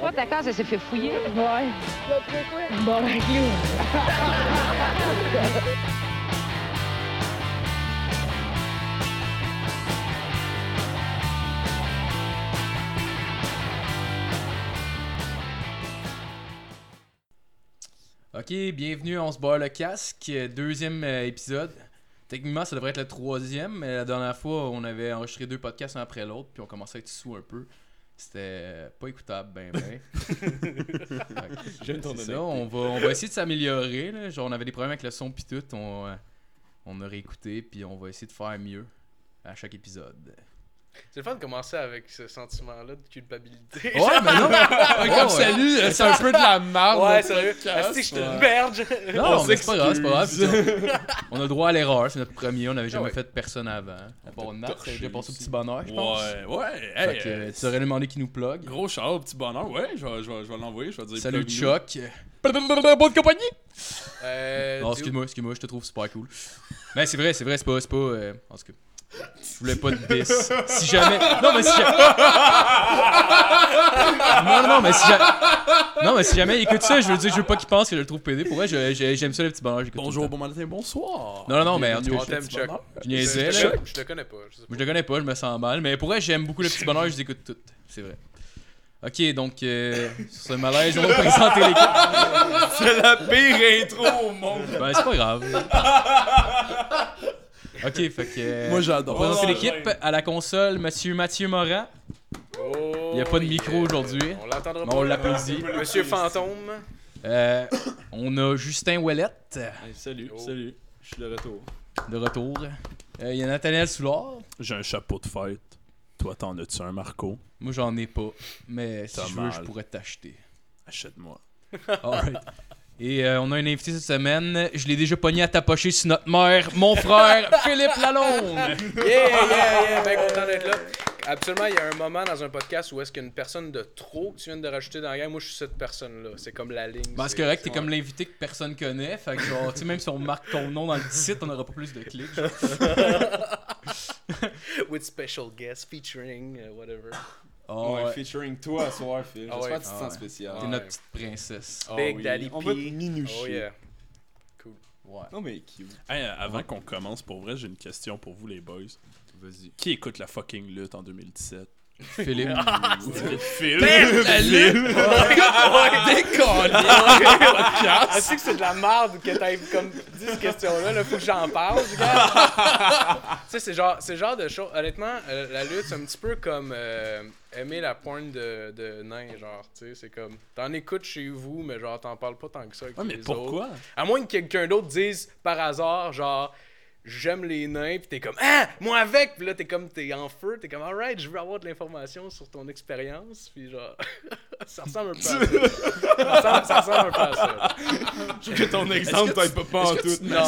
pas ta case, elle s'est fait fouiller. Ouais. Bon, ben, clou. Ok, bienvenue, on se barre le casque, deuxième euh, épisode. Techniquement, ça devrait être le troisième, mais la dernière fois, on avait enregistré deux podcasts un après l'autre, puis on commençait à être sous un peu. C'était euh, pas écoutable, ben ben. Fait que, J'aime ton c'est honnêteté. ça, on va, on va essayer de s'améliorer. là. Genre, on avait des problèmes avec le son, puis tout. On, euh, on a réécouté, puis on va essayer de faire mieux à chaque épisode. C'est le fun de commencer avec ce sentiment-là de culpabilité. Ouais, mais non, mais- Comme ouais. salut, euh, c'est un peu de la merde. ouais, notre sérieux. podcast, Est-ce que je suis ouais. une merde? je- Non, On mais c'est pas grave, c'est pas grave. s'excuse. puis On on a le droit à l'erreur, c'est notre premier, on n'avait jamais ouais. fait de personne avant. À part Nat, torché j'avais déjà passé au aussi. petit bonheur, je pense. Ouais, ouais. Fait hey, que, euh, tu aurais demandé qui nous plug. Gros char, petit bonheur. Ouais, je vais, je vais, je vais l'envoyer. Je vais dire. Salut plug-nous. Chuck. Bonne compagnie. Euh, Non, du- excuse-moi, excuse-moi, je te trouve super cool. Mais c'est vrai, c'est vrai, c'est pas. C'est pas euh, en tout cas, je voulais pas de bis. Si jamais. Non, mais si jamais. Non, non, mais si jamais. Non, mais si jamais il écoute ça, je veux dire, je veux pas qu'il pense que je le trouve pédé. Pour vrai, je- je- j'aime ça les petits bonheurs. j'écoute tout le Bonjour, temps. bon matin, bonsoir. Non, non, non, mais en tout Bienvenue cas, au je t'aime, Petit Chuck. Bonheur. Je Je- je- niaisais, je- là. Je te connais pas. Je sais pas. Je le connais pas, je me sens mal. Mais pour vrai, j'aime beaucoup le petit bonheur, je les écoute toutes. C'est vrai. Ok, donc, euh, sur ce malaise, on va présenter l'équipe. C'est la pire intro au monde. Ben, c'est pas grave. ok, fait que. euh, Moi, On va j'adore. présenter l'équipe à la console, monsieur Mathieu Morin. Oh, Il y a pas de micro yeah. aujourd'hui. On l'entendra Mais pas. on l'applaudit. Monsieur Fantôme. Euh, on a Justin Ouellette Hey, Salut, Yo. salut. Je suis de retour. de retour. Euh, Il y a Nathaniel Soulard. J'ai un chapeau de fête. Toi, t'en as-tu un, Marco Moi, j'en ai pas. Mais si T'as je veux, je mal. pourrais t'acheter. Achète-moi. Alright. Et euh, on a un invité cette semaine. Je l'ai déjà pogné à tapocher sur notre mère, mon frère, Philippe Lalonde. Yeah, yeah, yeah. Bien content d'être là. Absolument, il y a un moment dans un podcast où est-ce qu'une personne de trop que tu viens de rajouter dans la gang, moi je suis cette personne-là. C'est comme la ligne. Ben, c'est correct, t'es comme l'invité que personne connaît. Fait que, genre, tu sais, même si on marque ton nom dans le site, on aura pas plus de clics. With special guest featuring, euh, whatever. Oh, ouais, ouais. featuring toi à soir, Phil. Ah J'espère ouais. que Ah tu te ouais. sens spécial. T'es notre petite princesse. Ah Big oui. Daddy On va te P. minoucher. Oh yeah. Ouais. Non, mais cute. Hey, euh, avant qu'on commence, pour vrai, j'ai une question pour vous, les boys. Vas-y. Qui écoute la fucking lutte en 2017 Ah, Philippe. Ah. Phil. La lutte. Ah, sais que c'est de la merde que t'aies comme dit cette question-là, là, faut que j'en parle, gars. tu sais, c'est genre, c'est le genre de choses. Honnêtement, euh, la lutte, c'est un petit peu comme euh, aimer la pointe de, de nain, genre, tu sais, c'est comme, t'en écoutes chez vous, mais genre, t'en parles pas tant que ça avec Ouais, mais les autres. pourquoi À moins que quelqu'un d'autre dise par hasard, genre, j'aime les nains, pis t'es comme, ah, moi avec, pis là, t'es comme, t'es en feu, t'es comme, alright, je veux avoir de l'information sur ton expérience, pis genre, ça ressemble un peu à ça. ça, ressemble, ça ressemble un peu à ça. Je trouve que ton exemple t'aide pas pas en tout. Non.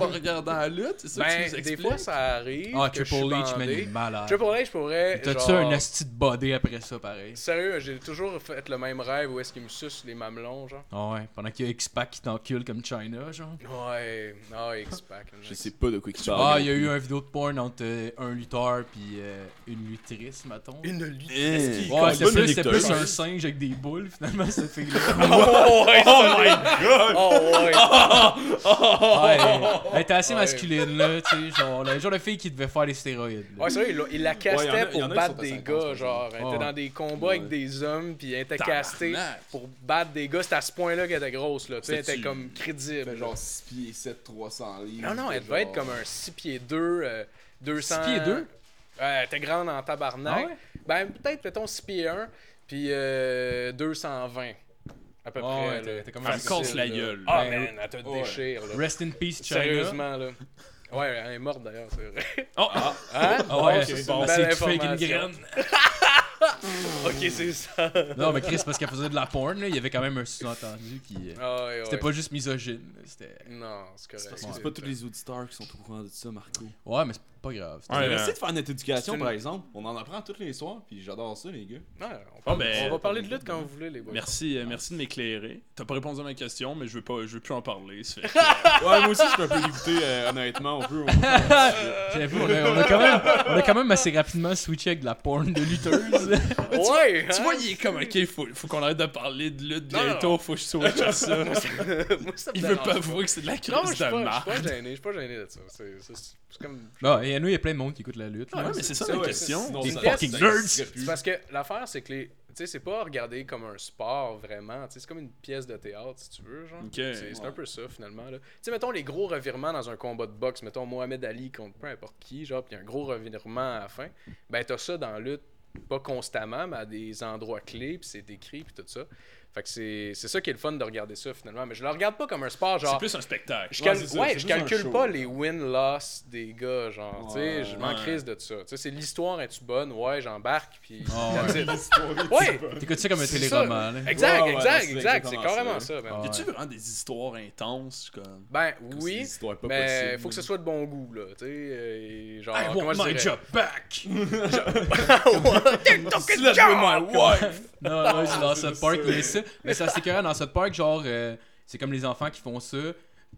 en regardant la lutte, c'est ça que tu Ben, nous des expliques? fois, ça arrive. Ah, que je Triple suis H, man, il est bandé. malade. Triple H, pour vrai. T'as-tu genre, un asti de body après ça, pareil? Sérieux, j'ai toujours fait le même rêve où est-ce qu'il me suce les mamelons, genre. Ah ouais, pendant qu'il y a X-Pac qui t'encule comme China, genre. Ouais, ah, X-Pac. Je sais pas de quoi tu parles. Ah, il y a eu un vidéo de porn entre euh, un lutteur puis euh, une luttrice, mettons. Une lutte. Est-ce qu'il Ouais, Comme c'était bonne plus, c'était lutteuse. plus un singe avec des boules, finalement, cette fille-là. Oh, ouais, oh my god! Oh, ouais. Ouais, elle était assez Ouais. masculine, là, tu sais, genre, le genre de fille qui devait faire des stéroïdes. là. Ouais, sérieux, il, la- il la Ouais, castait y en a- y pour en a qui battre sont à des 50, gars, genre. Elle Ouais. était dans des combats avec Ouais. des hommes, puis elle était castée pour battre des gars. C'était à ce point-là qu'elle était grosse, là. Tu sais, elle était C'est-tu- comme crédible. Fait genre. genre 6 pieds 7, 300 livres. Non, non, elle devait être comme un 6 pieds 2, 200. 6 pieds deux? Ouais, elle était grande en tabarnak. Ah ouais? Ben, peut-être, mettons 6 pieds 1, puis euh, 220. À peu Ouais, près. ouais, là. t'es- t'es comme Elle un me casse la Là. gueule. Ah, Ben, man, elle te ouais. déchire, là. Rest in peace, China. Sérieusement, là. Ouais, elle est morte d'ailleurs, c'est vrai. Oh, ah, Hein? Ah ouais, Ok, c'est bon, c'est belle tout fait avec une information. graine. Ok, c'est ça. Ouais, Non, mais Chris, parce qu'elle faisait de la porn, là, il y avait quand même un sous-entendu qui. euh, Ah ouais. C'était pas juste misogyne, là, c'était. Non, c'est correct. C'est pas tous les auditeurs qui sont au courant de ça, Marco. Ouais, mais c'est pas pas grave. Ouais, Merci euh, de faire notre éducation, c'est une- par exemple. On en apprend tous les soirs, puis j'adore ça, les gars. Ouais, on, parle- Ah, ben, on va parler de lutte quand vous voulez, les boys. Merci, euh, merci de m'éclairer. T'as pas répondu à ma question, mais je veux pas, je veux plus en parler. ça fait- Ouais, moi aussi, je peux un peu dégoûté, euh, honnêtement. On peut. on- J'avoue, on a, on a quand même, on a quand même assez rapidement switché avec de la porn de lutteuse. Ouais! tu hein? vois, il est comme, ok, faut, faut qu'on arrête de parler de lutte Non, non, bientôt, faut que je switch à ça. Moi, ça me Il veut dérange pas avouer que c'est de la Non, je crise suis de pas, je marre. suis pas gêné, je suis pas gêné de ça. C'est c'est- c'est comme. Bon, et nous, il y a plein de monde qui écoute la lutte. Ouais, là. mais c'est ça c'est- la ouais, question. sinon, Des ça- fucking ça nerds. existerait plus. C'est parce que l'affaire, c'est que les. Tu sais, c'est pas regardé comme un sport vraiment. Tu sais, c'est comme une pièce de théâtre, si tu veux. Genre. Ok, C'est c'est un ouais. peu ça, finalement. là. Tu sais, mettons les gros revirements dans un combat de boxe. Mettons Mohamed Ali contre peu importe qui, genre, puis un gros revirement à la fin. Ben, t'as ça dans la lutte, pas constamment, mais à des endroits clés, puis c'est décrit, puis tout ça. Fait que c'est c'est ça qui est le fun de regarder ça, finalement. Mais je le regarde pas comme un sport, C'est genre. plus un spectacle. Je, Ouais, cal- c'est ça, ouais, c'est je juste un calcule show, pas là. les win-loss des gars, genre, tu sais, Ouais, je m'en ouais. crise de ça. Tu sais, c'est l'histoire, es-tu bonne? Ouais, j'embarque, puis... Oh, that's ouais. it. ouais, T'écoutes ça comme un c'est téléroman. ça. là. Exact, Ouais, ouais, exact, c'est exact, c'est exactement carrément ça, ça, man. Ah. Y a-tu vraiment des histoires intenses comme Ben, C'est des oui, histoires pas mais possibles. faut que ce soit de bon goût, là, tu sais, euh, et genre, I comment want je my dirais? job back! Slap with my wife! Non, Ah, non, c'est dans South Park, C'est mais ça, mais ça c'est carré dans South Park, genre, euh, c'est comme les enfants qui font ça,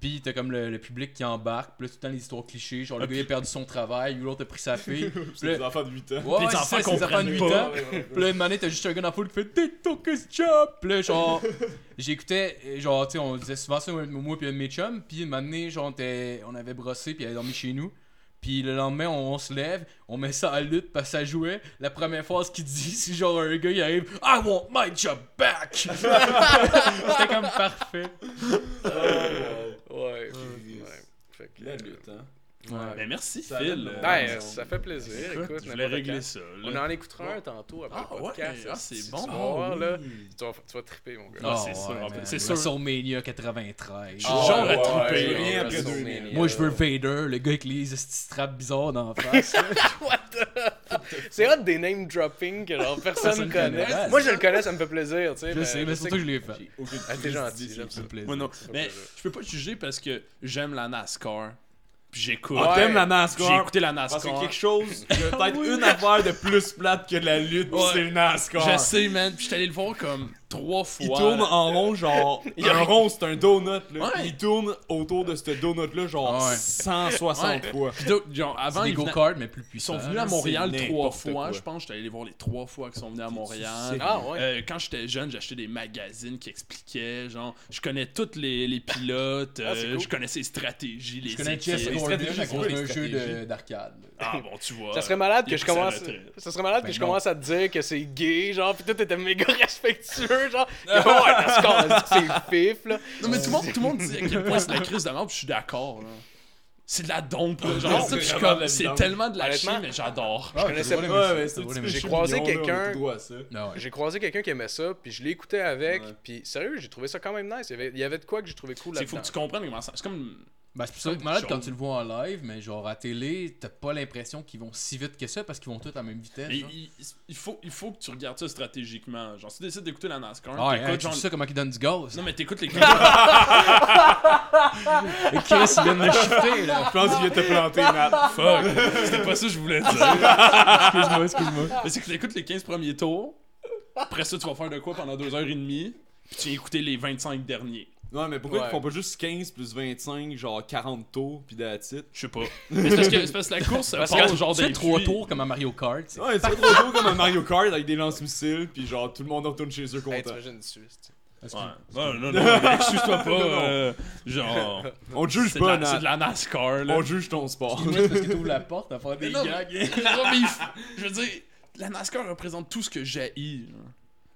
puis t'as comme le, le public qui embarque, puis là, tout le temps les histoires clichés, genre le Ah, gars il a perdu son travail, ou l'autre a pris sa fille, puis C'est des là, enfants de 8 ans. ouais, Les c'est ça, enfants c'est des enfants de comprennent 8 pas. ans, puis là, une manette, t'as juste un gars dans la foule qui fait TikTok is job, puis là, genre, j'écoutais, euh, genre, tu sais, on disait souvent ça, moi, moi puis un de mes chums, puis une manette, genre, on était- on avait brossé, puis elle a dormi chez nous. Puis le lendemain, on, on se lève, on met ça à lutte parce que ça jouait. La première phrase qu'il dit, c'est genre un gars, il arrive I want my job back! C'était comme parfait. Ouais, yes. ouais. Fait que, La euh, lutte, hein. Ah, Ben merci Ça Phil. donne- euh, ben, Ouais, ça fait plaisir, écoute, écoute, je voulais n'importe régler quand. ça. On là. en écoutera un tantôt après Ah, le podcast. ouais, ah, si c'est tu bon. vas voir, là, Ah Oui. tu vas, tu vas triper, mon gars. Ah, c'est sûr, en plus, man. c'est sûr. WrestleMania 93. Ah, genre ouais, attrapé, ouais, là, rien après WrestleMania. 2000. Moi, je veux Vader, le gars avec les esti straps bizarres d'en face. C'est hot des name dropping que genre personne Personne ne connaît. connaît. Moi je le connais, ça me fait plaisir, tu sais. je ben, sais, mais surtout que je l'ai fait. J'ai aucune Ah, t'es gentil, idée, j'aime c'est ça. Ça me plaît. Moi non. pas Mais plaisir. je peux pas te juger parce que j'aime la NASCAR. Puis j'écoute. Ah, t'aimes la J'ai écouté la Parce NASCAR. que quelque chose, il y a peut-être une affaire de plus plate que la lutte, Ouais. c'est le NASCAR. Je sais, man. Puis j'étais allé le voir comme trois fois. Il tourne en rond, genre. Il y a- un rond, c'est un donut, là. Ouais. Il tourne autour de ce donut-là, genre Ouais. 160 Ouais. fois. Puis d'autres, genre, C'est avant, des ils, venaient- go-karts, mais plus ils puissants. sont venus à c'est Montréal trois n'importe fois. quoi. Je pense que j'étais allé les voir les trois fois qu'ils sont venus à Montréal. sais. Ah ouais. Euh, quand j'étais jeune, j'achetais des magazines qui expliquaient, genre, je connais tous les, les pilotes, Ah, c'est euh, cool. je connais ses stratégies, les Je connais équipes. Jess les Gordon stratégies, à cause les d'un jeu stratégies. de- d'arcade. Ah bon, tu vois. Ça serait malade Il a que je pris sa commence. retraite. Ça serait malade Ben que je non. commence à te dire que c'est gay, genre, pis toi t'étais méga respectueux, genre. Ouais, NASCAR, est-ce que c'est pif, là. Non, mais tout le monde, tout le monde dit à quel point c'est de la crise de merde, puis je suis d'accord, là. C'est de la dompe, là. Genre, Non, ça, puis je suis Ah, c'est vraiment comme, de la c'est vidange. tellement de la chine, Honnêtement, mais j'adore. Je connaissais pas, mais c'est un petit peu J'ai chignon, croisé là, quelqu'un- on a le droit à ça. J'ai croisé quelqu'un qui aimait ça, puis je l'ai écouté avec, Ouais. puis sérieux, j'ai trouvé ça quand même nice. Il y avait, il y avait de quoi que j'ai trouvé cool C'est qu'il faut que tu là-dedans. comprennes comment ça. C'est comme. Bah, c'est pour ça que malade quand tu le vois en live, mais genre à télé, t'as pas l'impression qu'ils vont si vite que ça parce qu'ils vont tous à la même vitesse. mais genre. il, il faut, il faut que tu regardes ça stratégiquement. Genre, si tu décides d'écouter la NASCAR, Ah ouais, t'écoutes, hey, tu genre- vois ça comment ils donnent du gaz. Non, mais t'écoutes les gars. Et Chris, il vient de me chiffrer là. Je pense qu'il vient de te planter, Matt. Fuck! C'était pas ça que je voulais dire. Excuse-moi, excuse-moi. Mais c'est que t'écoutes les 15 premiers tours. Après ça, tu vas faire de quoi pendant 2h30. Puis tu vas écouter les 25 derniers. Non, mais pourquoi Ouais. ils font pas juste 15 plus 25, genre 40 tours, pis that's it? Je sais pas. Mais c'est parce que, c'est parce que la course, ça Parce passe que genre Tu fais des trois puits. tours comme à Mario Kart. c'est- Ouais, c'est trop tôt comme un Mario Kart avec des lance-missiles, pis genre tout le monde retourne chez eux Hey, content. t'imagines une Suisse, tu sais. Ouais. Non, non, non, excuse-toi pas. euh, genre. On te juge C'est de, pas, la, c'est Nat. de la NASCAR, là. On juge ton sport. Excuse-moi, c'est parce qu'ils t'ouvrent la porte à faire Mais des non, gags. mais- non, mais il faut- je veux dire, la NASCAR représente tout ce que j'ai. Tu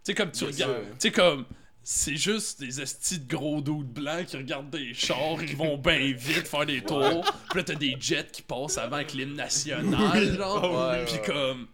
sais, comme tu Yes, regardes. sir. Tu sais, comme. C'est juste des estis de gros doutes blancs qui regardent des chars qui vont bien vite faire des tours. Puis là, t'as des jets qui passent avant avec l'hymne national, genre. ouais, Puis ouais. comme.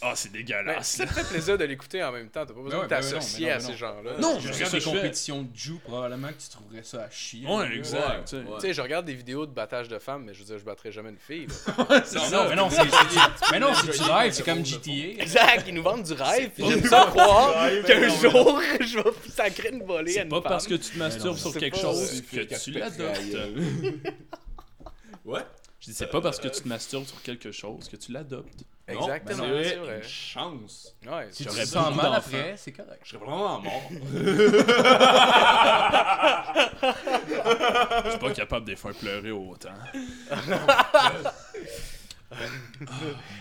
Ah, c'est Mais dégueulasse. ça te fait plaisir de l'écouter en même temps, t'as pas besoin ouais, de ben non, t'associer mais non, à mais ces non. gens-là. Non, Je c'est regarde ça des que je compétitions de Jou, probablement que tu trouverais ça à chier. Ouais, exact. tu sais. Ouais. Tu sais, je regarde des vidéos de battage de femmes, mais je veux dire, je battrai jamais une fille. là. Non, non, mais non, c'est c'est- mais non, c'est du live, c'est comme GTA. Exact, ils nous vendent du rêve. puis J'aime ça croire rêve, qu'un mais non, jour, je vais sacrer une volée à C'est une pas femme. parce que tu te masturbes non, sur c'est quelque pas- chose c'est que tu l'adoptes. Ouais? Puis c'est pas parce que tu te masturbes sur quelque chose que tu l'adoptes. Exactement, Non, ben, c'est j'aurais vrai. une chance. Ouais, Si c'est tu J'aurais te sens beaucoup mal d'enfants. après, c'est correct. Je serais vraiment mort. Je suis pas capable de les faire pleurer autant.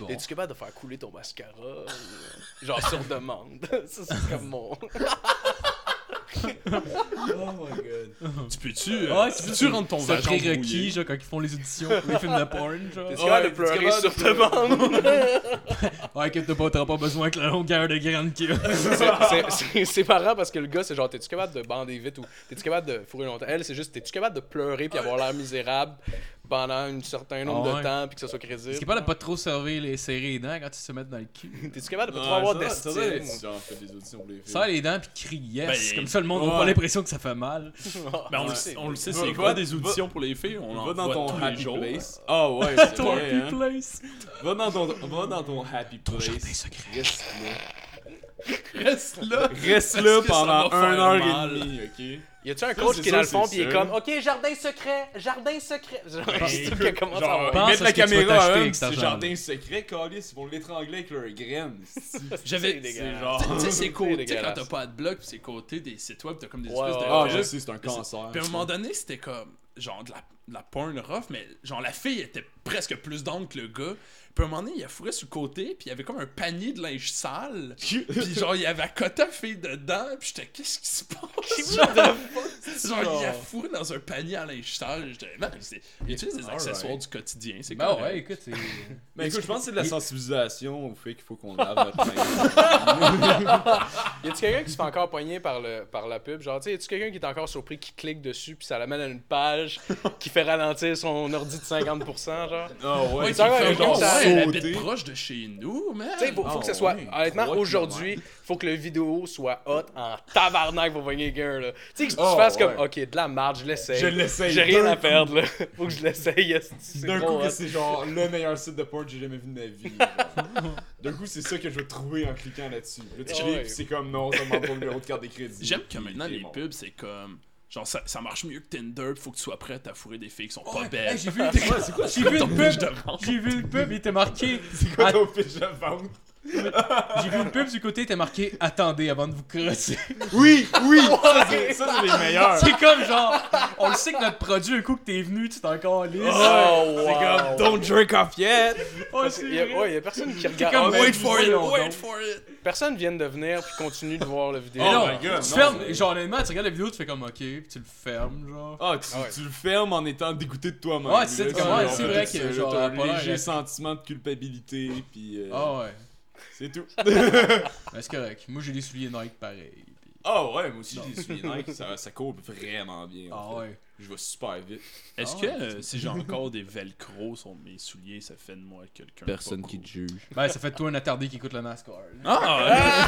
Bon. Es-tu capable de faire couler ton mascara? euh, Genre sur demande. Ça, c'est comme mon. oh my god. Tu peux-tu euh, Ouais, tu c'est peux-tu rendre ton C'est un vagin prérequis, mouillé? genre, quand ils font les auditions pour les films de porn, genre. T'es-tu capable de t'es-tu pleurer capable de sur demande? Ouais, que t'as pas, t'auras pas besoin que la longueur de grande qu'il y a. C'est- c'est- c'est- C'est marrant parce que le gars, c'est genre, t'es-tu capable de bander vite ou t'es-tu capable de fourrer longtemps? Elle, c'est juste, t'es-tu capable de pleurer puis avoir l'air misérable pendant un certain nombre Ah ouais. de temps puis que ça soit Est-ce crédible? qu'il parle de pas trop serrer les serrer les dents quand tu te mets dans le cul? T'es-tu capable de pas Non, trop avoir ça doit- ça doit être d'estime? genre, on fait des auditions pour les filles. Serre les dents pis crie yes, Ben, comme ça le monde n'a ouais. pas l'impression que ça fait mal. Ben, on, le Ouais. sait- on le sait, Va- c'est va- quoi des auditions pour les filles? On en Va dans voit ton tous les happy jours. place. Ah ouais, c'est vrai, hein. place! Va dans ton, va dans ton happy place. secret. Reste là. Reste là! Reste Parce là que ça va pendant faire un heure mal. et demie, ok? Y a-tu un Ça, coach c'est qui est dans le sûr, fond c'est pis il est sûr. comme, ok, jardin secret, jardin secret? Genre, c'est tout que comment ça Genre, va? ils Pense à mettent la ce Ah, que tu vas caméra t'acheter à eux, avec cet c'est argent-là. jardin secret, Calis, ils vont l'étrangler avec leurs graines. J'avais. C'est C'est dégueulasse. genre. Tu sais, c'est côté quand dégueulasse. t'as pas de bloc, c'est côté des sites web, t'as comme des Ouais, espèces de. ouais, Ah, ouais. je sais, c'est un cancer. Puis à un moment donné, c'était comme genre de la, de la porn rough, mais genre la fille était presque plus down que le gars. Puis à un moment donné, il a fourré sur le côté, puis il y avait comme un panier de linge sale. puis genre, il y avait Cota fille dedans, puis j'étais, qu'est-ce qui se passe? genre, il a fourré dans un panier à linge sale. J'étais, man, c'est. Il utilise des accessoires Alright. du quotidien, c'est Ben correct. ouais, écoute, c'est. Mais écoute, je pense que c'est de la sensibilisation au fait qu'il faut qu'on lave notre main. Y a-tu quelqu'un qui se fait encore pogner par, le, par la pub? Genre, tu sais, y a-tu quelqu'un qui est encore surpris, qui clique dessus, puis ça l'amène à une page qui fait ralentir son ordi de 50%, genre? Ah Ouais, ouais, qui fait ouais, genre, ça- ouais, elle sauter. habite proche de chez nous, man. Tu sais, faut, faut que ça Ah soit. ouais, honnêtement, trois aujourd'hui, faut que le vidéo soit hot en tabarnak pour pogner quelqu'un, là. Tu sais, que tu Oh, fasses comme, ouais. ok, de la marge, je l'essaye. Je l'essaye. J'ai rien D'un à coup. perdre, là. Faut que je l'essaye. esti, C'est D'un trop coup, que hot. c'est genre le meilleur site de porn que j'ai jamais vu de ma vie. genre. D'un coup, c'est ça que je veux trouver en cliquant là-dessus. Là, tu Ah cliques, ouais. puis c'est comme non, ça me demande pas le numéro de carte de crédit. J'aime que Puis maintenant, t'es les mort. pubs, c'est comme. Genre, ça, ça marche mieux que Tinder, pis faut que tu sois prête à fourrer des filles qui sont Ouais, pas belles. hey, J'ai vu une pub, j'ai vu Ton une pitch pub, de vente. j'ai vu une pub, il était marqué. C'est quoi ton pitch de vente? J'ai vu une pub du côté, il était marqué attendez avant de vous crosser. Oui, oui! Ça, c'est ça, c'est les meilleurs. C'est comme genre, on le sait que notre produit, un coup que t'es venu, tu t'es encore lisse. Oh, C'est comme don't jerk off yet! Oh, Il c'est y a, vrai. ouais, y a personne qui regarde. comme Ah, moi. mais Wait for it, Voyons wait donc. for it. personne vient de venir puis continue de voir la vidéo. Mais non, Oh my God, tu non, fermes, mais- genre honnêtement, tu regardes la vidéo, tu fais comme ok, puis tu le fermes, genre. Ah, tu, Ah ouais. tu le fermes en étant dégoûté de toi-même. Ouais, c'est là, comme- ouais, genre, c'est t'as vrai tout que, ça, genre, t'as la un polaire, léger elle- sentiment de culpabilité, puis euh, Ah ouais, c'est tout. ben, c'est correct. Moi j'ai des souliers Nike pareil. puis- Ah ouais, moi aussi j'ai des souliers Nike, ça, ça court vraiment bien. Ah en fait. ouais. Je vais super vite. Est-ce Ah que ouais, euh, si j'ai encore des velcro sur mes souliers, ça fait de moi quelqu'un. de pas cool? juge. Ben ça fait de toi un attardé qui écoute le NASCAR. là. Ah!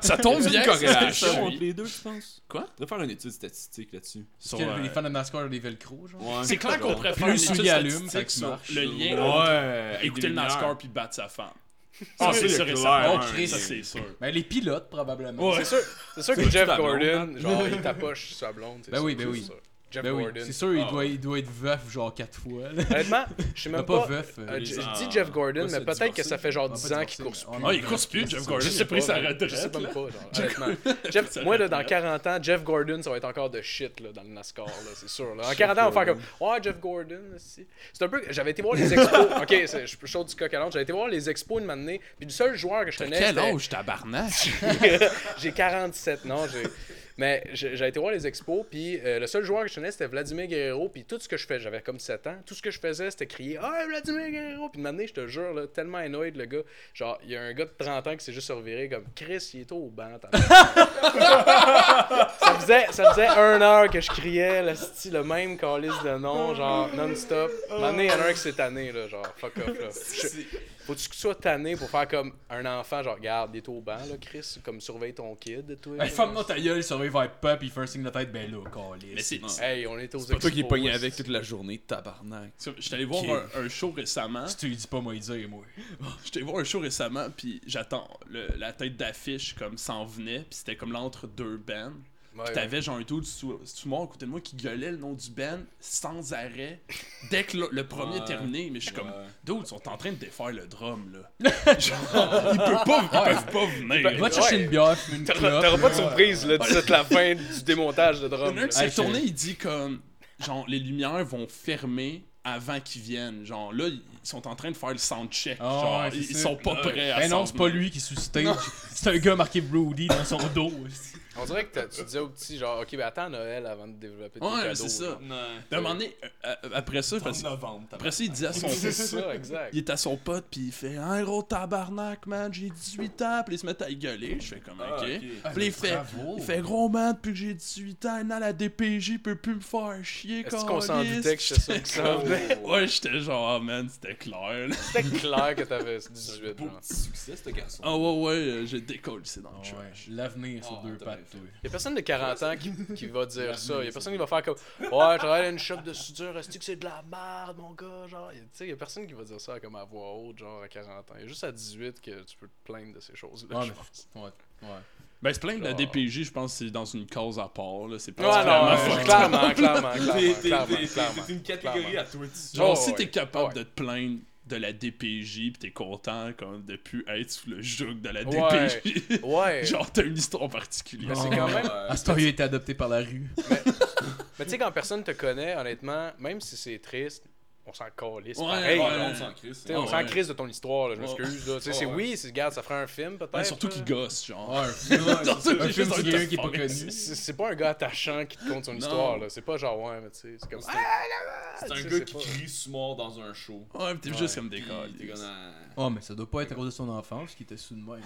ça tombe bien, c'est ce que je corrélation entre suis. les deux, tu penses Quoi? On faire une étude statistique là-dessus. Est-ce Sur, que euh, les fans de NASCAR ont des velcro, genre? Ouais. C'est clair qu'on pourrait Puis faire le une étude soulier allume, fait statistique que sur marche. le lien entre Ouais. écouter le NASCAR puis battre sa femme. Ah, Ça, c'est c'est sûr et clair, certain. hein, Chris. Ça, c'est sûr. Ben les pilotes probablement. Ouais. C'est sûr, c'est sûr que C'est Jeff ta blonde, Gordon, hein? genre, il tapoche sa blonde. c'est Ben oui, sûr, ben c'est oui. sûr. Jeff Ben oui, Gordon. c'est sûr, il Ah doit, ouais. il doit être veuf genre 4 fois. là. Honnêtement, je sais Ben, même pas pas. veuf. euh, Euh, les- je les- je ah, dis Jeff ouais, Gordon, se mais peut-être que divorcer, ça fait genre on va 10 pas ans divorcer, qu'il course mais plus. on Ah, est il dans- course plus, Jeff Gordon. Je Il sais a pris pas, sa là. retraite. Je sais pas là. pas, genre, honnêtement. Jeff- Ça moi, là, dans retraite. 40 ans, Jeff Gordon, ça va être encore de shit, là, dans le NASCAR, là, c'est sûr. Là. En 40 ans, on va faire comme « Ouais, Jeff Gordon, aussi. » C'est un peu... J'avais été voir les expos... OK, c'est- je suis chaud du coq à l'âne. J'avais été voir les expos une matinée, puis du seul joueur que je tenais, Quel c'était- âge, tabarnak? j'ai 47, non, j'ai... Mais j'ai j'ai été voir les expos, puis euh, le seul joueur que je connais, c'était Vladimir Guerrero, puis tout ce que je fais, j'avais comme 7 ans, tout ce que je faisais, c'était crier « Ah, Vladimir Guerrero! » Puis de m'amener, je te jure, là, tellement annoyed, le gars, genre, il y a un gars de 30 ans qui s'est juste reviré comme « Chris, il est au banc, t'as- ça, faisait, ça faisait un heure que je criais, le style, le même calice de nom, genre, non-stop. Maintenant, il y en a un qui s'est tanné, là, genre, fuck off, là. Je- faut-tu que tu sois tanné pour faire comme un enfant, genre, regarde, il est au banc, là, Chris, comme surveille ton kid, toi. Hey, ferme-moi ta gueule, surveille vers pas, puis il fait un signe de tête, ben là, câlisse. Mais c'est. Hey, on est aux C'est toi qui est expos, pogné aussi. avec toute la journée, tabarnak. Je suis allé voir Ok. un, un show récemment. Si tu lui dis pas, moi, il dit, moi. J'étais voir un show récemment, puis j'attends. le- La tête d'affiche, comme, s'en venait, puis c'était comme l'entre-deux bands. Ouais, ouais. T'avais genre un dude sous, sous moi à côté de moi qui gueulait le nom du band sans arrêt dès que le, le premier Ouais. est terminé. Mais je suis comme, Ouais. dude, ils sont en train de défaire le drum là. Genre, ils, peuvent pas, ils peuvent pas venir. Va te chercher Ouais. une bière, fume une T'auras clope. t'auras pas de surprise, là, d'ici à la fin du démontage de Il y en drum. a un là. qui s'est Ah, je- tourné, il dit comme genre les lumières vont fermer avant qu'ils viennent. Genre là, ils sont en train de faire le sound check. Ah, genre ouais, c'est ils, ils ça. sont pas prêts à Ben non, s'en c'est pas venir. lui qui est sous stage. C'est un gars marqué Brody dans son dos. aussi. On dirait que t'as- tu disais au petit, genre, OK, ben attends Noël avant de développer tes Ouais, cadeaux, c'est là. ça. Non. D'un moment donné, euh, euh, après ça, parce- novembre. après ça, il dit à son C'est ça, exact. Il est à son pote, puis il fait Un gros tabarnak, man, j'ai 18 ans, puis il se met à gueuler. Je fais comme Ah, Ok. ok. Puis il fait, bravo. il fait gros man, depuis que j'ai 18 ans, maintenant la DPJ peut plus me faire chier. Est-ce qu'on s'en câlisse. doutait que c'était ça que ça venait? Ouais, j'étais genre, Ah, man, c'était clair. là. C'était clair que t'avais 18 Beau ans. petit succès, ce garçon. Ah ouais, ouais, euh, j'ai décollé, c'est dans Ah le ouais, trash. L'avenir sur Ah, deux t'as pattes, bien toi. Y'a personne de 40 ans qui, qui va dire ça. Y'a personne qui va faire comme Ouais, je travaille dans une shop de soudure, est-ce que c'est de la merde, mon gars? Genre, tu sais, y'a personne qui va dire ça comme à voix haute, genre à 40 ans. Y'a juste à 18 que tu peux te plaindre de ces choses-là. Ouais, je mais- pense. Ouais, ouais. Ben, se plaindre de la Genre. DPJ, je pense que c'est dans une cause à part, là. C'est Ah. Ouais, non, particulièrement ouais, fucked up. clairement, clairement, clairement, T'es- t'es- clairement, t'es- clairement. t'es une catégorie clairement. à toi dessus. Genre, Oh, si ouais. t'es capable Ouais. de te plaindre de la DPJ, pis t'es content comme, de plus être sous le joug de la Ouais. DPJ, Ouais. genre, t'as une histoire particulière. C'est quand même. Ouais. Ah, c'est toi, il a été adopté par la rue. Mais tu sais, quand personne te connaît, honnêtement, même si c'est triste, on s'en calisse. Ouais, pareil, ouais. genre. on s'en crisse. Tu sais, on Ouais, s'en ouais. crisse de ton histoire, là, je Ouais. m'excuse. là. Tu sais, Ouais, c'est ouais. oui, c'est, regarde, ça ferait un film peut-être. Ouais, surtout qu'il là. gosse, genre. Ouais, un film Genre, c'est un film juste sur un quelqu'un qui est pas performance. connu. C'est c'est pas un gars attachant qui te conte son Non. histoire, là. C'est pas genre, ouais, mais tu sais, c'est comme. C'est un- C'est un tu sais, gars c'est qui pas- crie sous mort dans un show. Ouais, pis t'es juste comme des Puis t'es câlisses. comme, Ah. Oh, mais ça doit pas être à cause de son enfance qui était sous de hein. moi.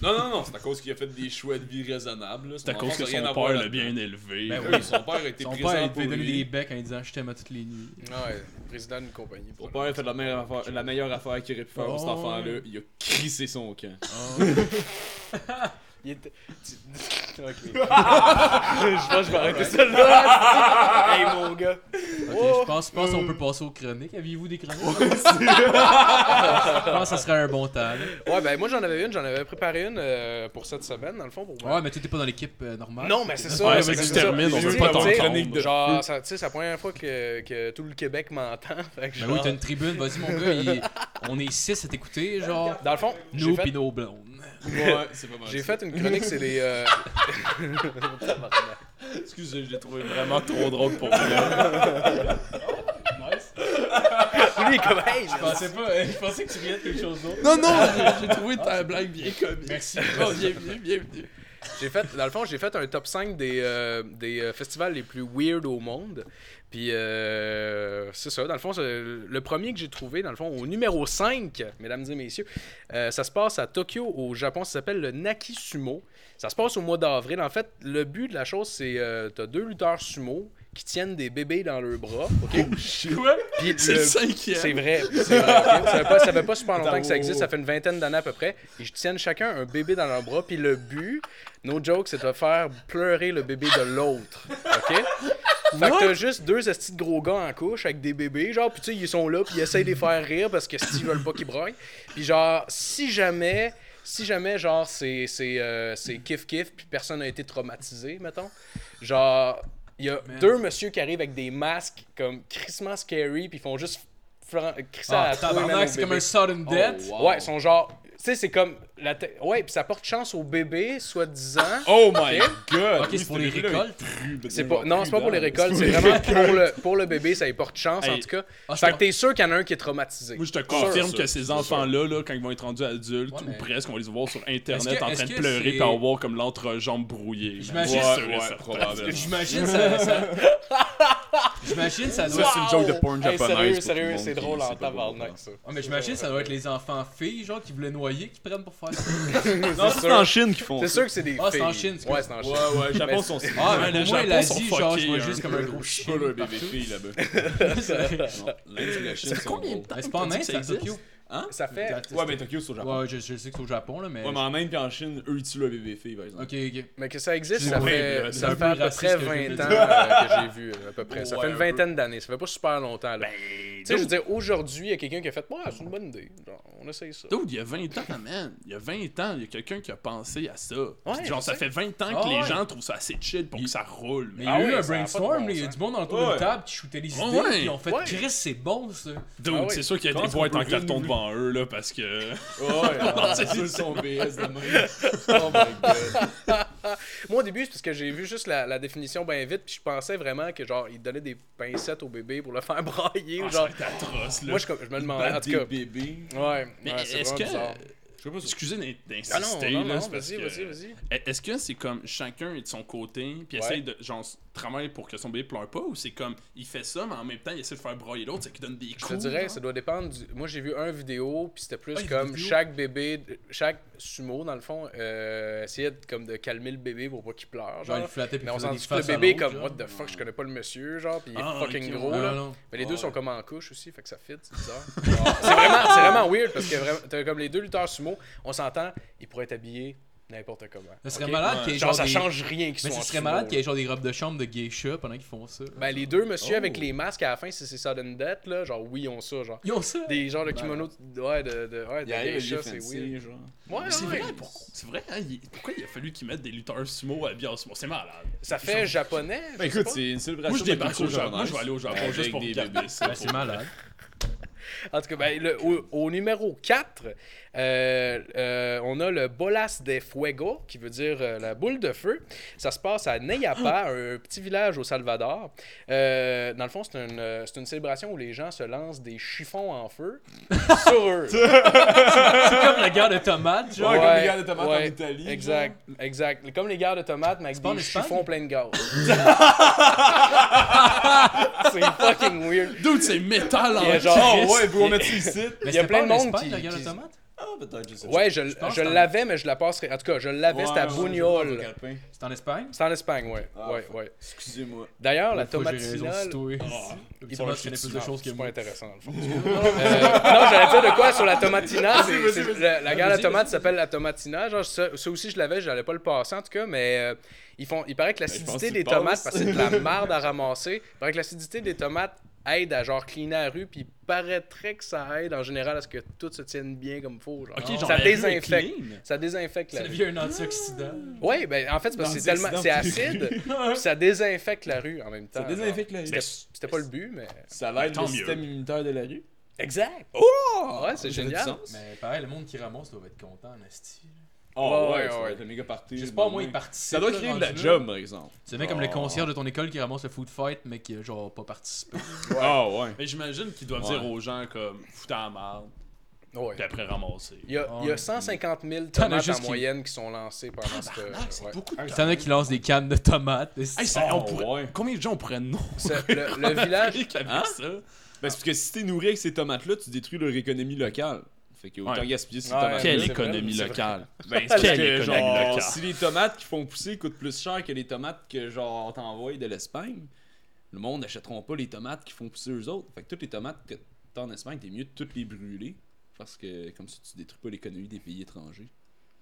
Non, non, non, c'est à cause qu'il a fait des choix de vie raisonnables. là. C'est à Son cause enfant, que ça a rien à son voir père l'a là-dedans. bien élevé. Ben Ben oui, son père a été Son présent père, il pour devait donner lui. des becs en lui disant je t'aime à toutes les nuits. Ouais, président d'une compagnie. Son père a fait la meilleure affaire, la meilleure affaire qu'il aurait pu faire pour cet Oh. enfant-là. Il a crissé son camp. Il était. tu- Ok. je pense que je vais arrêter ça là. hey, mon gars. Ok, Oh. je pense, je pense qu'on peut passer aux chroniques. Aviez-vous des chroniques? je pense que ça serait un bon temps. là. Ouais, ben moi, j'en avais une, j'en avais préparé une euh, pour cette semaine, dans le fond, pour moi. Ouais, mais t'étais pas dans l'équipe euh, normale. Non, mais c'est ça. Ouais, mais mais tu c'est termines, ça. on Je veut veux pas dire, t'entendre. chronique de- Genre, ça- tu sais, c'est la première fois que, que tout le Québec m'entend. Fait que Ben genre- oui, t'as une tribune, vas-y mon gars, il- on est 6 à t'écouter, genre. Dans le fond, j'ai Nous fait, pis nos blondes. Ouais, c'est pas mal. j'ai fait une chronique, c'est des. euh, Tabarnak. Excusez, je l'ai trouvé Vraiment trop drôle pour moi. Lui, il est comme, hey, je pensais pas, je pensais que tu riais de quelque chose d'autre. non, non, j'ai- j'ai trouvé ta blague bien comique. Merci. Oh, bienvenue, bienvenue. J'ai fait, dans le fond, j'ai fait un top 5 des, euh, des euh, festivals les plus weird au monde. Puis euh, c'est ça, dans le fond, c'est le premier que j'ai trouvé, dans le fond, au numéro 5, mesdames et messieurs, euh, ça se passe à Tokyo, au Japon, ça s'appelle le Naki Sumo. Ça se passe au mois d'avril. En fait, le but de la chose, c'est euh, t'as deux lutteurs sumo qui tiennent des bébés dans leurs bras. OK? Puis C'est le- le c'est cinquième. vrai, c'est vrai. ok? Ça, fait pas, ça fait pas super longtemps Attends, que ça existe, wow. ça fait une vingtaine d'années à peu près. Ils tiennent chacun un bébé dans leur bras, puis le but, no joke, c'est de faire pleurer le bébé de l'autre. OK? Fait que t'as juste deux astis de gros gars en couche avec des bébés, genre, puis tu sais, ils sont là, puis ils essayent de les faire rire parce que s'ils veulent pas qu'ils broient. Puis genre, si jamais. Si jamais, genre, c'est c'est, euh, c'est kiff-kiff, puis personne n'a été traumatisé, mettons, genre, il y a deux messieurs qui arrivent avec des masques comme crissement scary, puis ils font juste fran- crisser à Ah, la trouille, man, tabarnak, au c'est comme bébé. un sudden death. Oh, wow. Ouais, ils sont genre. Tu sais, c'est comme. La te- Ouais, puis ça porte chance au bébé, soi-disant. Ah, Oh my god! Ok, c'est pour les récoltes. C'est pas, non, c'est pas pour les récoltes, c'est vraiment pour le, pour le bébé, ça y porte chance en Hey. tout cas. Ah, je fait que pense- t'es sûr qu'il y en a un qui est traumatisé. Moi, je te confirme sûr, que ces enfants-là, là, quand ils vont être rendus adultes, Ouais, mais- ou presque, on va les voir sur Est-ce Internet que- en est-ce train de que pleurer c'est- puis avoir comme l'entrejambe brouillée. J'imagine- Ouais, Ouais, ouais, ouais, certain. probablement. J'imagine ça. ça... J'imagine ça doit. Ça, c'est une joke de porn Hey, japonaise. Sérieux, sérieux, c'est drôle en tabarnak ça. Ah, mais j'imagine ça doit être les enfants filles, genre, qui voulaient noyer, qui prennent pour faire ça. Non, c'est c'est en en Chine qu'ils font C'est sûr que c'est des filles. Ah, c'est en Chine, excuse. Ouais, c'est en Chine. Ouais, ouais, Japon Mais- sont Ah, Ouais, mais le au moins Japon l'Asie, sont genre, fuckés je vois un juste peu. comme un gros hein. Je suis chien. pas là, partout. bébé fille là-bas. C'est vrai. Non, l'Inde et la Chine sont combien de drôles. temps Mais c'est pas en que t'as Inde, dit que c'est ça à Tokyo. existe? Hein? Ça fait. Dentiste. Ouais, mais Tokyo, c'est au Japon. Ouais, je, je sais que c'est au Japon, là, mais. Ouais, mais en Inde et en Chine, eux, ils tuent le bébé fille, par exemple. Ok, ok. Mais que ça existe, C'est ça vrai, fait, là, c'est ça un fait peu à peu raciste près que je viens de 20 ans dire. euh, que j'ai vu, là, à peu près. Ça Ouais, fait une un peu. vingtaine d'années, ça fait pas super longtemps. Là. tu sais, je veux dire, aujourd'hui, il y a quelqu'un qui a fait Ouais, c'est une bonne idée. Genre, on essaye ça. Dude, il y a 20 ans, man. Il y a 20 ans, il y a quelqu'un qui a pensé à ça. Puis Ouais, genre, je ça sais. fait 20 ans que Ah les ouais. gens trouvent ça assez chill pour Il- que ça roule. Mais il Mais y Ah a eu oui, un ça a pas de brainstorm, bon là, il y a sens. du monde autour Ouais. d'une table qui shootait les Ouais, idées, ouais. puis on fait Ouais. Chris, c'est bon ça. dude, Ah ouais. c'est sûr qu'il y a Comment des est-ce boîtes qu'on en peut carton renouveler? devant eux, là, parce que. Ouais, Ah, Non, Ah, c'est- c'est son BS de même. Oh my god. Moi, au début, c'est parce que j'ai vu juste la, la définition bien vite, puis je pensais vraiment que, genre, ils donnaient des pincettes au bébé pour le faire brailler. ou Ah, genre, ça va être atroce, là. moi, je, je me demandais, en Battre tout des cas. bébés. Ouais, Mais ouais, c'est est-ce vraiment que. bizarre. Je sais pas si Excusez d'in- d'insister, Ah non, non, là, non, c'est parce vas-y, que- vas-y, vas-y. Est- Est-ce que c'est comme chacun est de son côté, puis Ouais. essaye de, genre, travailler pour que son bébé pleure pas, ou c'est comme, il fait ça, mais en même temps, il essaie de faire broyer l'autre, c'est qu'il donne des Je coups. te dirais, genre? ça doit dépendre du. Moi, j'ai vu un vidéo, puis c'était plus Ah, il y a des comme vidéos. chaque bébé, chaque sumo, dans le fond, euh, essayait de, comme de calmer le bébé pour pas qu'il pleure. Genre, Genre, il flattait, puis mais on il faisait s'en des fout, le faces à bébé, l'autre, comme, genre. what the fuck, je connais pas le monsieur, genre, puis il est Ah, fucking ok, gros, ouais, là. Non, non. Mais les deux Ouais. sont comme en couche aussi, fait que ça fit, c'est bizarre. Genre, c'est vraiment, c'est vraiment weird parce que vraiment, t'as comme les deux lutteurs sumo, on s'entend, ils pourraient être habillés n'importe comment. Ça serait ok? malade qu'il y ait Genre, genre ça des- change rien qu'ils soient Mais en ce serait sumo, malade qu'il y là. ait genre des robes de chambre de geisha pendant qu'ils font ça. Ben, les deux monsieur avec Oh. les masques à la fin, si c'est sudden death, là, genre, oui, ils ont ça, genre. Ils ont ça. Des genres de Ben, kimono, ouais, de, de, ouais, de Il arrive, il geisha, est c'est fancy, weird. genre. Ouais, ouais, C'est ouais. vrai, pourquoi, c'est vrai hein, il- pourquoi il a fallu qu'ils mettent des lutteurs sumo habillés en sumo? C'est malade. Ça fait japonais, Ben je sais écoute, pas. c'est une Moi, célébration je de la débarque au culture Japon. Moi, je vais aller au japonaise. Japon juste Avec pour des regarder bébés. ça. Ben, c'est malade. En tout cas, ben, le- au, au numéro 4, on a le Bolas de Fuego, qui veut dire euh, la boule de feu. Ça se passe à Ah! Neyapa, un petit village au Salvador. Euh, dans le fond, c'est une, euh, c'est une célébration où les gens se lancent des chiffons en feu sur eux. C'est comme la guerre de tomates, genre. Ouais, comme les guerres de tomates en ouais, Italie, Exact, exact. Comme les guerres de tomates, mais avec pas en des Espagne? chiffons pleins de gaz. c'est fucking weird. Dude, c'est métal en Il y a genre- Oh Christ. ouais, vous on met ça ici. Il Mais y a c'était plein pas de en monde Espagne, qui- la guerre de qui- tomates Ah, peut-être, je sais Ouais, je, pense que je c'est en- l'avais, mais je la passerai. En tout cas, je l'avais, c'était à Bougnol. C'est en Espagne C'est en Espagne, ouais. Ah, ouais, fuck. ouais. Excusez-moi. D'ailleurs, la Faut que tomate j'ai raison, finale. c'est toi. Ah. Ils sont là, je connais plus de Ah, choses que C'est pas moi. intéressant, dans le fond. Euh, non, j'allais dire de quoi sur la tomatina. c'est- c'est- la, la guerre à la vas-y, tomate s'appelle la tomatina. Genre, ça, ça aussi, je l'avais, j'allais pas le passer en tout cas, mais euh, ils font, il paraît que pense l'acidité que tu des passes. tomates, parce que c'est de la marde à ramasser, il paraît que l'acidité des tomates aide à genre cleaner la rue, puis il paraîtrait que ça aide en général à ce que tout se tienne bien comme faut. Genre. Ok, ça genre, la rue est désinfecte. clean. Ça désinfecte la Ça rue. devient un antioxydant. Oui, ben en fait, c'est parce que c'est Dans des tellement. C'est accidents de acide, puis ça désinfecte la rue en même temps. Ça désinfecte la genre. rue. C'était c'était pas le but, mais. Ça l'aide Tant le mieux. système immunitaire de la rue. Exact! Ah, ouais, c'est Ça fait du génial. sens. Mais pareil, le monde qui ramasse doit être content, Nasty. Oh Ouais, ouais, ouais. ça va être le méga party. J'espère au moins Ouais. ils participent. Ça doit là, créer de la rendu là. job, par exemple. C'est bien comme le Oh. concierge de ton école qui ramasse le food fight, mais qui a genre pas participé. Ah ouais. Mais j'imagine qu'ils doivent Ouais. dire aux gens, comme, foutez en marde, Ouais. puis après ramasser. Il y, Ah, a, il y a 150 000 tomates en juste qui- moyenne qui sont lancées pendant ce. ouais. beaucoup de T'en as qui lancent des cannes de tomates. des- Hey, ça- on Oh, pourrait- ouais. Combien de gens on pourrait non Ce- le, le village. avec ça? Ben, c'est parce que si t'es nourri avec ces tomates-là, tu détruis leur économie locale. Fait que autant Ouais. gaspiller ces Ouais. tomates. Quelle Quelle c'est vrai, économie économie c'est vrai. locale. Ben, Quelle parce que, économie genre, locale. Si les tomates qui font pousser coûtent plus cher que les tomates que genre on t'envoie de l'Espagne, le monde n'achèteront pas les tomates qui font pousser eux autres. Fait que toutes les tomates que t'as en Espagne, t'es mieux de toutes les brûler. Parce que comme ça, tu détruis pas l'économie des pays étrangers.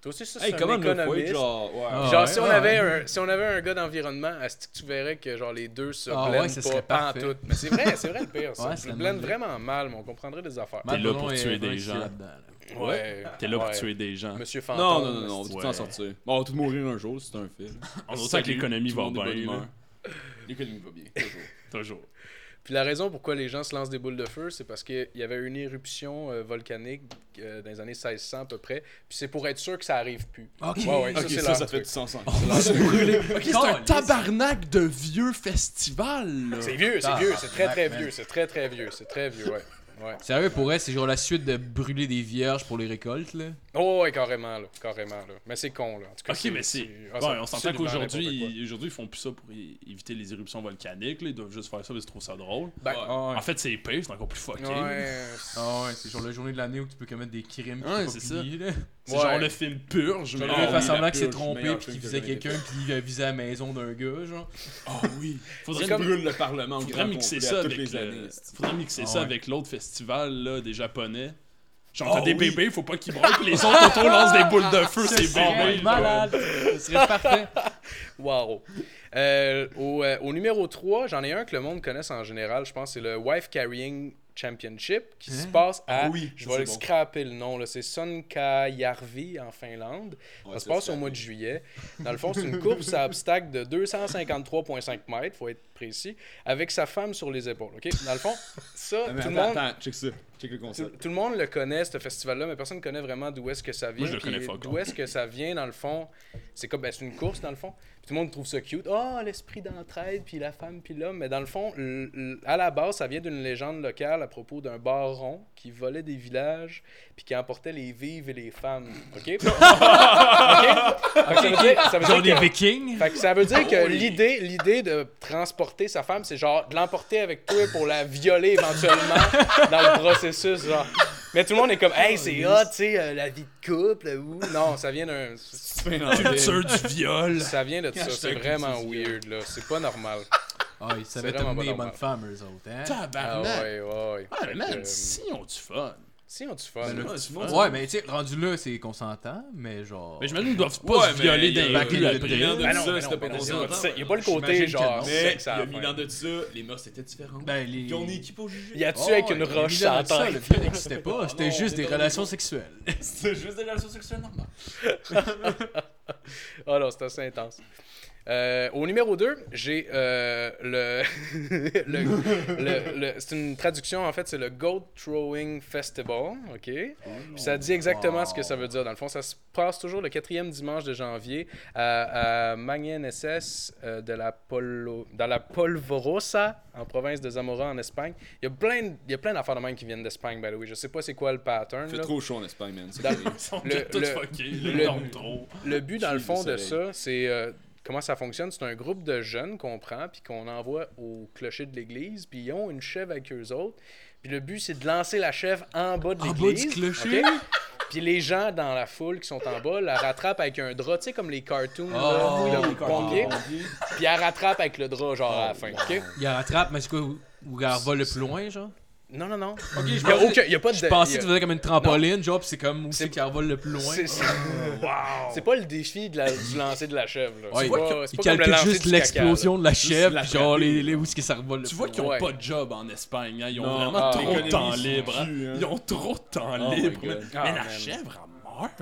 Toi aussi, ça, c'est Hey, un comment le foyer, économiste. Genre, genre. Ouais. Ah. si, on ouais, avait un, si on avait un gars d'environnement, est-ce que tu verrais que genre les deux se Ah blendent ouais, ce serait pas en parfait. tout? Mais c'est vrai, c'est vrai le pire. Ça. Ouais, Ils c'est le la blendent même- vraiment mal, mais on comprendrait des affaires. Matt T'es là Bonon pour est tuer des investi gens. là-dedans, là. Ouais. T'es là pour Ouais. tuer des gens. Monsieur Fantôme. Non, non, non, non, on va tout Ouais. s'en sortir. Bon, on va tout mourir un jour, c'est un fait. On sent que l'économie Tout va le monde est de bonne bien. humeur. là. L'économie va bien, toujours. Toujours. Puis la raison pourquoi les gens se lancent des boules de feu, c'est parce qu'il y avait une éruption euh, volcanique euh, dans les années 1600 à peu près. Puis c'est pour être sûr que ça arrive plus. Ok. Ouais, ouais, ça, ok, c'est ça, leur ça fait truc. du sens. hein. Ok, c'est un tabarnak de vieux festival. là. C'est vieux, c'est Ah, vieux, c'est très très man. vieux, c'est très très vieux, c'est très vieux, ouais. Ouais. Sérieux, pour elle, c'est genre la suite de brûler des vierges pour les récoltes, là. Oh, ouais, carrément, là, carrément, là. Mais c'est con, là. En tout cas, Ok, c'est- mais c'est. c'est- ah, Ouais, c'est on s'entend absolument qu'aujourd'hui, n'importe ils, aujourd'hui, ils font plus ça pour é- éviter les éruptions volcaniques. là. Ils doivent juste faire ça parce qu'ils trouvent ça drôle. Ben, Ouais. Ah ouais. En fait, c'est pire, c'est encore plus fucké. quoi. Ouais. Ah ouais, c'est genre la journée de l'année où tu peux commettre des crimes qui Ouais, sont c'est pas punis, là. C'est Ouais. genre le film Purge. Le mais- Ah gars oui, fait la semblant qu'il s'est purge, trompé meilleur puis film qu'il que visait j'ai jamais quelqu'un puis il a visé la maison d'un gars, genre. Ah oui. Faudrait, Ils brûlent le Parlement au faudrait grand mixer complet ça à toutes avec le- les années. faudrait mixer Ah ça ouais. avec l'autre festival là, des Japonais. Genre, Oh, t'as des oui. bébés, faut pas qu'ils meurent, puis les autres autour lancent des boules de feu, c'est serait bon. ben, malade. Ce serait parfait. Wow. Euh, au, euh, au numéro 3, j'en ai un que le monde connaisse en général, je pense, c'est le Wife Carrying Championship qui se passe à. Ah oui, je ça, vais c'est le bon. scraper le nom, là, c'est Sonkajärvi en Finlande. Ouais, ça se ça, passe c'est au mois de juillet. Dans le fond, c'est une course à obstacle de 253,5 mètres, faut être précis, avec sa femme sur les épaules. ok? Dans le fond, ça, Ah, mais tout le attends, monde. attends, check ça. Check le Tout, concept. tout le monde le connaît, ce festival-là, mais personne ne connaît vraiment d'où est-ce que ça vient. Moi, je le puis connais fuck D'où all. est-ce que ça vient, dans le fond. C'est comme, ben, c'est une course, dans le fond. Puis tout le monde trouve ça cute. Ah, l'esprit d'entraide, puis la femme, puis l'homme. Mais dans le fond, l- l- à la base, ça vient d'une légende locale à propos d'un baron qui volait des villages, puis qui emportait les vives et les femmes. OK? OK? Fait que ça veut dire- ça veut dire Genre des que- vikings. fait que ça veut dire que l'idée, l'idée de transporter sa femme, c'est genre de l'emporter avec toi pour la violer éventuellement dans le processus, genre. Mais tout le monde est comme, hey, c'est hot, tu sais, euh, la vie de couple, ou non, ça vient d'un, Culture du viol. ça vient de ça, Hashtag c'est vraiment weird là, c'est pas normal. Ah, ils savaient C'est vraiment amener les pas normal. bonnes femmes, eux autres. Hein? Ah Tabarnak. ouais, ouais, ouais. Ah, Fait man, que, euh, si on du fun. si on du fun. Ben, là. le- du fun. Ouais, mais tu sais, rendu là, c'est consentant, mais genre. Mais j'imagine qu'ils doivent pas se violer des des back in rues the après. day. Ben non, ben non, c'était ben pas non, dans c'est un pas- temps, c'est- y a pas le J'imagine côté que genre non. Mais sexe il y à a la mille fin. ans de ça, les mœurs étaient différentes. Ben, les. Puis on est équipe au jugé. Y a-tu Oh, avec une les roche millions sans de ça, tête? Le viol n'existait pas, Ah c'était non, juste on des est dans relations les- sexuelles. C'était juste des relations sexuelles normales. Ah non, c'est assez intense. Euh, au numéro 2, j'ai euh, le, le- le- le- C'est une traduction, en fait, c'est le Goat Throwing Festival. OK? Puis ça dit exactement ce que ça veut dire. Dans le fond, ça se passe toujours le quatrième dimanche de janvier à, à Magnaneses euh, de la Polo, dans la Polvorosa, en province de Zamora, en Espagne. Il y a plein, de- il y a plein d'affaires de même qui viennent d'Espagne, by the way. Je sais pas c'est quoi le pattern. Fait là. trop chaud en Espagne, man. C'est Dans- terrible. Ils sont Le- tous le- fuckés, le le- don trop. Le but, dans le Suivre fond, le de soleil. ça, c'est euh, comment ça fonctionne. C'est un groupe de jeunes qu'on prend, puis qu'on envoie au clocher de l'église, puis ils ont une chèvre avec eux autres. Puis le but, c'est de lancer la chèvre en bas de En bas l'église. du clocher? ok? Puis les gens dans la foule qui sont en bas la rattrapent avec un drap, tu sais, comme les cartoons, là, Oh, de oui, pompiers. Puis elle rattrape avec le drap, genre, à la fin. ok? Il la rattrape, mais c'est quoi, où où elle va le plus loin, genre Non, non, non. Ok, je Il n'y a, aucun- il y a pas de. Je pensais que il y tu a- faisais comme une trampoline, genre, pis c'est comme où C'est- c'est qu'elle vole le plus loin. c'est- c'est- C'est pas le défi de la- du lancer de la chèvre. là. Ouais, C'est pas- c'est il pas comme le calcule lancer juste du caca, là. l'explosion de la chèvre, la pis genre, frapper, les, les, où est-ce que ça revole le Tu plus vois qu'ils ont loin. Ouais. pas de job en Espagne. hein. Ils ont Non, vraiment ah, trop de l'économie temps se libre. hein. tue, hein. Ils ont trop de temps Oh my libre. God. Mais Ah, la man. chèvre, elle meurt.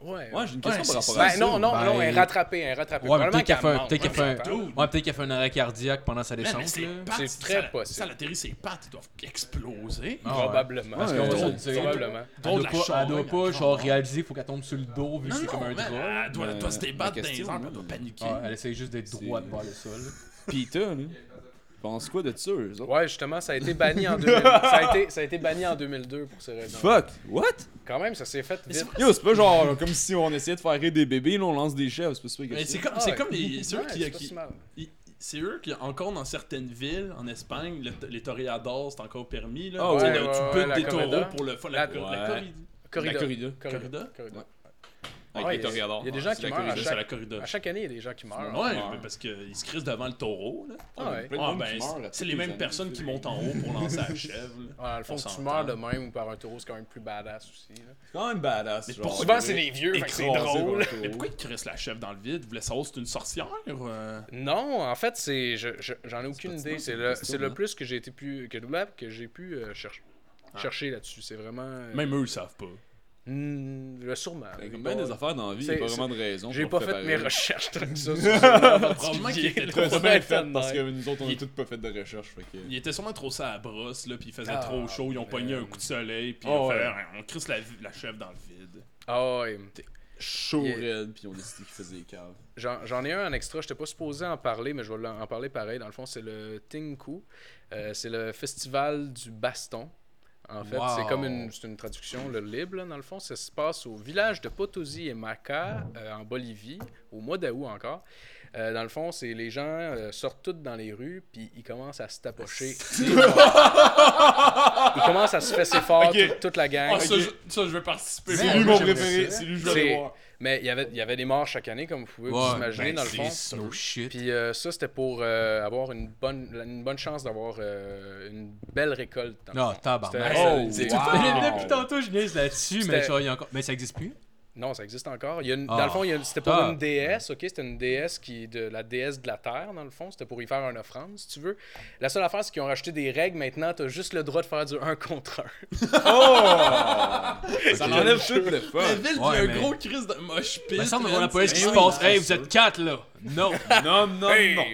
Ouais. Ouais, j'ai une Ouais, question par c'est rapport à Ben ça. non, non, ben- non, elle est rattrapée, elle est rattrapée. Ouais, mais Probablement peut-être qu'elle fait, un- monte, peut-être qu'elle fait, hein, un- j'entends. ouais, peut-être qu'elle fait un arrêt cardiaque pendant sa Man, mais descente, ses là. pattes, C'est si très ça la- possible. Si elle atterrit ses pattes, elles doivent exploser. Ah, ouais. Probablement. Parce qu'on Ouais, va se le drôle, dire. probablement. Elle Drôle doit de la pas, elle charogne, doit la pas, genre, charogne. réaliser qu'il faut qu'elle tombe sur le dos, vu que Non, c'est non, comme un man, drap. Elle doit, elle doit se Euh, débattre ma dans les question, arbres, là. elle doit paniquer. Ouais, elle essaie juste d'être C'est- droite vers le sol. Pita, là. Pense quoi de ça, eux autres? Ouais, justement, ça a été banni en 2000. ça, a été, ça a été banni en 2002 pour ces raisons. Fuck! What? Quand même, ça s'est fait vite. Yo, c'est pas genre comme si on essayait de faire rire des bébés, là, on lance des chèvres, c'est pas ça Mais que c'est c'est. comme, Ah, c'est ouais. comme les, ceux Ouais, qui, c'est pas qui- si mal. ils- c'est eux qui, encore dans certaines villes en Espagne, le- les toréadors, c'est encore permis. Là. Ah Tu sais, ouais, là, ouais, tu butes ouais, la des corrida. taureaux pour le fun. La- La, la Ouais. corrida. Corrida. La corrida. Corrida. Corrida? Corrida. Avec Ouais, les toréadors. Il y a des Ouais, gens Ah, c'est qui la meurent à corrida. C'est la chaque, corrida. à chaque année, il y a des gens qui meurent. Ouais, Ouais. mais parce qu'ils se crissent devant le taureau. Là. Ah ouais. Plein de Ah, monde qui ben, meurt c'est- à c'est tous les les mêmes années, personnes c'est qui vrai. montent en haut pour lancer la chèvre. là. Ouais, dans le fond, On si tu s'entend. meurs de même ou par un taureau, c'est quand même plus badass aussi. là. C'est quand même badass. Mais genre. pour- Souvent, c'est les vieux, fait que c'est Oh, Écrasé par drôle. le taureau. Mais pourquoi ils crissent la chèvre dans le vide Vous voulez savoir si c'est une sorcière ou, euh, Non, en fait, c'est je- je- j'en ai aucune pertinent, idée. C'est comme le, question, c'est le hein. plus que j'ai été plus que Doublab que j'ai pu euh, chercher chercher là-dessus. C'est vraiment euh, Même eux, ils savent pas. hmm, le sûrement. Fait J'ai que ben pas- des affaires dans la vie, il y a C'est- pas vraiment de raison. J'ai pour pas fait mes préparer. recherches tant que ça. sur ça. Probablement qu'ils étaient Très trop bien Ouais, fait, parce ouais. que nous autres, on a Il- toutes pas fait de recherche. Fait que... Ils étaient sûrement trop ça à la brosse, là, puis il faisait Ah, trop chaud, ils ont man. pogné un coup de soleil, puis Oh, on, fait, ouais. Ah, on crisse la, la chèvre dans le vide. Ah ouais. Chaud Yeah. raide, puis on décidé qu'ils faisaient des caves. J'en j'en ai un en extra, j'étais pas supposé en parler, mais je vais l'en- en parler pareil. Dans le fond, c'est le Tinku. Euh, c'est le festival du baston. En fait, c'est Wow. comme une, c'est une traduction, le libre, là, dans le fond. Ça se passe au village de Potosí et Maca, euh, en Bolivie, au mois d'août encore. Euh, dans le fond, c'est les gens euh, sortent toutes dans les rues, puis ils commencent à se tapocher. ils commencent à se fesser fort, Ok. toute- toute la gang. Ah, ça, je, ça, je veux participer. C'est Mais lui Ah, moi, mon j'aimais préféré, ça. c'est lui que je veux C'est- aller voir. Mais il y avait- il y avait des morts chaque année, comme vous pouvez vous imaginer, dans le fond. No ben, shit. Puis euh, ça, c'était pour euh, avoir une bonne, une bonne chance d'avoir euh, une belle récolte. dans le Non, fond. tabarnak. Oh, C'était- c'est- wow. Mais Depuis tantôt, je niaise là-dessus, mais C'était- genre, il y a encore. Mais ça existe plus? Non, ça existe encore. Il y a une- Ah. Dans le fond, il y a une- c'était pour Ah. une déesse, ok? C'était une déesse qui de la déesse de la terre, dans le fond. C'était pour y faire une offrande, si tu veux. La seule affaire, c'est qu'ils ont rajouté des règles. Maintenant, t'as juste le droit de faire du 1 contre 1. Ça enlève tout le fun. La ville, Ouais, il y a un mais- gros crise de moche pit. Il me semble qu'on Ben, a la police qui Mais se oui, passe. mais Hey, c'est vous sûr. êtes quatre, là. Non. Non, non, non.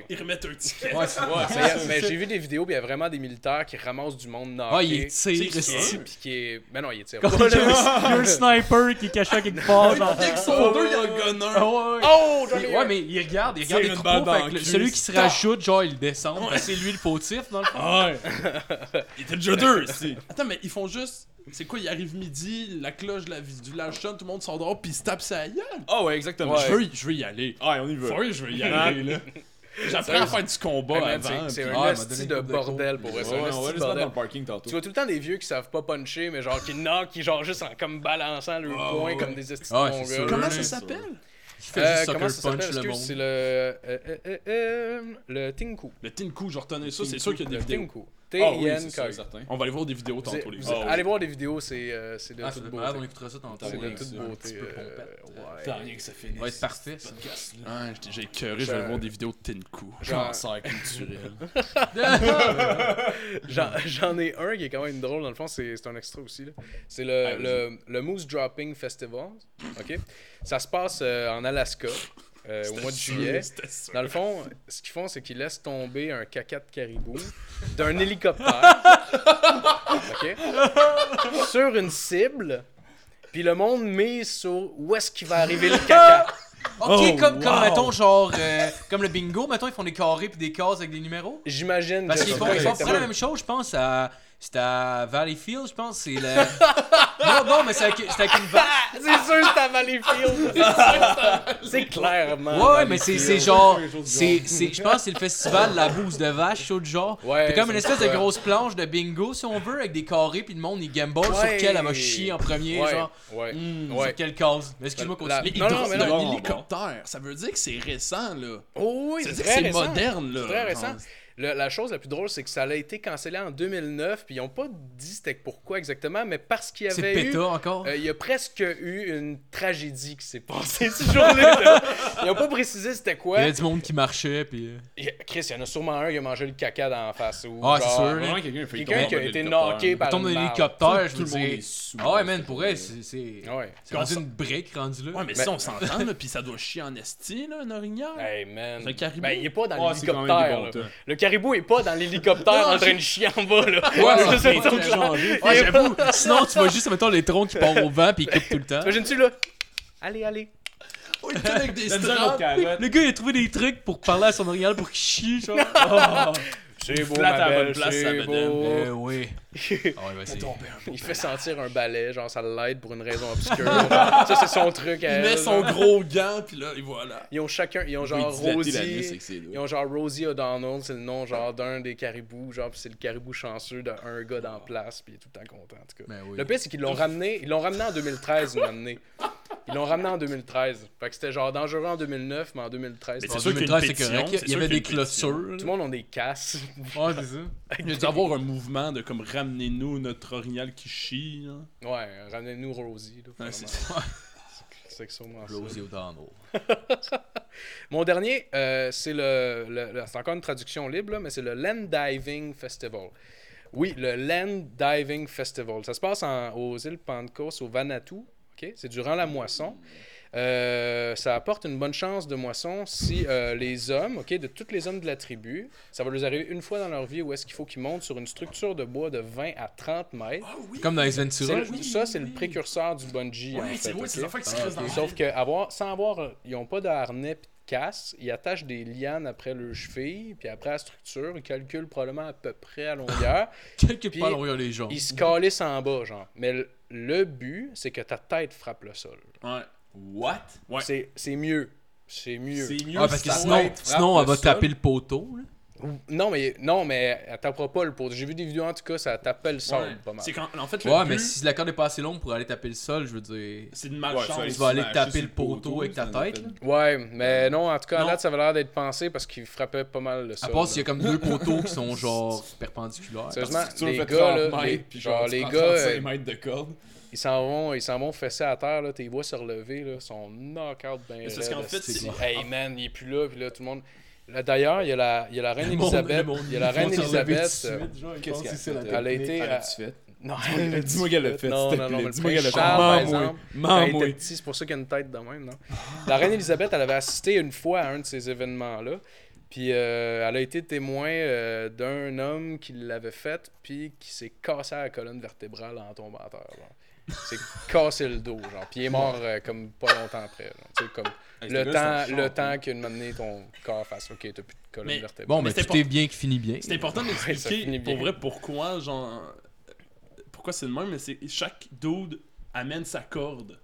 Ils remettent un ticket. Ouais, Ah, c'est ouais, Mais, mais j'ai vu des vidéos, puis il y a vraiment des militaires qui ramassent du monde nord. Ah, il C'est tire, qui, esti. hein? Puis qui est. Mais non, il est Comme il y a un- il y a un sniper qui est caché à quelque part. genre. Dès qu'ils sont deux, il y en gagne un. Ah ouais, ouais. Oh, j'en ai Il- un! Ouais, mais il regarde, il Tire regarde les une troupeaux, balle fait dans que le le- cul. celui qui se Stop. rajoute, genre, il descend, fait que c'est lui le fautif, dans le Ah. fond. Il était déjà deux, ici. Attends, mais ils font juste. C'est quoi, il arrive midi, la cloche de la vi- du village sonne, tout le monde s'endort, puis ils se tapent sa gueule. Ah ouais, exactement. Je, veux, y- je veux y aller. Ah, on y va. Sorry, je veux y aller, là. J'apprends à faire du combat Hey, man, avant. c'est- c'est puis- ah, un elle m'a esti donné de une coupe de bordel pour vrai. Ouais, c'est un ouais, esti de on va juste mettre dans bordel. le parking Tu tantôt. vois tout le temps des vieux qui savent pas puncher, mais genre qui knock, qui genre juste en comme balançant le Ah, poing ouais. comme des estis de Ah, c'est mongols. sûr. Comment Ouais, ça c'est s'appelle Il Euh, fait juste comment sucker ça s'appelle, punch le excuse, monde. C'est le. euh, euh, euh, euh, le Tinku. Le Tinku, je retenais ça, c'est sûr qu'il y a des Le vidéos. Tinku. Ah oui, c'est sûr, T-I-N-K. certain. On va aller voir des vidéos tantôt, les Vous- gars. Allez voir les vidéos, c'est euh, c'est de Ah, c'est toute de beauté. malade, on écoutera ça tantôt. Ah, C'est de Ouais, toute c'est un beauté. petit peu euh, pompette. ouais. T'as rien que ça finisse. Ça va être parfait, ça. Ah, j'étais- j'ai écœuré, je vais Genre- aller voir des vidéos de Tinku. Genre- Ah. Cancer culturel. J'en j'en ai un qui est quand même drôle, dans le fond, c'est c'est un extra aussi. là. C'est le, Ah, le, le Moose Dropping Festival. ok Ça se passe euh, en Alaska euh, au mois de juillet. C'était sûr. Dans le fond, ce qu'ils font, c'est qu'ils laissent tomber un caca de caribou d'un hélicoptère ok, sur une cible, puis le monde mise sur où est-ce qu'il va arriver le caca. Ok, Oh, comme, comme wow. mettons, genre, euh, comme le bingo, mettons, ils font des carrés puis des cases avec des numéros. J'imagine. Parce je qu'ils sais font, pas ils font à peu près la exactement. même chose, je pense, à. C'était à Valleyfield, je pense, c'est le. non, non, mais c'est avec, c'est avec une vache. C'est sûr que c'est à Valleyfield. C'est clairement. Ouais, ouais, mais c'est c'est genre. quelque chose du c'est c'est- Je pense que c'est le festival de la bouse de vache, ou de genre. Ouais, c'est comme une c'est espèce de ça. grosse planche de bingo, si on veut, avec des carrés, puis le monde, il gamble sur Ouais. quelle elle va chier en premier, ouais, genre. ouais. hmm, Ouais. Sur quelle case. Mais Excuse-moi, La- continue. Mais ils Non, non, dorment mais dans non. un hélicoptère, ça veut dire que c'est récent, là. Oh oui, Ça veut c'est dire que très c'est récent. moderne, là. C'est Très récent. Genre, Le- la chose la plus drôle, c'est que ça a été cancellé en 2009, puis ils n'ont pas dit c'était pourquoi exactement, mais parce qu'il y C'est avait eu... péta encore. Euh, il y a presque eu une tragédie qui s'est passée ce jour-là. Ils n'ont pas précisé c'était Il y quoi. avait du monde qui marchait, puis. euh, Il y a- Chris, il y en a sûrement un qui a mangé le caca dans la face. Ou Ah, c'est genre, sûr. Vraiment, quelqu'un a failli Quelqu'un tomber qui a en bas de été l'hélicoptère. knocké par tombe dans une marde. l'hélicoptère, je Tout veux le monde dire. est sous. Ah ouais, man, pour elle, c'est. C'est Ouais. c'est rendu une brique rendu là. Ouais, mais, Mais- si on s'entend, là, pis ça doit chier en esti, là, une orignal. Hey man. Le caribou. Ben, il est pas dans Ah, c'est quand même des l'hélicoptère. bons là. temps. le caribou est pas dans l'hélicoptère en train de chier en bas. Là. Ouais, Je sais ouais, pas. tout changé. Ouais, j'avoue. Sinon, tu vois juste, mettons, les troncs qui partent au vent puis ils coupent tout le temps. T'imagines-tu là? Allez, allez. Oh, il était avec des Donne-nous un autre straps. carotte. Le gars, il a trouvé des trucs pour parler à son orignal pour qu'il chie, genre. C'est beau, Flatte ma à la belle, bonne place, c'est la madame. Ben beau. Euh, oui. Ah ouais, vas-y. Il fait sentir un balai, genre ça l'aide pour une raison obscure. ça, c'est son truc à Il elle, met son genre. gros gant, pis là, et voilà. Ils ont chacun, ils ont genre Oui, dilater la nuit, c'est Rosie. que c'est- Ils ont genre Rosie O'Donnell, c'est le nom genre d'un des caribous, genre pis c'est le caribou chanceux d'un gars dans la place, puis il est tout le temps content en tout cas. Ben oui. Le pire c'est qu'ils l'ont ramené, ils l'ont ramené en 2013 une année. Ils l'ont ramené en 2013. Fait que c'était genre dangereux en 2009, mais en 2013. Mais tout En c'est sûr qu'il y a une 2013, c'est pétition, correct. c'est Il y sûr avait qu'il y a des une pétition. clôtures. le monde a des casses. Ouais, c'est ça. Il a dû avoir un mouvement de comme ramenez-nous notre orignal qui chie. là. Ouais, ramenez-nous Rosie. là, Ouais, c'est finalement. ça. c'est sûrement ça. Rosie O'Donnell. Mon dernier, euh, c'est le, le- le- c'est encore une traduction libre, là, mais c'est le Land Diving Festival. Oui, le Land Diving Festival. Ça se passe en- aux îles Pentecôte, au Vanuatu. ok? C'est durant la moisson. Euh, ça apporte une bonne chance de moisson si euh, les hommes, ok, de tous les hommes de la tribu, ça va leur arriver une fois dans leur vie où est-ce qu'il faut qu'ils montent sur une structure de bois de 20 à 30 mètres. Comme dans les C'est Ventura. le- ça, c'est le précurseur du bungee. en Ouais, fait, c'est ouais, c'est ok? l'affaire qui se passe dans le Sauf que avoir, sans avoir, euh, ils ont pas de harnais pis de casse, ils attachent des lianes après le cheville, puis après la structure, ils calculent probablement à peu près à longueur, Quelque Puis, part, on les gens. ils se calissent en bas, genre. Mais le, le but, c'est que ta tête frappe le sol. Ouais. What? Ouais. C'est- C'est mieux. C'est mieux. C'est mieux Ah, parce que si ta sinon, tête frappe sinon le elle va sol. taper le poteau. là. Non, mais, non, mais elle tapera pas le pot. J'ai vu des vidéos, en tout cas, ça tapait le sol Ouais. pas mal. C'est quand, en fait, le Ouais, but, mais si la corde est pas assez longue pour aller taper le sol, je veux dire. c'est une Ouais, malchance. tu Tu vas aller smasher taper sur le poteau avec ta ça en tête, fait. là. Ouais, mais non, en tout cas, à Non. date, ça avait l'air d'être pensé parce qu'il frappait pas mal le sol. À part là. s'il y a comme deux poteaux qui sont genre perpendiculaires. Sérieusement, Parce que tu les fais gars, 30 là, mètres, les- puis genre, genre, les tu prends gars, 35 euh, mètres de corde. Ils s'en vont, ils s'en vont fessés à terre, là, tes voix se relever, là, son knockout ben. Mais c'est parce qu'en raide, fait, esti. c'est- Hey man, il est plus là, puis là, tout le monde. Là, D'ailleurs, il y a la, il y a la reine Le monde- le Elisabeth. monde- Il y a la le reine monde s'est relevé Elisabeth. tout de euh, suite, genre, ils pensent que Qu'est-ce c'est qu'elle la a Elle a été euh, à- fait? Non, Dis-moi qu'elle l'a fait. Non, s'il te non, non, plaît. mais le Dis-moi qu'elle prince l'a fait. Ah, Charles, par Maman, exemple, Ah, quand Maman, il moi. était petit, c'est pour ça qu'il a une tête de même, non? La reine Elisabeth, elle avait assisté une fois à un de ces événements-là. Puis euh, elle a été témoin euh, d'un homme qui l'avait fait, puis qui s'est cassé la colonne vertébrale en tombant à terre. genre. Il s'est cassé le dos, genre. Puis il est mort euh, comme pas longtemps après. genre. Tu sais, comme Hey, ce le gars, c'est temps, un le champ, temps qu'une matinée ton corps fasse OK, t'as plus de colonne Mais- vertébrale. Bon, Mais mais c'était tout est bien qui finit bien. C'est important ça d'expliquer finit pour bien. vrai pourquoi, genre. Pourquoi c'est le même, mais c'est chaque dude amène sa corde.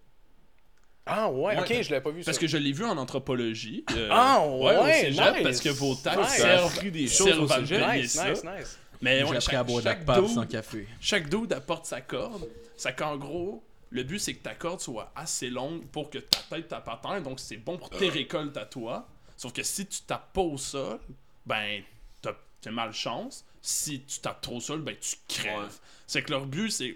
Ah ouais, Ouais. OK, je l'avais pas vu Parce ça. que je l'ai vu en anthropologie. euh, Ah, au ouais, cégep, nice. Parce que vos taxes Nice. Ça a servent. appris des choses au servent à sujet. payer Nice, ça. nice, nice. Mais J'ai ouais, appris à chaque, boire de la chaque, pâte dude- sans café. chaque dude apporte sa corde. C'est qu'en gros, le but c'est que ta corde soit assez longue pour que ta tête tape à terre, donc c'est bon pour tes Ah. récoltes à toi. Sauf que si tu tapes pas au sol, ben t'as t'as malchance. Si tu tapes trop au sol, ben tu crèves. Ouais. C'est que leur but c'est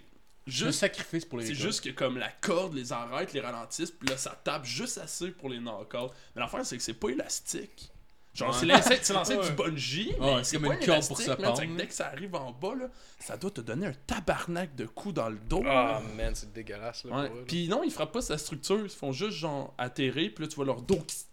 Un juste. sacrifice pour les C'est gars. juste que comme la corde les arrête, les ralentisse, puis là ça tape juste assez pour les knockouts. Mais l'affaire c'est que c'est pas élastique. Genre Ouais. c'est l'insecte, c'est l'ancêtre Ouais. du bungee, Ouais, mais Ah, c'est c'est comme pas une corde élastique, pour se man. pendre, Fait que là. Dès que ça arrive en bas là, ça doit te donner un tabarnak de coups dans le dos. Ah là. man, c'est dégueulasse là. Ouais. pour eux, là. Puis non, ils frappent pas sa structure, ils font juste genre atterrir, puis là tu vois leur dos qui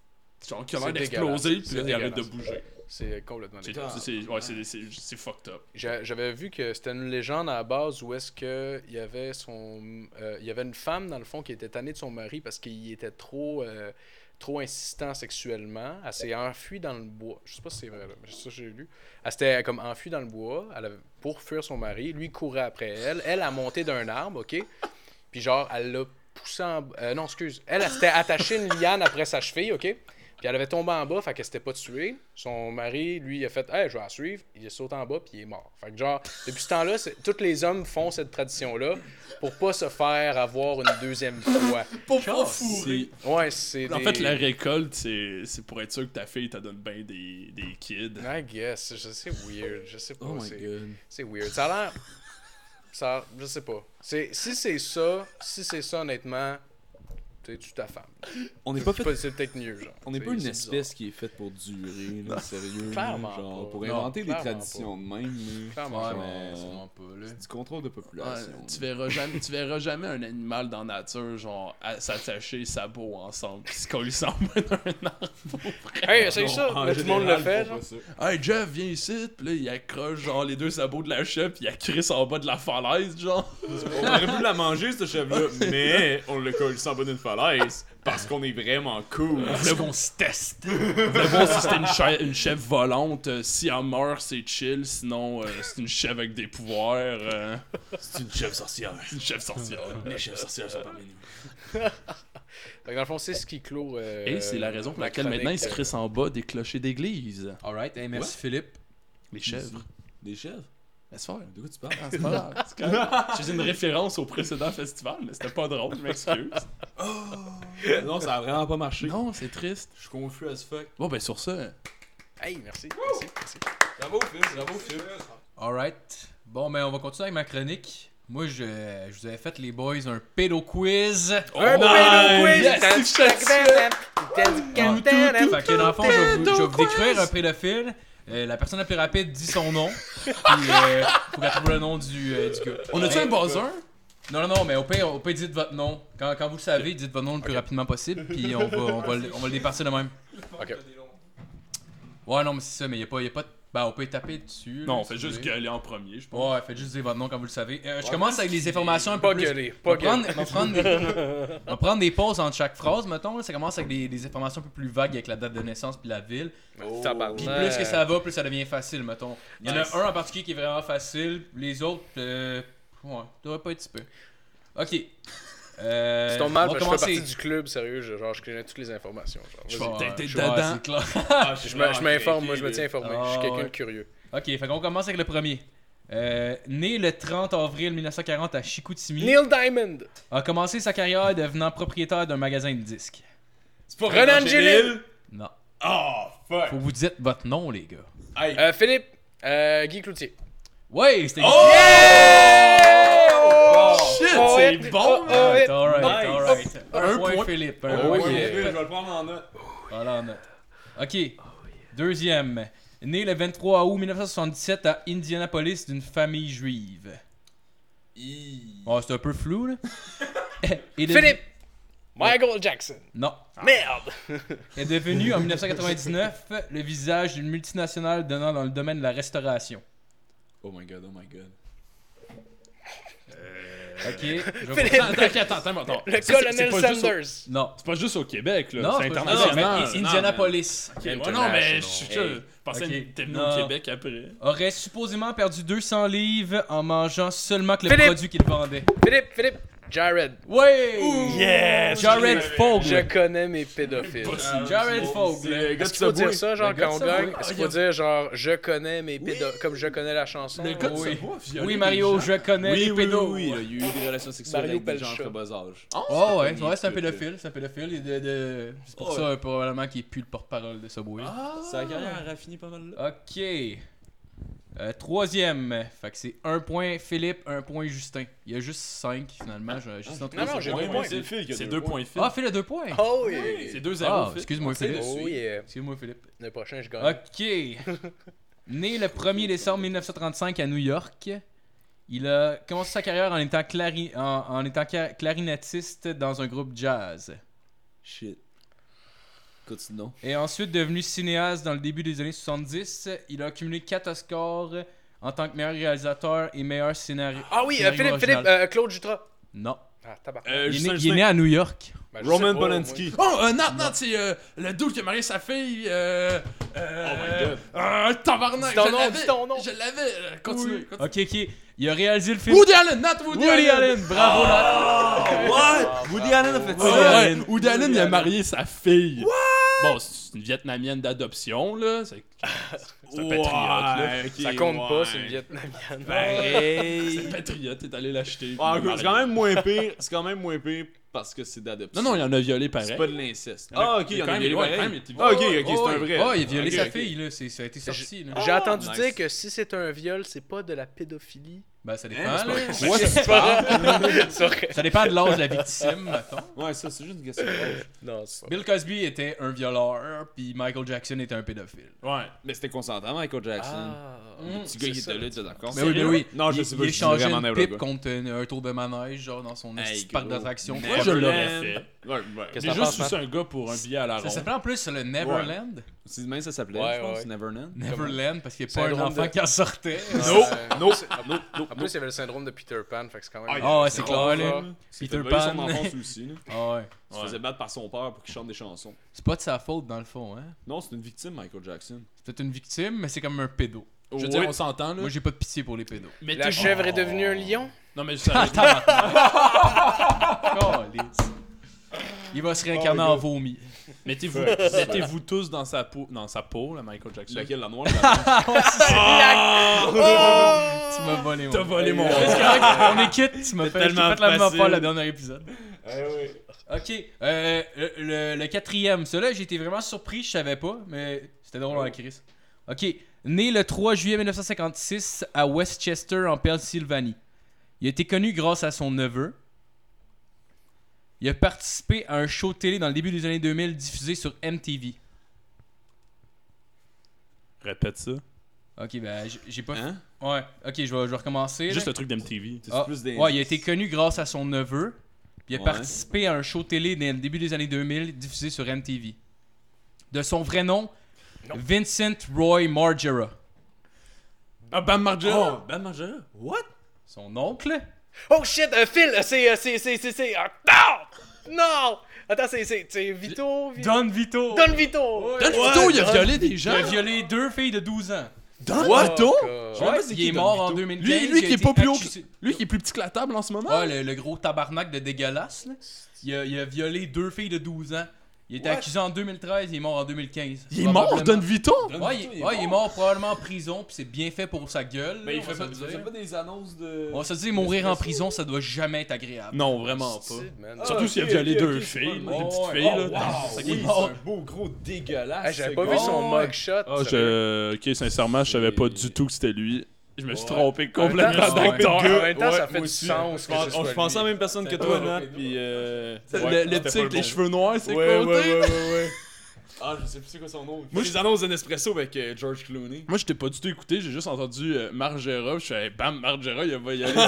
genre qui a l'air C'est d'exploser, dégueulasse. puis là C'est ils arrêtent de dégueulasse. bouger. C'est complètement C'est dégueulasse. c'est- c'est- ouais, c'est- c'est- c'est fucked up. J'a- J'avais vu que c'était une légende à la base où est-ce que il y avait son euh, il y avait une femme dans le fond qui était tannée de son mari parce qu'il était trop euh, trop insistant sexuellement, elle s'est enfuie dans le bois. Je sais pas si c'est vrai là, mais ça j'ai lu. Elle s'était comme enfuie dans le bois, elle avait- pour fuir son mari, lui courait après elle, elle a monté d'un arbre, OK Puis genre elle l'a poussé en euh, non, excuse, elle, elle s'était attachée une liane après sa cheville, OK puis elle avait tombé en bas, fait qu'elle s'était pas tuée. Son mari, lui, il a fait Hey, je vais la suivre. Il est sauté en bas, puis il est mort. Fait que, genre, depuis ce temps-là, c'est- tous les hommes font cette tradition-là pour pas se faire avoir une deuxième fois. Pour pas fourrer. Ouais, c'est. En des- fait, la récolte, c'est c'est pour être sûr que ta fille te donne bien des, des kids. I guess, je sais, weird. Je sais pas. Oh my c'est- god. C'est weird. Ça a l'air. Ça, a- je sais pas. C'est, si c'est ça, si c'est ça, honnêtement, tu sais, tu ta femme. On n'est pas fait C'est, pas- c'est peut-être mieux, genre. On n'est C'est- pas une c'est espèce qui est faite pour durer, là, sérieux. là, Clairement genre, pas. pour Non, inventer des clairement traditions de même. là. bizarre. Clairement, Ouais, genre. mais Ouais. c'est vraiment pas, là. C'est du contrôle de population. Ouais, tu, verras jamais, tu verras jamais un animal dans la nature, genre, à- s'attacher sa peau ensemble, pis se coller sans main dans un arbre. Hey, essaye ça. Là, tout le monde le fait, genre. Hey Jeff, viens ici, pis là, il accroche, genre, les deux sabots de la chèvre, pis il crisse en bas de la falaise, genre. On aurait pu la manger, cette chèvre-là, mais on le colle sans bonne une falaise parce qu'on est vraiment cool. Parce qu'on se teste. Le bon, si c'était une, chè- une chèvre volante, euh, si elle meurt, c'est chill, sinon, euh, c'est une chèvre avec des pouvoirs, euh, C'est une chèvre sorcière. c'est une chèvre sorcière. Les chèvres sorcières sont parmi nous. Fait que dans le fond, c'est ce qui clôt. euh, Et c'est la raison pour ma laquelle maintenant, ils se chronique, crissent en bas des clochers d'église. Alright, hey, merci Philippe. Les chèvres. Des chèvres Laisse faire. Ah, De quoi tu parles C'est pas grave, c'est correct. Je faisais une référence au précédent festival, mais c'était pas drôle, je m'excuse. Non, ça a vraiment pas marché. Non, c'est triste. Je suis confus as fuck. Bon, ben sur ça, Hey, merci. merci, merci. Bravo, Phil, bravo, Phil. Alright. Bon, ben, on va continuer avec ma chronique. Moi, je, je vous avais fait, les boys, un pédo quiz. Oh, Un pédo quiz! yes, Dans- je te ben, Ah. Dans- dans- Fait que dans le fond, je vais vous, je vais vous décrire un pédophile. Euh, la personne la plus rapide dit son nom. Puis, euh, faut qu'elle trouve le nom du, euh, du gars. on a-tu Hey, un buzzer? Non, non, non, mais au pire, au pire, dites votre nom. Quand, quand vous le savez, dites votre nom le plus rapidement possible. Puis, on va, on va, le- on va le départir de même. Ok. Ouais, non, mais c'est ça, mais y a pas. Y a pas de- ben, on peut y taper dessus. Non, là, on fait si vous juste voulez. gueuler en premier, je pense. Ouais, faites juste dire votre nom quand vous le savez. Euh, je commence avec les informations un peu Pas plus. gueuler, On pas va prendre, gueuler. on va prendre des, on va prendre des pauses entre chaque phrase, mettons. là. Ça commence avec des, des informations un peu plus vagues avec la date de naissance puis la ville. Oh. Puis Ouais. plus que ça va, plus ça devient facile, mettons. Il y en Nice. a un en particulier qui est vraiment facile, les autres, euh, ouais, devrait pas être si peu. Ok. Euh, C'est ton mal, parce que on va je fais commencer. partie du club, sérieux. je- Genre, je connais toutes les informations. genre. Je Vas-y. vais- T'as été je vais- dedans. c'est clair. Je Ah, me- Ah, je m'informe, moi, je me tiens informé. je suis Ah, quelqu'un ouais. de curieux. Ok, fait qu'on commence avec le premier. Euh, né le 30 avril 1940 à Chicoutimi, Neil Diamond! a commencé sa carrière devenant propriétaire d'un magasin de disques. C'est pas Renan Renan Gélil. Gélil! Non. Ah, Oh, fuck! Faut vous dites votre nom, les gars. Hey, Euh, Philippe, euh, Guy Cloutier. Ouais, c'était Oh, Shit, Oh, c'est ouais. bon! Oh, ouais. Alright, alright, Nice. alright. Un Un point point. Philippe. Un Oh, point yeah. Je Philippe. vais le prendre en note. Voilà, on note. Ok. Deuxième. Né le 23 août 1977 à Indianapolis d'une famille juive. Hi. Bon, c'est un peu flou, là. Et devenu- Philippe! Michael Jackson. Non. Ah. Merde! Est devenu en 1999 le visage d'une multinationale donnant dans le domaine de la restauration. Oh my god, oh my god. Ok. je vais- Philippe! Attends, attends, attends, attends, attends. Le Ça, c'est- c'est colonel pas juste au- Sanders. Non. C'est pas juste au Québec, là. Non, C'est c'est pas- international. non, mais Indianapolis. Ok, ouais, non, mais je, je- je Hey. pensais Ok. que t'es venu Non. au Québec après. Aurait supposément perdu 200 livres en mangeant seulement que le Philippe! produit qu'il vendait. Philippe, Philippe, Jared. Ouais! Yes! Jared Fogle. Je connais mes pédophiles. Jared Fogle. Le gars Ah, Est-ce qu'il faut dire ça, genre, Le gars quand on de Subway. gagne? Est-ce qu'il faut dire, genre, je connais mes pédophiles, comme je connais la chanson? Le gars de Oui. Subway a violé Oui, des Mario, gens. je connais Oui, les oui, pédos. oui, là, il y a eu des relations sexuelles Mario avec des gens Pelcha. de bas âge. Oh ouais, c'est ouais, c'est un tout, euh. pédophile, c'est un pédophile, et de, de... c'est pour Ouais. ça euh, probablement qu'il est plus le porte-parole de Subway. Sa carrière a fini pas mal là. Ok. Euh, troisième, fait que c'est un point Philippe, un point Justin. Il y a juste cinq finalement. je- Justin, trois, non, c'est j'ai bon. deux points. C'est le fil qui a Bah, C'est deux deux points. points Phil. Ah, Phil a deux points. Oh yeah! C'est deux Ah, zéro Phil. excuse-moi Philippe. Oh yeah! Excuse-moi Philippe. Le prochain, je gagne. Ok. né le 1er décembre 1935 à New York, il a commencé sa carrière en étant, clari- en- en étant ca- clarinettiste dans un groupe jazz. Shit. Continuons. Et ensuite devenu cinéaste dans le début des années 70, il a accumulé 4 Oscars en tant que meilleur réalisateur et meilleur scénariste. Ah oui, euh, Philippe, Philippe, euh, Claude Jutras. Non. Ah, tabac. Euh, Il est, Justin, né, il est Justin. né à New York. Ben, je sais Roman pas, Polanski. Oh, euh, Nat, Nat, c'est euh, le dude qui a marié sa fille. Euh, euh, Oh God. Un tabarnak. Dis ton je nom, l'avais, dis ton nom. Je l'avais. euh, Continue. Oui. continue. Ok, ok. Il a réalisé le film Woody Allen, Nat Woody, Woody Allen. Allen. Bravo, Nat. What? Woody Allen a fait Ah ouais, ça. Woody Allen, il a marié sa fille. Bon, c'est une vietnamienne d'adoption, là. C'est c'est un patriote, là. Ça compte pas, c'est une vietnamienne. C'est un patriote, t'es allé l'acheter. Ah, puis il l'a Ben, marié. c'est quand même moins pire. C'est quand même moins pire parce que c'est d'adoption. Non, non, il en a violé pareil. C'est pas de l'inceste. Ah, ok, il y en quand a même, des il- ouais, quand même, il pareil. était- Ah, ok, ok, Oh, c'est un oui. vrai. Oh, il a violé Ok, sa ok. Ah! fille, là. c'est- Ça a été sorti, là. J'ai entendu Oh, nice. dire que si c'est un viol, c'est pas de la pédophilie. Ben, ça dépend, Hein, là. c'est pas- C'est pas vrai. C'est vrai. Ça dépend de l'âge de la victime, mettons. Ah, Ouais, ça, c'est juste une question d'âge. Non, c'est pas Bill Cosby était un violeur, puis Michael Jackson était un pédophile. Ouais. Mais c'était consentant, Michael Jackson. Ah. Mm. Petit gars, il c'est ça. était là, il était d'accord. Mais oui, mais oui. Non, je Il- sais pas, Il je suis échangeait vraiment une nerveux, pipe gars. contre un, un tour de manège, genre dans son Hey, petit parc gros. d'attractions. Mais- Moi, je l'aurais Man. fait. Ouais, ouais. Qu'est-ce J'ai que t'en juste penses, Matt? sucé un gars pour un billet à la Ça ronde. s'appelait en plus le Neverland. C'est demain, ça s'appelait, Ouais, je pense, ouais. Ah, Neverland. Neverland, parce qu'il n'y a pas un Syndrome enfant de- qui en sortait. Non, Euh, non, non, En non, plus, il y avait le syndrome de Peter Pan, fait que c'est quand même. Ah, ouais, c'est clair, là. Peter Pan. Peter Pan. son enfance aussi, là. Ah ouais. Il se faisait battre par son père pour qu'il chante des chansons. C'est pas de sa faute, dans le fond, hein. Non, c'est une victime, Michael Jackson. C'est peut-être une victime, mais c'est comme un pédo. Je veux Ouais. dire, on s'entend, là. Moi, j'ai pas de pitié pour les pédos. Mais La t'es- chèvre est Oh. devenue un lion. Non, mais je savais. Calice. Il va se réincarner Oh, en vomi. Mettez-vous mettez-vous tous dans sa peau, dans sa peau, là, Michael Jackson. Laquelle, la noire, la blanche? Tu m'as volé mon. T'as volé mon. C'est euh, correct, On est quitte, tu m'as fait, je t'ai tellement fait la même facile. affaire le dernier épisode. Ok, euh, le, le- le quatrième, celui-là j'ai été vraiment surpris, je savais pas, mais c'était drôle en crise. Ok, né le 3 juillet 1956 à Westchester en Pennsylvanie. Il a été connu grâce à son neveu. Il a participé à un show de télé dans le début des années 2000 diffusé sur MTV. Répète ça. Ok, ben j- j'ai pas. Hein? Ouais, ok, je vais, je vais recommencer. Juste là. le truc d'MTV. C'est Ah, plus des. Ouais, il a été connu grâce à son neveu. Puis il a Ouais. participé à un show télé dans le début des années 2000 diffusé sur MTV. De son vrai nom, Vincent Roy Margera. Ah, Bam Margera! Oh, Ben Margera. What? Son oncle Oh shit, euh, Phil, euh, c'est. euh, c'est. c'est. c'est. c'est. ah, Non! Non! Attends, c'est. c'est. c'est Vito? Vi- Don Vito. Don Vito! Dans le vidéo, il a violé des Il gens! a violé deux filles de 12 ans. Dans Oh, le bouton? God. Je sais même pas c'est il qui est Don mort en Vito. 2015, Lui, il lui a qui est été pas plus haut, accusé- que- lui qui est plus petit que la table en ce moment. Ouais, le, le gros tabarnak de dégueulasse. Là. Il, a, il a violé deux filles de 12 ans. Il était What? accusé en 2013, il est mort en 2015. il est mort, Don Probablement- Vito. Ouais, il, ouais, il est mort probablement en prison, puis c'est bien fait pour sa gueule. là, Mais Ben, il on fait va pas, se il le dire. fait pas des annonces de. Oh! Oh, On se dit, mourir en prison, ça doit jamais être agréable. Non, vraiment pas. Stupide, man. Ah, Surtout s'il a ok, violé ok, deux ok, filles, je des vois. Oh, petites ouais. filles. Oh, là. wow, ça oui, qui- c'est un beau gros dégueulasse. Ah, J'avais ce pas gars. vu son Ouais. mugshot. Ah, je- sérieux. Ok, sincèrement, je savais pas C'est- du tout que c'était lui. Je me suis Ouais. trompé En même complètement temps, Ouais. d'acteur. En même temps, Ouais, ça fait moi du aussi. sens. que On- ce on- soit je pensais à lui. la même personne que C'était toi, pas Nat, bon. puis... euh, Le- ouais, le c'était petit pas avec bon. les cheveux noirs, c'est Ouais, ouais, côté. ouais, ouais, ouais. Ah, je sais plus c'est quoi son nom. Moi, je les annonces d'un espresso avec euh, George Clooney. Moi, je t'ai pas du tout écouté, j'ai juste entendu euh, Margera. Je suis allé, bam, Margera, il va y aller. des-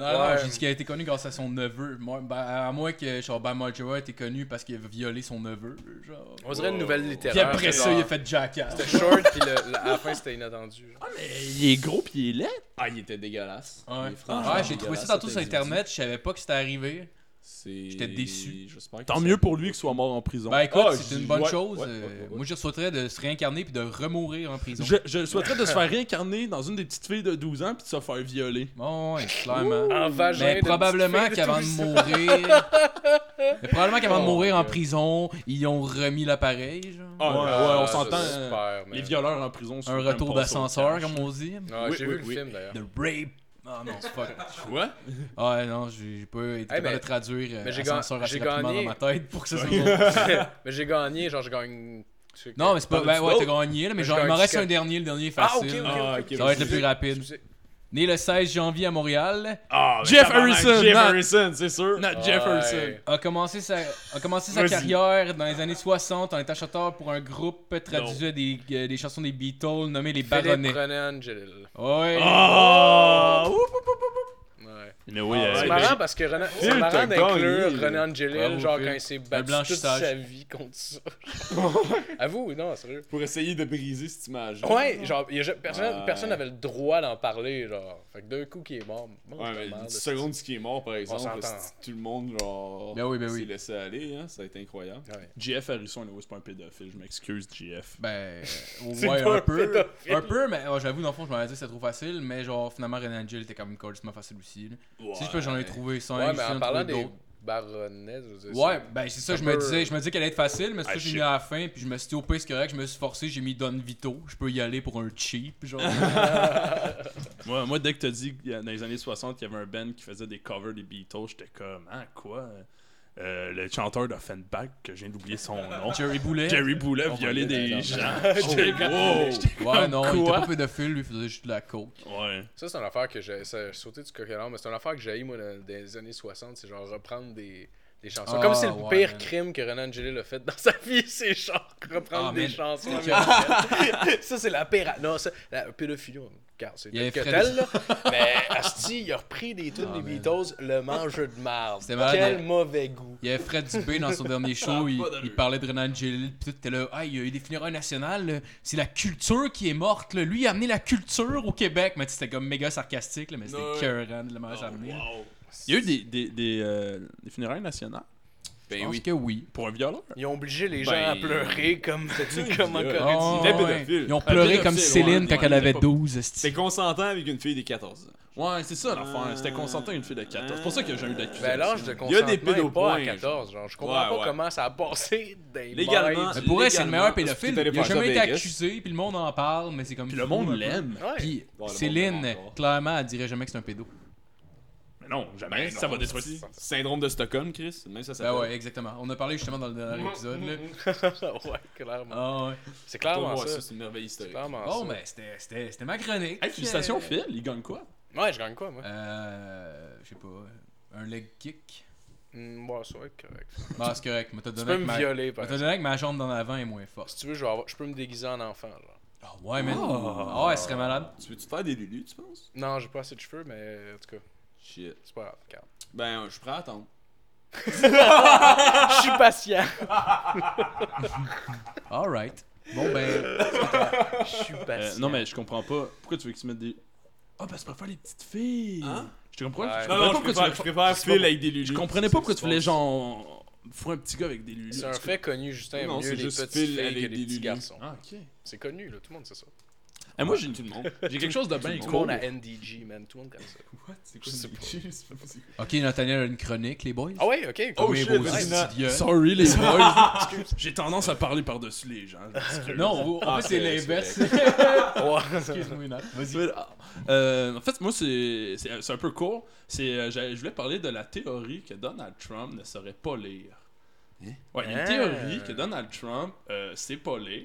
Non, non, Ouais. j'ai dit qu'il a été connu grâce à son neveu. Moi, ben, à moins que genre, Ben Margera ait été connu parce qu'il a violé son neveu. Genre. On dirait une nouvelle littéraire. Puis après ça, il a genre, fait Jackass. C'était short, puis le- la- à la fin, c'était inattendu. genre. il est gros pis il est laid. Ah, il était dégueulasse. Ouais, Il est franchement Ah, Ouais, j'ai trouvé dégueulasse, ça tantôt sur cet individu. internet, je savais pas que c'était arrivé. C'est- J'étais déçu. J'espère que Tant ça- mieux pour lui qu'il soit mort en prison. Ben écoute, Ah, c'est j'ai- une bonne ouais, chose. ouais, euh, ouais, ouais. Moi, je souhaiterais de se réincarner puis de remourir en prison. je, je souhaiterais de se faire réincarner dans une des petites filles de 12 ans puis de se faire violer. Bon, ouais, clairement. En vagin. Mais de probablement petite fille qu'avant de tout mourir. Mais probablement qu'avant de Oh, mourir en God. prison, ils ont remis l'appareil. genre. Ah, ça. ouais, Ah, ouais, on ça, s'entend. c'est euh, super, man. les violeurs en prison sont Un comme retour passés au d'ascenseur, cash. comme on dit. Ouais, Oui, j'ai oui, vu le oui. film d'ailleurs. The rape. Ah non, fuck. Quoi? Ah non, j'ai j'ai pas été capable mais- de traduire mais euh, j'ai ga- ascenseur assez j'ai rapidement gagné. dans ma tête pour que ça soit mais j'ai gagné, euh, genre, je gagne. Non, mais c'est pas. Ben ouais, t'as gagné là, mais Mais genre, j'ai il m'en gagné reste jusqu'à- un dernier, le dernier est Ah, ok, ok. facile. Ah, ok, Ça va être le excusez. plus rapide. Excusez. Né le 16 janvier à Montréal, Ah, ben, Jeff tabarnak, Harrison, Jeff Nat. Harrison, c'est sûr. Not Ouais. Jefferson. a commencé sa, a commencé sa Vas-y. carrière dans les années 60 en étant chanteur pour un groupe traduisant des, euh, des chansons des Beatles nommé les Baronnets. Philippe Renan Gilles. Ouais. Ah! oup. Ouais. Mais oui, Oh! Ah, C'est ouais, euh, marrant parce que Renan, c'est Phil, t'as marrant d'inclure gagné. Renan Angelil, Bravo, genre Phil. quand il s'est battu toute blanchissage. sa vie contre ça. Avoue, non, sérieux. Pour essayer de briser cette image. Ouais, genre, il y a ja- personne Ouais. personne n'avait le droit d'en parler, genre. Fait que d'un coup, qui est mort. bon, Ouais, mais merde, une petite c'est- seconde, ce qui est mort, par exemple, s'entend. c'est- tout le monde, genre. Ben oui, ben oui. s'est laissé aller, hein. Ça a été incroyable. Ouais. Jeff Harrison, là, ouais, c'est pas un pédophile, je m'excuse, Jeff. Ben, C'est ouais, pas un un peu. pédophile. Un peu, mais ouais, j'avoue, dans le fond, je m'en ai dit que c'était trop facile, mais genre, finalement, Renan Angel était quand même complètement facile aussi. là. Si je peux, j'en ai trouvé 5, Ouais, mais en parlant trouvé des d'autres. baronnets, je veux dire. Ouais, ben c'est ça, un je me peu- disais, je me disais qu'elle allait être facile, mais c'est Ah, ça que j'ai shit. mis à la fin, puis je me suis dit, au pire, c'est correct, je me suis forcé, j'ai mis Don Vito, je peux y aller pour un cheap, genre. Moi, moi, dès que t'as dit que euh, dans les années 60, il y avait un band qui faisait des covers des Beatles, j'étais comme, ah, quoi Euh, Le chanteur d'Offenbach, que j'ai oublié son nom. Jerry Boulet. Jerry Boulet Oh my violait God, des attends. gens. Oh, J'étais comme, wow. j'étais Ouais, non, il était Quoi? pas pédophile, lui, il faisait juste de la coke. Ouais. Ça, c'est une affaire que j'ai. ça, J'ai sauté du coq à l'âne, mais c'est une affaire que j'ai, moi, dans- dans les années 60. C'est genre reprendre des, des chansons. Ah, Comme c'est le ouais, pire man. crime que Renan Angelil a fait dans sa vie, c'est genre reprendre Ah, des man. chansons. C'est ça, c'est la pire. Non, ça, la pédophilie, on- regarde, c'est Il y avait tel que Fred- tel, là. Mais Asti, il a repris des tunes Ah, des man. Beatles, le mangeur de marde. C'était malade, Quel mais- mauvais goût. Il y avait Fred Dubé dans son dernier show, il, il parlait de Renan Gélil, pis tout était là, ah, il y a eu des funérailles nationales, là. c'est la culture qui est morte, là. lui il a amené la culture au Québec, mais tu sais, c'était comme méga sarcastique, là, mais c'était Non. écœurant de le Oh, manière amené. Il y a eu des, des, des, euh, des funérailles nationales Je Ben pense oui. que oui. pour un violeur. Ils ont obligé les gens Ben, à pleurer comme, comme en Corée vidéo. du Oh, Nord. était ouais. pédophile. Ils ont Un pleuré pédophile, comme ouais, Céline ouais, quand ouais, elle il avait était pas- 12, esti. C'est consentant avec une fille de 14 ans. Ouais, c'est ça l'affaire. C'était consentant à une fille de 14. C'est pour ça que j'ai eu l'accusation. Ben l'âge de Il y a consentement des est pas à pédopoints, 14, genre. Je comprends Ouais, pas ouais. comment ça a passé des Légalement. mailles Mais pour elle, c'est le meilleur Légalement, parce que pédophile. Il t'allais a faire ça jamais à été Vegas. accusé, puis le monde en parle, mais c'est comme. Puis le fou, un monde peu. l'aime. du- Ouais. Puis Bon, le monde l'aime Céline, encore. clairement, elle dirait jamais que c'est un pédo. Mais Ben non, jamais. ça va détruire. Si. Syndrome de Stockholm, Chris. Même ça, ça Ben ouais, exactement. On a parlé justement dans le dernier épisode. là. Mm. ouais, clairement. Ah ouais. C'est Pour clairement moi, ça. ça, c'est une merveille C'est historique. clairement Bon, ça. ben, c'était- c'était c'était ma chronique. Hey, félicitations, Phil. Il gagne quoi Ouais, je gagne quoi, moi? Euh. Je sais pas. Un leg kick. Hmm, ouais, ça va être correct. Bah, c'est correct. mais t'as Tu donné peux avec me ma. violer, mais par t'as donné avec ma jambe dans l'avant est moins forte. Si tu veux, je, vais avoir- je peux me déguiser en enfant, genre. Ah ouais, man. Ah ouais, elle serait malade. Tu veux-tu faire des lulus, tu penses Non, j'ai pas assez de cheveux, mais en tout cas, Shit. c'est pas grave. regarde. Ben, je suis prêt à attendre. Je suis patient. Alright. Bon, ben. Je suis patient. Euh, Non, mais je comprends pas. Pourquoi tu veux qu'ils se mettent des. Ah, parce que tu préfères les petites filles. Hein? Je comprends Ouais. je Non, comprenais non, pas je pourquoi tu préfère, voulais je préfère je Phil avec des lulus. Je comprenais C'est pas ce pourquoi qui tu se voulais passe. genre. Foutre un petit gars avec des lulus. C'est un fait connu, Justin. Non, mieux c'est les juste petites Phil filles que avec les des petits lulus. garçons. Ah, ok. C'est connu, là. Tout le monde sait ça. Eh, moi, j'ai une- tout le monde. j'ai quelque chose de bien Tout le cool. monde à NDG, man. Tout le monde comme ça. C'est quoi, c'est Ok, Nathaniel a une chronique, les boys. Ah ouais, ok. Oh Comme les shit, beaux vas-y, Nat. idiots. Sorry, les boys. J'ai tendance à parler par-dessus les gens. Non, en Ah, fait, c'est c'est- l'inverse. Excuse-moi, Nat. Vas-y. Euh, en fait, moi, c'est c'est- c'est un peu court. C'est, euh, j'ai- je voulais parler de la théorie que Donald Trump ne saurait pas lire. Hein? Ouais, il y a une Ah. théorie que Donald Trump euh, sait pas lire,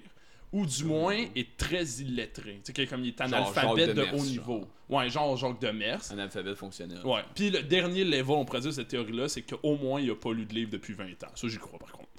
ou Mmh. du moins est très illettré. Tu sais, que comme il est analphabète Jacques de, Demers, haut niveau. Ouais, genre Jacques Demers. Analphabète fonctionnel. Ouais. Puis le dernier level, on pourrait dire, de cette théorie-là, c'est qu'au moins, il a pas lu de livre depuis 20 ans. Ça, j'y crois, par contre.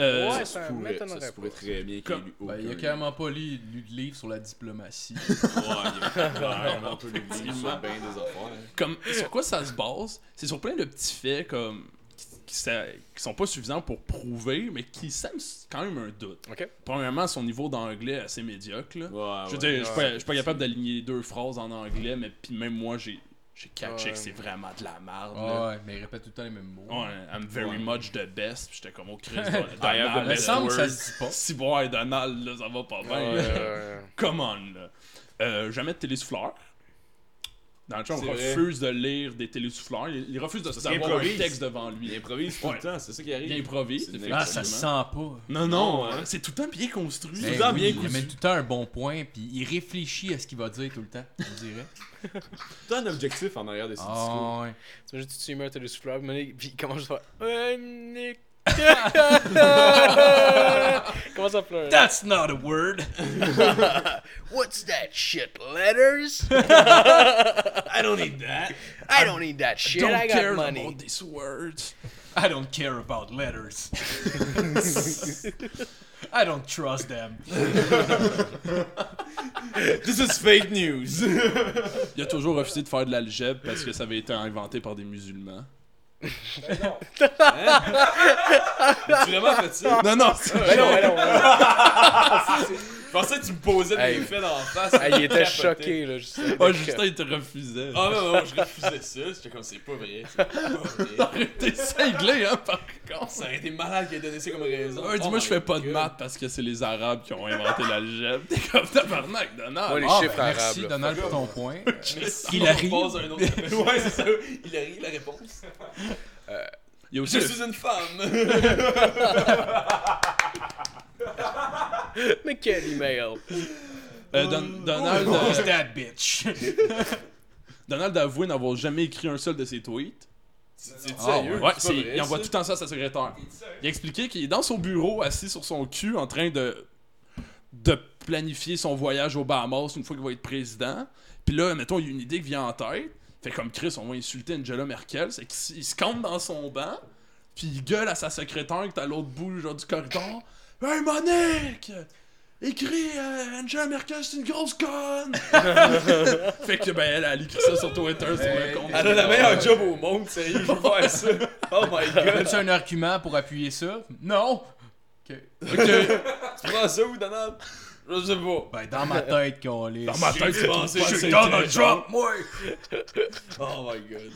Euh, Ouais, Ça ça se pourrait, ça m'étonnerait se pourrait pas. très bien qu'il y ait lu Ben, il a aucun- carrément pas lu, lu de livre sur la diplomatie. Ouais, il a carrément pas lu de livre sur bien des affaires. hein. comme sur quoi ça se base c'est sur plein de petits faits comme qui, qui sa- qui sont pas suffisants pour prouver mais qui sèment quand même un doute Ok. premièrement son niveau d'anglais est assez médiocre là. Ouais, je veux ouais. dire je suis pas- je suis pas capable d'aligner deux phrases en anglais mais puis même moi j'ai j'ai catché Ouais. que c'est vraiment de la merde là. Ah ouais, mais il répète tout le temps les mêmes mots. Ouais, I'm very Ouais. much the best. Puis J'étais comme oh, au Christ. I have the Donald, Il me best semble que ça Edwards. se dit pas. Si bon, hey, Donald, là, ça va pas bien. là. Euh, Come on, là. Euh, jamais de télésouffleur. Dans le chat, on C'est vrai. refuse de lire des télésouffleurs. Il, il refuse de savoir un improvise. texte devant lui. Il improvise tout Ouais. le temps, c'est ça qui Il arrive. improvise. C'est une effectivement. Ah, ça se sent pas. Non, non, Non, hein, ouais. c'est tout le temps bien construit. Ben le temps oui, bien il cousu. met tout le temps un bon point, puis il réfléchit à ce qu'il va dire tout le temps, on dirait. T'as un objectif en arrière de ce discours. Ah, ouais. Tu vois, juste tu mets un télésouffleur, puis il commence juste à faire. Euh, Nick. Comment ça pleure? That's not a word! What's that shit? Letters? I don't need that. I don't need that shit. Don't I got care money. about these words. I don't care about letters. I don't trust them. This is fake news. Il a toujours refusé de faire de l'algèbre parce que ça avait été inventé par des musulmans. tu vraiment fait ça? Non, non, c'est- Ben non, ben non, ben non. Je pensais que tu me posais des Hey. faits dans la face. Ah, il était Capoté. choqué, là. Juste, Ah, Justin, il te refusait. Ah non, non, je refusais ça. J'étais comme, c'est pas vrai. C'est pas vrai. T'es cinglé, hein, par contre. Ça aurait été malade qu'il ait donné ça comme raison. Ouais, Oh dis-moi, my je fais pas de God. maths parce que c'est les Arabes qui ont inventé l'algèbre. T'es comme tabarnak, Donald. Ouais, les Ah, ben, chiffres arabes. merci, là. Donald, pour ton point. Il Il arrive. arrive. ouais, c'est ça. Il arrive la réponse. Il y a aussi Je le suis une femme. Mais quel email! Euh, Don- Donald, Who's euh, that bitch? Donald a avoué n'avoir jamais écrit un seul de ses tweets. C'est Ah, sérieux. Ouais, c'est c'est- pas vrai, il envoie ça? tout le temps ça à sa secrétaire. Il a expliqué qu'il est dans son bureau, assis sur son cul, en train de, de planifier son voyage aux Bahamas une fois qu'il va être président. Puis là, mettons, il y a une idée qui vient en tête. Fait comme Chris, on va insulter Angela Merkel. C'est qu'il s- il se campe dans son banc, puis il gueule à sa secrétaire qui est à l'autre bout genre, du corridor. Hey Monique! Écris euh, Angela Merkel, c'est une grosse conne! fait que ben elle, elle écrit ça sur Twitter, sur le compte. Elle a la meilleure job au monde, sérieux. Je veux faire ça. Oh my god. As-tu un argument pour appuyer ça? Non! Ok. Tu prends ça où, Donald? Je sais pas. Ben, dans ma tête, qu'on les. Dans ma tête, c'est Je pas suis Donald Trump, moi! Oh my god.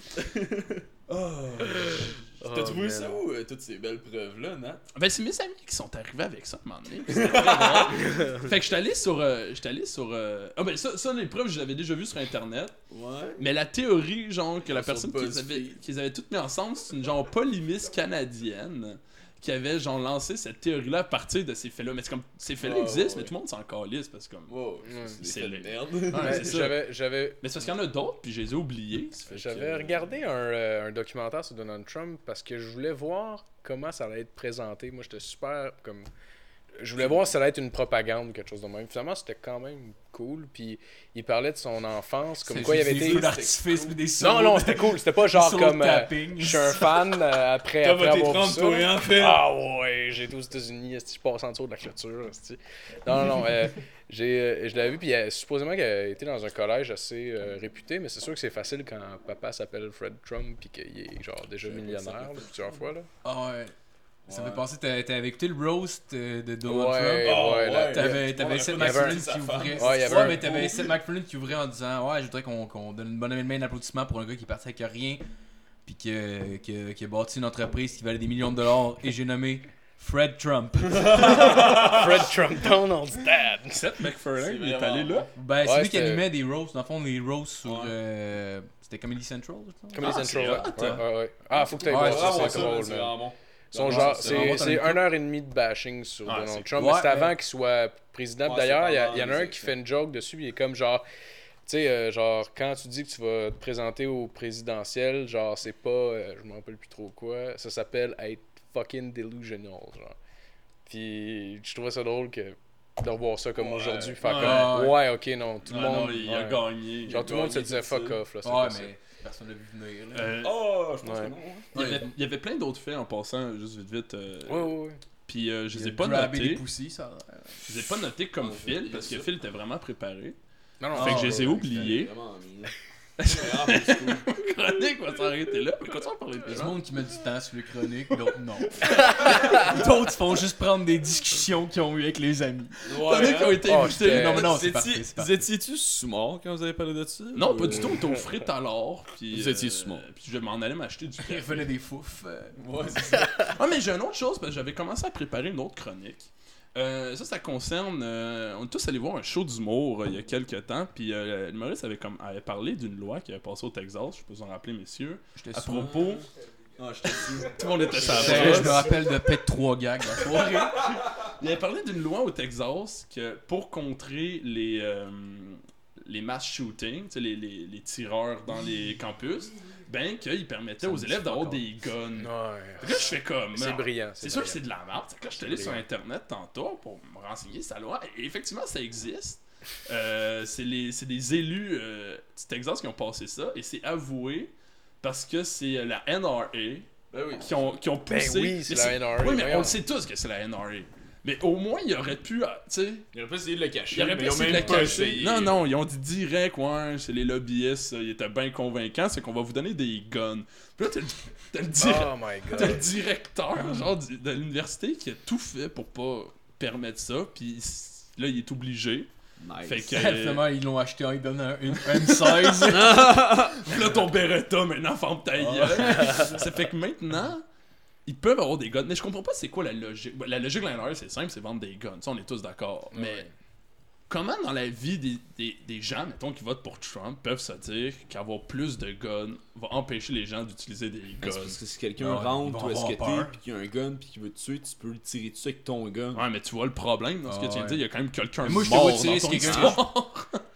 Oh, T'as trouvé man. ça où, euh, toutes ces belles preuves-là, Nat? Ben, c'est mes amis qui sont arrivés avec ça à un moment donné. C'était très drôle. fait que j'étais allé sur. euh, j'étais allé sur. euh, Ah, ben, ça, ça, les preuves, je l'avais déjà vu sur Internet. Ouais. Mais la théorie, genre, que la Sur personne qu'ils BuzzFeed. avaient, qu'ils avaient toutes mis ensemble, c'est une genre polémiste canadienne qui avait, genre, lancé cette théorie-là à partir de ces faits-là. Mais c'est comme. Ces faits-là Ah, Ouais, existent, ouais, mais ouais. tout le monde s'en calisse parce que, comme. Wow, Ouais. c'est C'est des faits de le- merde. Ouais, Ouais, c'est ça. J'avais, j'avais, Mais c'est parce qu'il y en a d'autres, puis je les ai oubliés. ça fait que- j'avais regardé un, euh, un documentaire sur Donald Trump parce que je voulais voir comment ça allait être présenté. Moi, j'étais super comme. Je voulais voir si ça allait être une propagande ou quelque chose de même. Finalement, c'était quand même cool. Puis il parlait de son enfance, comme quoi il avait été. Des feux d'artifice pis des Non, sauts. non, c'était cool. C'était pas genre Soul comme. euh, tapping. je suis un fan euh, après, T'as après voté avoir vu Trump, ça. toi, hein, Phil? Ah ouais, j'ai été aux États-Unis, esti, je passe en dessous de la clôture. esti. Non, non, non. euh, j'ai, euh, je l'avais vu, puis euh, supposément qu'elle a été dans un collège assez euh, réputé, mais c'est sûr que c'est facile quand papa s'appelle Fred Trump, puis qu'il est genre déjà millionnaire là, plusieurs fois. Là. Ah ouais. Ça me Ouais. fait penser, t'as- t'avais écouté le roast euh, de Donald Ouais, Trump. Oh, ouais, là- ouais. T'avais On aurait t'avais Seth pas dit MacFarlane ça qui à sa ouvrait. femme. Ouais, il y avait Ouais, un mais t'avais beau- Seth MacFarlane qui ouvrait en disant Ouais, je voudrais qu'on qu'on donne une bonne main d'applaudissement pour un gars qui est parti avec rien, puis que, que- qui a bâti une entreprise qui valait des millions de dollars, et j'ai nommé Fred Trump. Fred Trump Donald's dad. Seth MacFarlane, C'est il est vraiment allé là. Ben, c'est Ouais, lui qui c'était- animait des roasts. Dans le fond, les roasts sur. Ouais. euh, C'était Comedy Central, je pense. Comedy Ah, Central. c'est Ouais, hot, ouais, ouais. Ah, faut que t'ailles Ouais, voir c'est ça, vraiment c'est ça, drôle, man. vraiment bon. Son Ouais, genre, c'est c'est vraiment c'est une heure et demie de bashing sur Ah, Ouais, c'est Donald Trump. cool. mais c'est Ouais, avant mais- qu'il soit président. Ouais, D'ailleurs, c'est il y, a- pendant il y en a les un qui élections. fait une joke dessus. Il est comme genre, tu sais, euh, genre, quand tu dis que tu vas te présenter au présidentiel, genre, c'est pas, euh, je m'en rappelle plus trop quoi, ça s'appelle être fucking delusional. Genre. Puis je trouvais ça drôle que de revoir ça comme Ouais. aujourd'hui. Faire Ouais. comme, ouais, ok, non, tout le Ah monde. non, il a ouais. gagné. Genre, tout le monde se disait fuck up. off, là. c'est Ouais, pas ça. mais personne l'a vu venir. là. Euh, Oh, je pense Ouais. que non. hein. il, y avait, il y avait plein d'autres faits en passant, juste vite vite. euh, Ouais, ouais, ouais. Puis euh, je Il les ai a pas grabbé les notés. poussies, ça. a l'air. Je les ai pas notés comme Ouais, Phil, il y a parce que Ah, ça. Phil était vraiment préparé. Non, non, fait que ouais, je les ai ouais. oubliés. Vraiment mieux. Ah, mais c'est cool. Chronique va s'arrêter là, mais continue à parler de Il y a du gens. monde qui met du temps sur les chroniques, d'autres non. d'autres font juste prendre des discussions qu'ils ont eues avec les amis. T'en as qui ont été Ah, Oh, invités. j'étais- Non, mais non. non, c'est Vous parfait, étiez- c'est Vous parfait. étiez-tu sous mort quand vous avez parlé de ça? Non, pas Euh, du tout, on était aux frites alors. Puis, euh, Vous étiez sous mon. Puis je m'en allais m'acheter du Ils café. revenaient des fouf. euh, Ouais, c'est ça. ah, mais j'ai une autre chose, parce que j'avais commencé à préparer une autre chronique. Euh, ça, ça concerne. euh, on est tous allés voir un show d'humour euh, il y a quelques temps, puis euh, l'humoriste avait, comme, avait parlé d'une loi qui avait passé au Texas, je peux vous en rappeler, messieurs. J'étais À sous. propos. Ah, j'étais Tout le monde était sur la J'étais- Je me brosse. rappelle de peut-être trois gags dans la soirée. Il avait parlé d'une loi au Texas que pour contrer les, euh, les mass shootings, tu sais, les, les, les tireurs dans les campus, ben qu'il permettait Ça aux me dit élèves pas d'avoir encore. des guns. Ouais. Fait que là, je fais comme. ah, C'est man, brillant. C'est sûr que brillant. c'est de la merde. Fait que Quand je suis allé sur Internet tantôt pour me renseigner sa loi, et effectivement, ça existe. Euh, c'est les- c'est des élus euh, du Texas qui ont passé ça, et c'est avoué parce que c'est euh, la NRA Ben qui, ont, qui ont Ben poussé. oui, c'est la mais NRA. Oui, mais on voyons. le sait tous que c'est la NRA. Mais au moins, il aurait pu. euh, Tu sais, Il aurait pas essayé de le cacher. il aurait pu mais ils ont essayer de même la pas cacher. essayé. Non, non, ils ont dit direct, ouais, c'est les lobbyistes, euh, ils étaient bien convaincants, c'est qu'on va vous donner des guns. Puis là, t'as le- t'as le direct. Oh my T'as Euh, le god. directeur genre, du- de l'université qui a tout fait pour pas permettre ça, puis s- là, il est obligé. Nice. Fait que. euh, Finalement, ils l'ont acheté un, ils donnent un, une M16. Hein? là, ton Beretta, maintenant, ferme ta gueule. ça fait que maintenant, ils peuvent avoir des guns. Mais je comprends pas c'est quoi la logique. Bon, La logique de l'intérieur, c'est simple, c'est vendre des guns. Ça, on est tous d'accord. Mais. Comment dans la vie des, des- des gens, mettons, qui votent pour Trump, peuvent se dire qu'avoir plus de guns va empêcher les gens d'utiliser Ben, des Mais c'est guns? parce que si quelqu'un Ouais, ils rentre vont ou est-ce avoir que peur. t'es pis qu'il y a un gun pis qu'il veut te tuer, tu peux le tirer dessus avec ton gun. Ouais, mais tu vois le problème dans ce que Ah tu viens de ouais. dire, il y a quand même quelqu'un Mais moi, je te mort vois dans tirer ton si quelqu'un- histoire.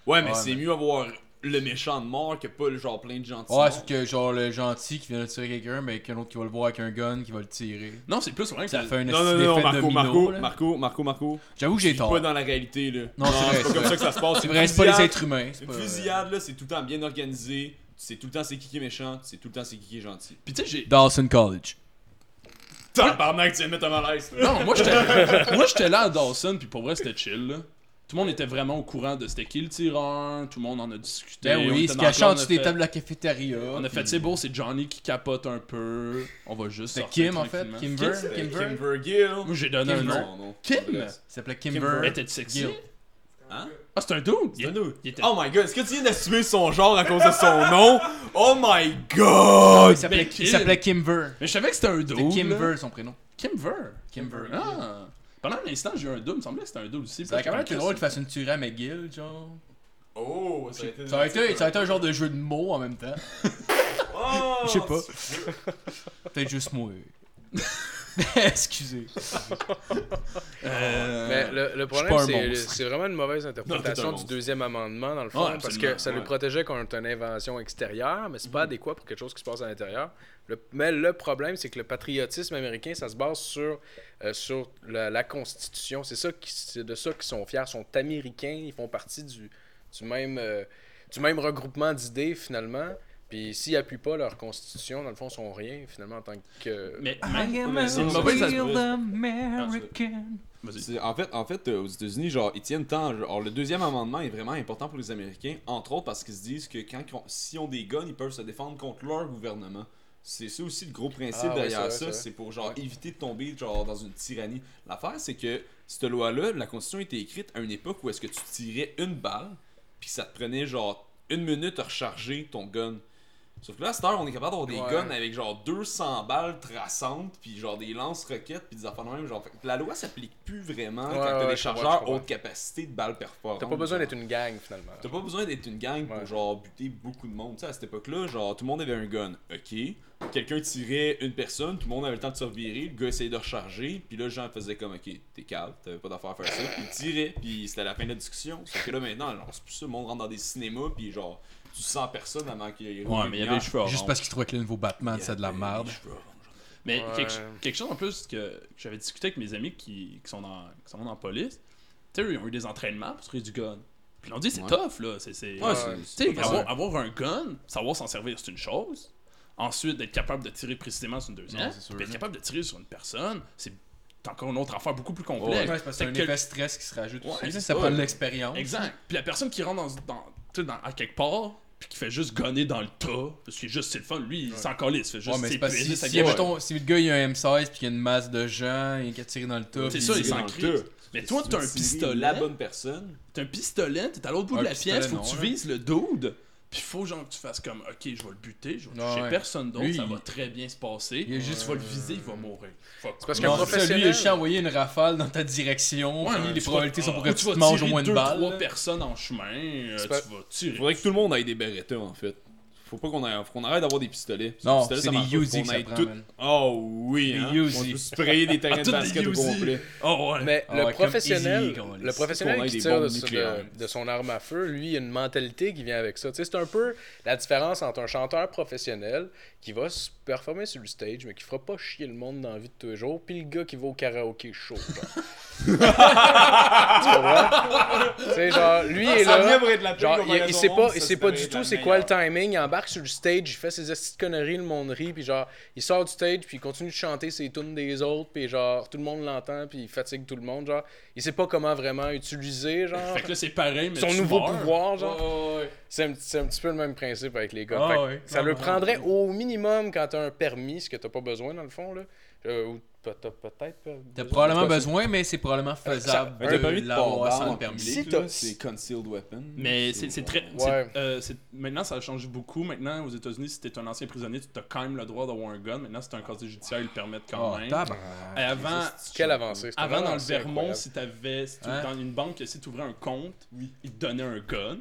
Ouais, mais Ouais, c'est mais- mieux avoir le méchant de mort que pas le genre plein de gentils. Ouais, morts. c'est que genre le gentil qui vient de tirer quelqu'un, mais qu'un autre qui va le voir avec un gun, qui va le tirer. Euh, Non, c'est plus vrai que Ça fait un Non, non, esti non, d'effet Marco, domino, Marco, là. Marco, Marco, Marco. J'avoue que j'ai Je suis tort. pas dans la réalité, là. Non, c'est vrai. C'est pas comme ça que ça se passe. C'est Une vrai, c'est pas les fusillade- êtres humains. c'est Une pas- fusillade, là, c'est euh, tout le temps bien organisé. Tu sais tout le temps c'est qui qui est méchant, tu sais tout le temps c'est qui qui est gentil. Puis tu sais, j'ai. Dawson College. Tabarnak, tu viens de mettre un malaise, là. Non, moi j'étais moi j'étais là à Dawson, puis pour vrai c'était chill. Là. Tout le monde était vraiment au courant de c'était qui le tireur, tout le monde en a discuté. Ben on oui, était se dans le cachant en plan, on a dessous des fait- tables de la cafétéria. On a fait, c'est beau, c'est Johnny qui capote un peu. On va juste. C'était sortir Kim en fait. tranquillement. Kim Ver. Kim Ver. Kimber Gill. Moi j'ai donné Kim un Ver. nom. Kim? Il s'appelait Kim Kim Ver. Ver. était sexy? Gil. Hein? Ah, c'est un dude! Il- il était- Oh my god, est-ce que tu viens d'assumer son genre à cause de son nom? Oh my Il god! s'appelait- Ben, Kim. Il s'appelait Kim Ver. Mais je savais que c'était un C'était dude. Kim là. Ver son prénom. Kim Ver. Kim Ver. Ah. Pendant un instant, j'ai eu un dude, il me semblait que c'était un dude aussi. Ça aurait quand même été Puis j'étais drôle comme, qu'il fasse une tuerie à McGill, genre. Oh, ça a été. Ça aurait été, ça aurait été un genre de jeu de mots en même temps. Oh, Je sais pas. Peut-être juste moi. Excusez. Euh, Mais le, le suis problème, pas un c'est- monstre. c'est vraiment une mauvaise Non, t'es un interprétation du monstre. deuxième amendement, dans le fond, Ouais, parce absolument, que ça nous ouais. protégeait contre une invention extérieure, mais c'est pas adéquat pour quelque chose qui se passe à l'intérieur. Le- mais le problème, c'est que le patriotisme américain, ça se base sur, euh, sur la, la Constitution. C'est ça qui- c'est de ça qu'ils sont fiers. Ils sont américains, ils font partie du, du, même, euh, du même regroupement d'idées, finalement. Puis s'ils n'appuient pas leur Constitution, dans le fond, ils sont rien, finalement, en tant que... Mais même- C'est une mauvaise American. Vas-y. C'est- En fait, en fait euh, aux États-Unis, genre, ils tiennent tant. Genre, le deuxième amendement est vraiment important pour les Américains, entre autres parce qu'ils se disent que quand si ont des guns, ils peuvent se défendre contre leur gouvernement. C'est ça aussi le gros principe Ah ouais, derrière c'est vrai, c'est ça, vrai. c'est pour genre éviter de tomber genre dans une tyrannie. L'affaire, c'est que cette loi-là, la Constitution était écrite à une époque où est-ce que tu tirais une balle, puis ça te prenait genre une minute à recharger ton gun. Sauf que là, à cette heure, on est capable d'avoir des Ouais. guns avec genre 200 balles traçantes, puis genre des lance-roquettes, puis des affaires de même. Genre, Fait que la loi s'applique plus vraiment Ouais, quand t'as ouais, des je comprends, je chargeurs comprends. haute capacité de balles perforantes. T'as pas besoin genre. d'être une gang finalement. T'as pas besoin d'être une gang pour Ouais. genre buter beaucoup de monde. Tu sais, à cette époque-là, genre tout le monde avait un gun. Ok. Quelqu'un tirait une personne, tout le monde avait le temps de se revirer, le gars essayait de recharger, puis là, les gens faisaient comme ok, t'es calme, t'avais pas d'affaire à faire ça, puis il tirait, puis c'était la fin de la discussion. Sauf que là maintenant, genre, c'est plus ça, le monde rentre dans des cinémas, puis genre, tu sens personne avant qu'il y ait Ouais, mais il y avait les cheveux Juste orange. parce qu'ils trouvaient que le nouveau Batman, c'est de la merde. Mais Ouais. quelque, quelque chose en plus que, que j'avais discuté avec mes amis qui, qui sont dans qui sont dans la police, tu sais, eux, ils ont eu des entraînements pour se tirer du gun. Puis ils ont dit, c'est Ouais. tough, là. C'est, c'est- Ouais, Ouais. c'est- Tu sais, c'est pas facile. avoir, avoir un gun, savoir s'en servir, c'est une chose. Ensuite, d'être capable de tirer précisément, c'est une deuxième. Non, c'est sûr, Puis être là. capable de tirer sur une personne, c'est encore une autre affaire beaucoup plus Ouais, complexe. c'est parce que c'est un Fait que- effet stress qui se rajoute Ouais, aussi. c'est Ça ça. prend de l'expérience. Exact. Puis la personne qui rentre dans, dans, tu sais, dans- à quelque part, puis qui fait juste gonner dans le tas, parce que juste c'est le fun, lui, il s'en calisse, fait juste Ouais, mais c'est c'est parce que épuisé, si, ça si, gagne. mettons, si le gars il a un M16 puis qu'il y a une masse de gens, il a qu'à tirer dans le tas. C'est puis ça, il- il s'en dans le crie. tas. Mais toi, t'as un Si tu tirais pistolet. La bonne personne. T'as un pistolet, t'es à l'autre bout Un de la pistolet, pièce, faut non, que tu là. vises le dude. Puis faut genre que tu fasses comme OK, je vais le buter, je vais Ouais, toucher ouais. personne d'autre, Lui, ça il- va très bien se passer. il a juste- tu vas le viser, il va mourir. Fuck. C'est parce qu'un Non, c'est ça, lui, il a professionnel. juste envoyé une rafale dans ta direction. Ouais, puis ouais, les tu probabilités vas- sont ah, pour que tu vas te manges au tirer moins une deux, balle. trois là. personnes en chemin, euh, C'est tu pas- vas tirer. Faudrait que tout le monde ait des Beretta en fait. Faut pas qu'on aille- faut qu'on arrête d'avoir des pistolets. Parce que Non, les pistolets, c'est ça des marche pas, faut Uzi qu'on que ça ait prend, tout- man. Oh oui, Des hein. Uzi. On peut sprayer des terrains Ah, de toutes des basket au Uzi. complet. Oh ouais. Mais Ah le ouais, comme professionnel, Easy, comme on dit. le Qu'on professionnel ait qui des tire de, bombes ce- nucléaires. de- de son arme à feu, lui, il a une mentalité qui vient avec ça. Tu sais, C'est un peu la différence entre un chanteur professionnel qui va se performer sur le stage, mais qui fera pas chier le monde dans la vie de tous les jours, puis le gars qui va au karaoké chaud. genre. tu comprends? Tu sais, genre, lui Ah, est Ça là. vient pour être la pire Genre, il, il comparaison sait au pas, monde, il ça, sait ça pas devrait du être la tout c'est quoi le meilleure. timing, il embarque sur le stage, il fait ses petites conneries, le monde rit, puis genre, il sort du stage, puis il continue de chanter ses tunes des autres, puis genre, tout le monde l'entend, puis il fatigue tout le monde, genre, il sait pas comment vraiment utiliser, genre, Fait que là c'est pareil mais son tu nouveau meurs. pouvoir, genre. C'est un, petit- c'est un petit peu le même principe avec les gars. Ah Fait que ouais, ça le clairement. prendrait au minimum quand t'as un permis, ce que t'as pas besoin dans le fond, là. Euh, ou t'as t'as peut-être. pas besoin, T'as en probablement tout cas, besoin, mais c'est probablement faisable Mais t'as pas de vu de l'avoir port sans d'armes le permis. public, Si là, t'as- C'est concealed weapon. Mais c'est c'est très. c'est- Ouais. euh, c'est- maintenant, ça change beaucoup. Maintenant, aux États-Unis, si t'es un ancien prisonnier, tu as quand même le droit d'avoir un gun. Maintenant, si t'as un casier judiciaire, ils le permettent quand Oh, même. tabarnak. Et avant, Quelle avancée. c'est une avant dans le avancée Vermont, incroyable. si t'avais si tu- Hein? dans une banque, si t'ouvrais un compte, ils te donnaient un gun.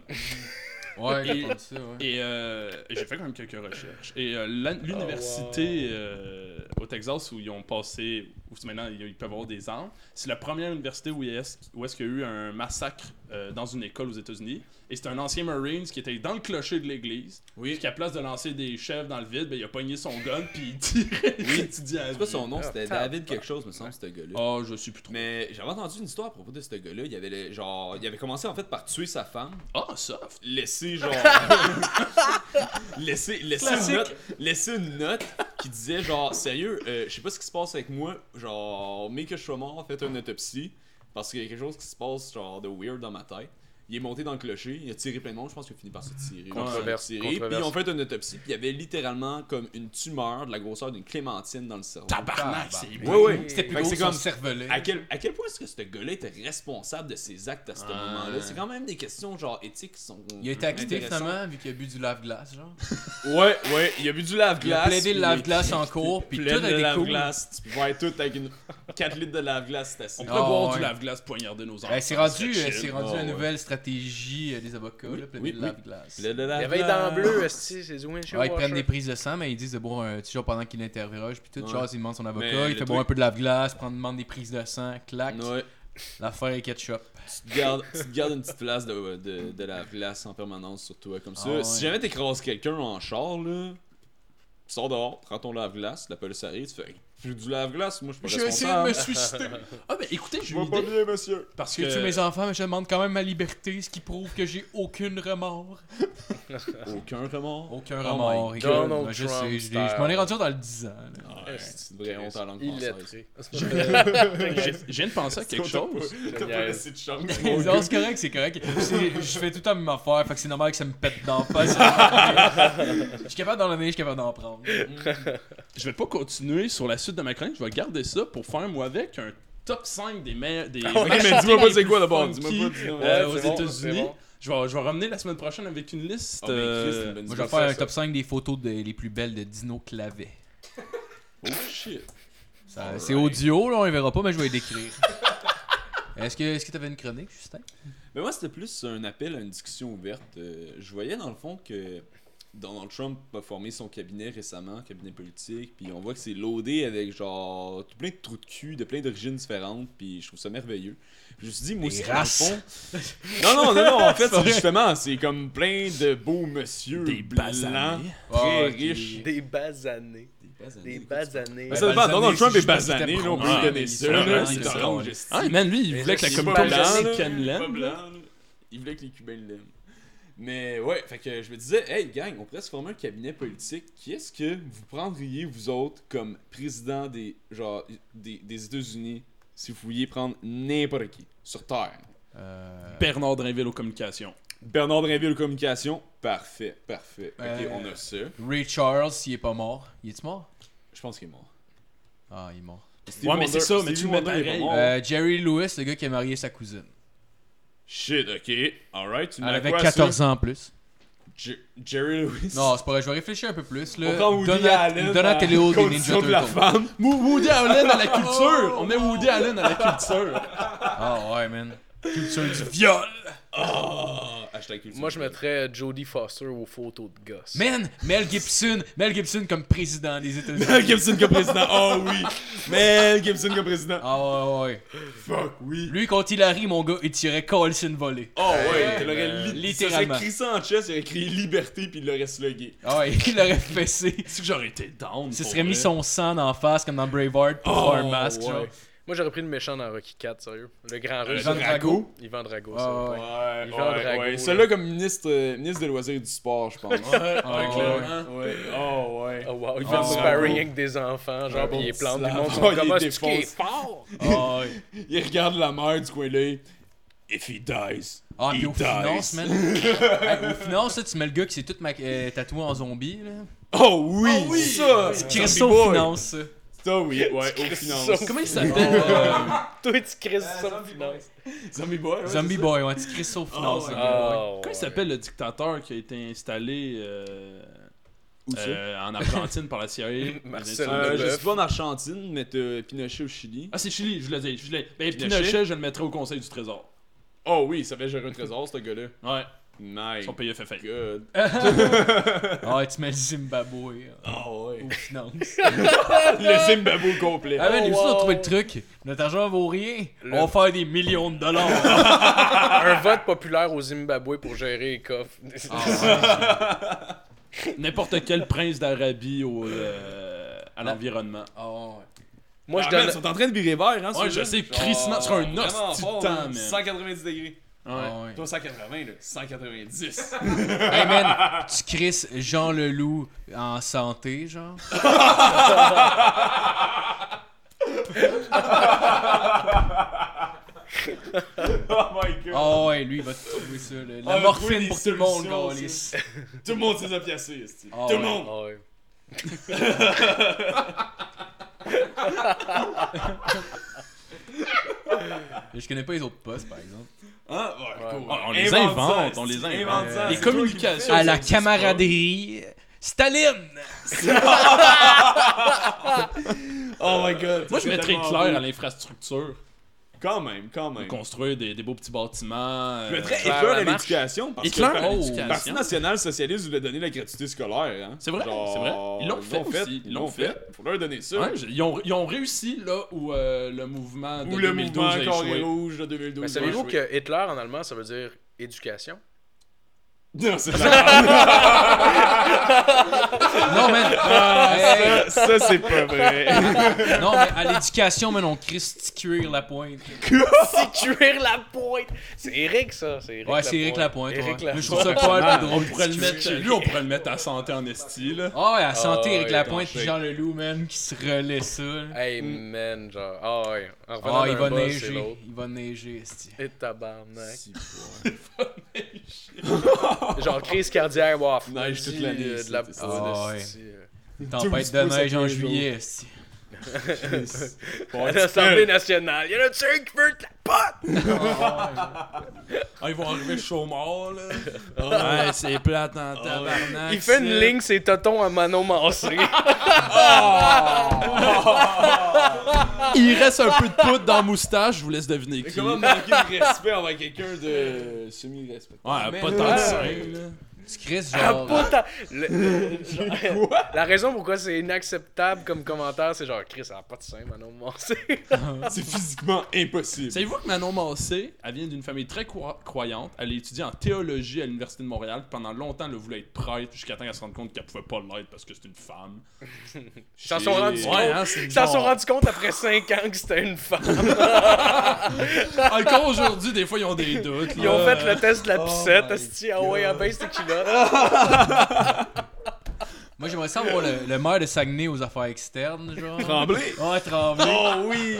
Ouais, Et- j'ai ça, ouais. Et euh, j'ai fait quand même quelques recherches. Et euh, l'un- Oh, l'université euh, au Texas où ils ont passé, où maintenant ils ils peuvent avoir des armes, c'est la première université où est-ce où est-ce qu'il y a eu un massacre euh, dans une école aux États-Unis. Et c'est un ancien Marines qui était dans le clocher de l'église. Oui. Qui, à place de lancer des chefs dans le vide, ben, il a pogné son gun puis il tirait les étudiants. à C'est quoi vue. son nom C'était Ah, David quelque chose, me semble, ce gars-là. Ah, je suis plus trop. Mais j'avais entendu une histoire à propos de ce gars-là. Il avait le- genre, il avait commencé en fait par tuer sa femme, Ah, soft! laisser genre, laisser, laisser une note, laisser une note qui disait genre, sérieux, euh, je sais pas ce qui se passe avec moi, genre, mais que je sois mort, faites une autopsie parce qu'il y a quelque chose qui se passe genre de weird dans ma tête. Il est monté dans le clocher, il a tiré plein de monde, je pense qu'il a fini par se tirer. Controverse, Il a tiré, puis controverse. ils ont fait une autopsie, puis il y avait littéralement comme une tumeur de la grosseur d'une clémentine dans le cerveau. Tabarnak, c'est Ouais, beau. ouais. C'était Fait plus que gros c'est que son comme- cervelet. à quel, à quel point est-ce que ce gars-là était responsable de ses actes à Ah. ce moment-là? C'est quand même des questions genre éthiques qui sont. Il a été acquitté intéressantes. finalement, vu qu'il a bu du lave-glace, genre. Ouais, ouais, il a bu du Il a lave-glace. plaidé le lave-glace en cours, puis tout Plein a de des coups. lave-glace. Tu pouvais être tout avec une 4 litres de lave-glace, c'était assez. Ah, On pourrait boire ouais. du lave-glace poignarder nos enfants. Ben, c'est rendu, serait euh, chill. c'est rendu Ah, la ouais. nouvelle stratégie euh, des avocats, Oui, là, plein oui, de oui. lave-glace. Le- Il le y lave-glace. avait dans bleu, esti, c'est du windshield Ouais, ils prennent washer. des prises de sang, mais ils disent de boire un petit genre pendant qu'il interroge, puis tout, Ouais. genre, il demande son avocat, Mais il le fait boire un truc- peu de lave-glace, prendre, demande des prises de sang, clac, Ouais, l'affaire est ketchup. tu te gardes, tu te gardes une petite place de, de, de lave-glace en permanence sur toi, comme ça. Ah, ouais. Si jamais t'écrases quelqu'un en char, là. Sors dehors, prends ton lave-glace, la police arrive, tu fais J'ai du lave-glace, moi je suis pas J'ai essayé de responsable. me suicider. Ah, ben écoutez, j'ai Je une vois pas idée. bien, monsieur. Parce J'ai tué que. mes enfants, mais je demande quand même ma liberté, ce qui prouve que j'ai aucune remords. Aucun remords. Aucun Oh remords. my écoute, Donald moi, je sais, Trump je l'ai- je m'en ai rendu dans le 10 ans. là. C'est une vraie honte à la langue française. Illettré. J'ai- Je viens de penser à quelque chose. T'as pas laissé de charme. Non, c'est correct, c'est correct. C'est- Je fais tout le temps la même affaire, fait que c'est normal que ça me pète dans le face. Je suis capable d'en donner, je suis capable d'en prendre. Je vais pas continuer sur la suite de ma chronique. Je vais garder ça pour faire, moi, avec un top 5 des meilleurs. Des... mais dis-moi pas c'est quoi d'abord. Dis-moi pas, dis-moi. Euh, Ouais, aux c'est bon, États-Unis. c'est bon. Je vais, je vais revenir la semaine prochaine avec une liste. Oh, Ah, mais ben, Chris, euh, c'est une bonne Moi, je idée. vais faire un top 5 des photos de- les plus belles de Dino Clavet. Oh shit. Ça- C'est audio, là, on les verra pas, mais je vais les décrire. Est-ce que est-ce que t'avais une chronique, Justin Mais moi, c'était plus un appel à une discussion ouverte. Euh, je voyais dans le fond que Donald Trump a formé son cabinet récemment, cabinet politique, puis on voit que c'est loadé avec genre tout plein de trous de cul, de plein d'origines différentes, puis je trouve ça merveilleux. Puis je me suis dit, moi Des aussi, dans le races. fond. Non, non, non, non, en fait, c'est justement, c'est comme plein de beaux messieurs Des blancs, basanés. très Ah, ok. riches. Des basanés. Des basanés, Des écoute, basanés. Ben, ça dépend, Basané, Donald Trump c'est est juste parce basané, qu'il là, on peut était lui donner ça, prendre. là, Ah, c'est c'est orange, ça. esti. Ah, man, lui, il voulait que la c'est pas communauté pas blanc, blanc, canadienne là. Pas l'aime. blanc, là. Il voulait que les Cubains l'aiment. Mais ouais, fait que je me disais, hey gang, on pourrait se former un cabinet politique. Qui est-ce que vous prendriez, vous autres, comme président des, genre, des, des États-Unis, si vous vouliez prendre n'importe qui sur Terre Euh, Bernard Drinville aux communications. Bernard Drinville, communication, parfait, parfait. Ok, Euh. on a ça. Ray Charles, il est pas mort. Il est mort Je pense qu'il est mort. Ah, il est mort. Steve Ouais, mais c'est ça, mais Stevie tu le mets Wonder, il est pareil. pas mort. Euh, Jerry Lewis, le gars qui a marié sa cousine. Shit, ok. Alright, tu Elle mets avait quoi, 14 ça? ans en plus. Jer- Jerry Lewis. Non, c'est pas vrai, je vais réfléchir un peu plus. Là. On prend Woody Euh, Donat- Allen Donatello en des Ninja condition de la Turtles. femme. Mou- Woody Allen à la culture! On met Woody Allen à la culture! Ah ouais, man. Culture du Viol! Ah, hashtag culture. Moi, je mettrais euh, Jodie Foster aux photos de gosses. Man, Mel Gibson, Mel Gibson comme président des États-Unis. Mel Gibson comme président. Oh oui. Mel Gibson comme président. Ah ouais, ouais, ouais. Fuck oui. Lui, contre Hillary, mon gars, il tirait Carlson volé. Oh ouais, il l'aurait ben, li- littéralement. Il aurait écrit ça en chess, il aurait écrit liberté puis il l'aurait slugué. Ah ouais, il l'aurait fessé. C'est que j'aurais été down. Il se pour serait vrai. mis son sang en face, comme dans Braveheart, pour Oh, faire un masque, ouais. genre. Moi, j'aurais pris le méchant dans Rocky 4, sérieux. Le grand russe. Ivan Drago. Ivan Drago, Ouais, ça. Ah ouais. Euh, Ah, Ouais, Il ouais, vend Drago, là. ouais. Celui-là comme ministre, euh, ministre des loisirs et du sport, je pense. Ouais, Ah, ouais, ouais. clairement. ouais. Oh ouais. Oh wow, il Oh, fait du ouais. sparring avec des enfants, genre, pis il les plante, tout le monde sont Oh, Ah, il comme les Ah, c'est-tu qui est défonce. fort! Ah ouais. Il regarde la mer du coin l'œil. If he dies. Ah, he puis aux dies. finances, man. Hey, aux finances, là, tu mets le gars qui s'est tout ma- euh, tatoué en zombie, là. Oh oui, Ah ça. Chris Zombie aux boy. finances, ça. Ça oui, ouais, aux finances. Comment il Oh, s'appelle? ouais. Toi, tu Euh, crises ça, finance. Zombie boy. ouais, Zombie boy, ouais, tu Chris aux finances, ouais. le gars. Oh, Comment il s'appelle le dictateur qui a été installé euh, Où ça? euh, en Argentine par la CIA? Marcel Euh, Leboeuf. je suis pas en Argentine, mais t'as Pinochet au Chili. Ah, c'est Chili, je le dis. Je l'ai- ben, Pinochet? Pinochet, je le mettrais au Conseil du Trésor. Oh oui, ça fait gérer un trésor, ce gars-là. Ouais, My son pays fait faire. god. Ah ouais, tu mets le Zimbabwe euh, Oh ouais. aux finances. Le Zimbabwe au complet. Ah, man, Oh, les on a wow. trouvé le truc. Notre argent vaut rien. On va faire des millions de dollars. Un vote populaire au Zimbabwe pour gérer les Ah, coffres. N'importe quel prince d'Arabie au, euh, à l'environnement. Ah, Moi, je Ah, man, donne. Ils sont en train de virer vert, hein, Ouais, je ceux-là. sais, Genre, crissement, sur un os, vraiment tu fort, te hein. tends, man. 190 degrés. Ouais. Ah, ouais. Toi, 180, là. 190. Hey man, tu crisses Jean Leloup en santé, genre. oh my god. Ah ouais, lui, il va te trouver ça. là. Ah, La il va trouver morphine des pour tout le monde, solutions, Gaulis. Tout le monde s'est apiacé, esti. Ah, Tout le ouais. monde. Ah ouais. Je connais pas les autres postes, par exemple. Hein? Ouais, Ouais. cool. Ah, on les Invente invente, ça, on les esti. invente. Invente ça, Les c'est toi qui le communications. fais. À la camaraderie. Staline! Oh my god. Moi, ça, je c'est mettrais tellement Claire à beau. l'infrastructure. Quand même, quand même. Construire des, des beaux petits bâtiments. euh, Je mettrais Claire effort à Lamarche. l'éducation. parce que Éclair par- à Le Parti l'éducation. national socialiste voulait donner la gratuité scolaire. Hein? C'est vrai, Genre, c'est vrai. Ils l'ont fait aussi, Ils l'ont fait. Faut leur donner ça. Ouais, je- ils, ont, ils ont réussi là où euh, le mouvement de Ou le 2012 mouvement a Carré échoué. Ben, Rouge de 2012. Mais savez-vous ouais, que Hitler en allemand, ça veut dire éducation? je- Non, c'est de la merde. Non, man. Hey, Ah, Ça, ça, c'est pas vrai. non, mais à l'éducation, man, on crisse cuir la pointe. C'est cuire la pointe! C'est Eric, ça. C'est Eric Ouais, c'est Eric Lapointe. Lapointe. ouais. Eric Moi, je trouve Lapointe. ça pas On drôle. pourrait le mettre, euh, lui, on pourrait le mettre à santé en esti, là. Ah ouais, à santé, Ah, Eric ouais, Lapointe, danger. puis Jean Leloup, man, qui se relaie ça. là. Hey, man, genre. Ah ouais. En revenant Ah, il d'un va boss, c'est neiger. l'autre. Il va neiger, esti. Et tabarnak. Si, ouais. Genre crise cardiaque, wow. Neige toute l'année, euh, ici, De la c'est ça. Ah, Ah, ouais. c'est- Tempête de pouces à neige en tous les jours. juillet, esti. Chris. À l'Assemblée nationale, il y en a un qui veut de la pote! Ah, ils vont arriver chaud mort, là. Ah, ouais, c'est plate hein, en Ah, tabarnak. Il fait une ça. ligne, c'est Toton à Manon Massé. Il reste un peu de poudre dans la moustache, je vous laisse deviner Mais qui. comment manquer de respect envers quelqu'un de semi-respect Ouais, pas tant que ça. là. Tu crises Ah, genre. pas tant- le- La raison pourquoi c'est inacceptable comme commentaire, c'est genre Chris, ça n'a pas de sein, Manon Massé. C'est physiquement impossible. Savez-vous que Manon Massé, elle vient d'une famille très croi- croyante. Elle a étudié en théologie à l'Université de Montréal. puis Pendant longtemps, elle voulait être prêtre jusqu'à temps qu'elle se rende compte qu'elle pouvait pas l'être parce que c'est une femme. Ils s'en sont rendus compte. Ouais, hein, c'est Ils s'en sont genre- rendus compte après 5 ans que c'était une femme. euh, Encore aujourd'hui, des fois, ils ont des doutes. Ils ont là. fait le test de la pissette. my Asti, ah ouais, abaisse tes culottes. Moi, j'aimerais ça avoir le, le maire de Saguenay aux affaires externes, genre. Tremblay Ouais, Tremblay. Oh oui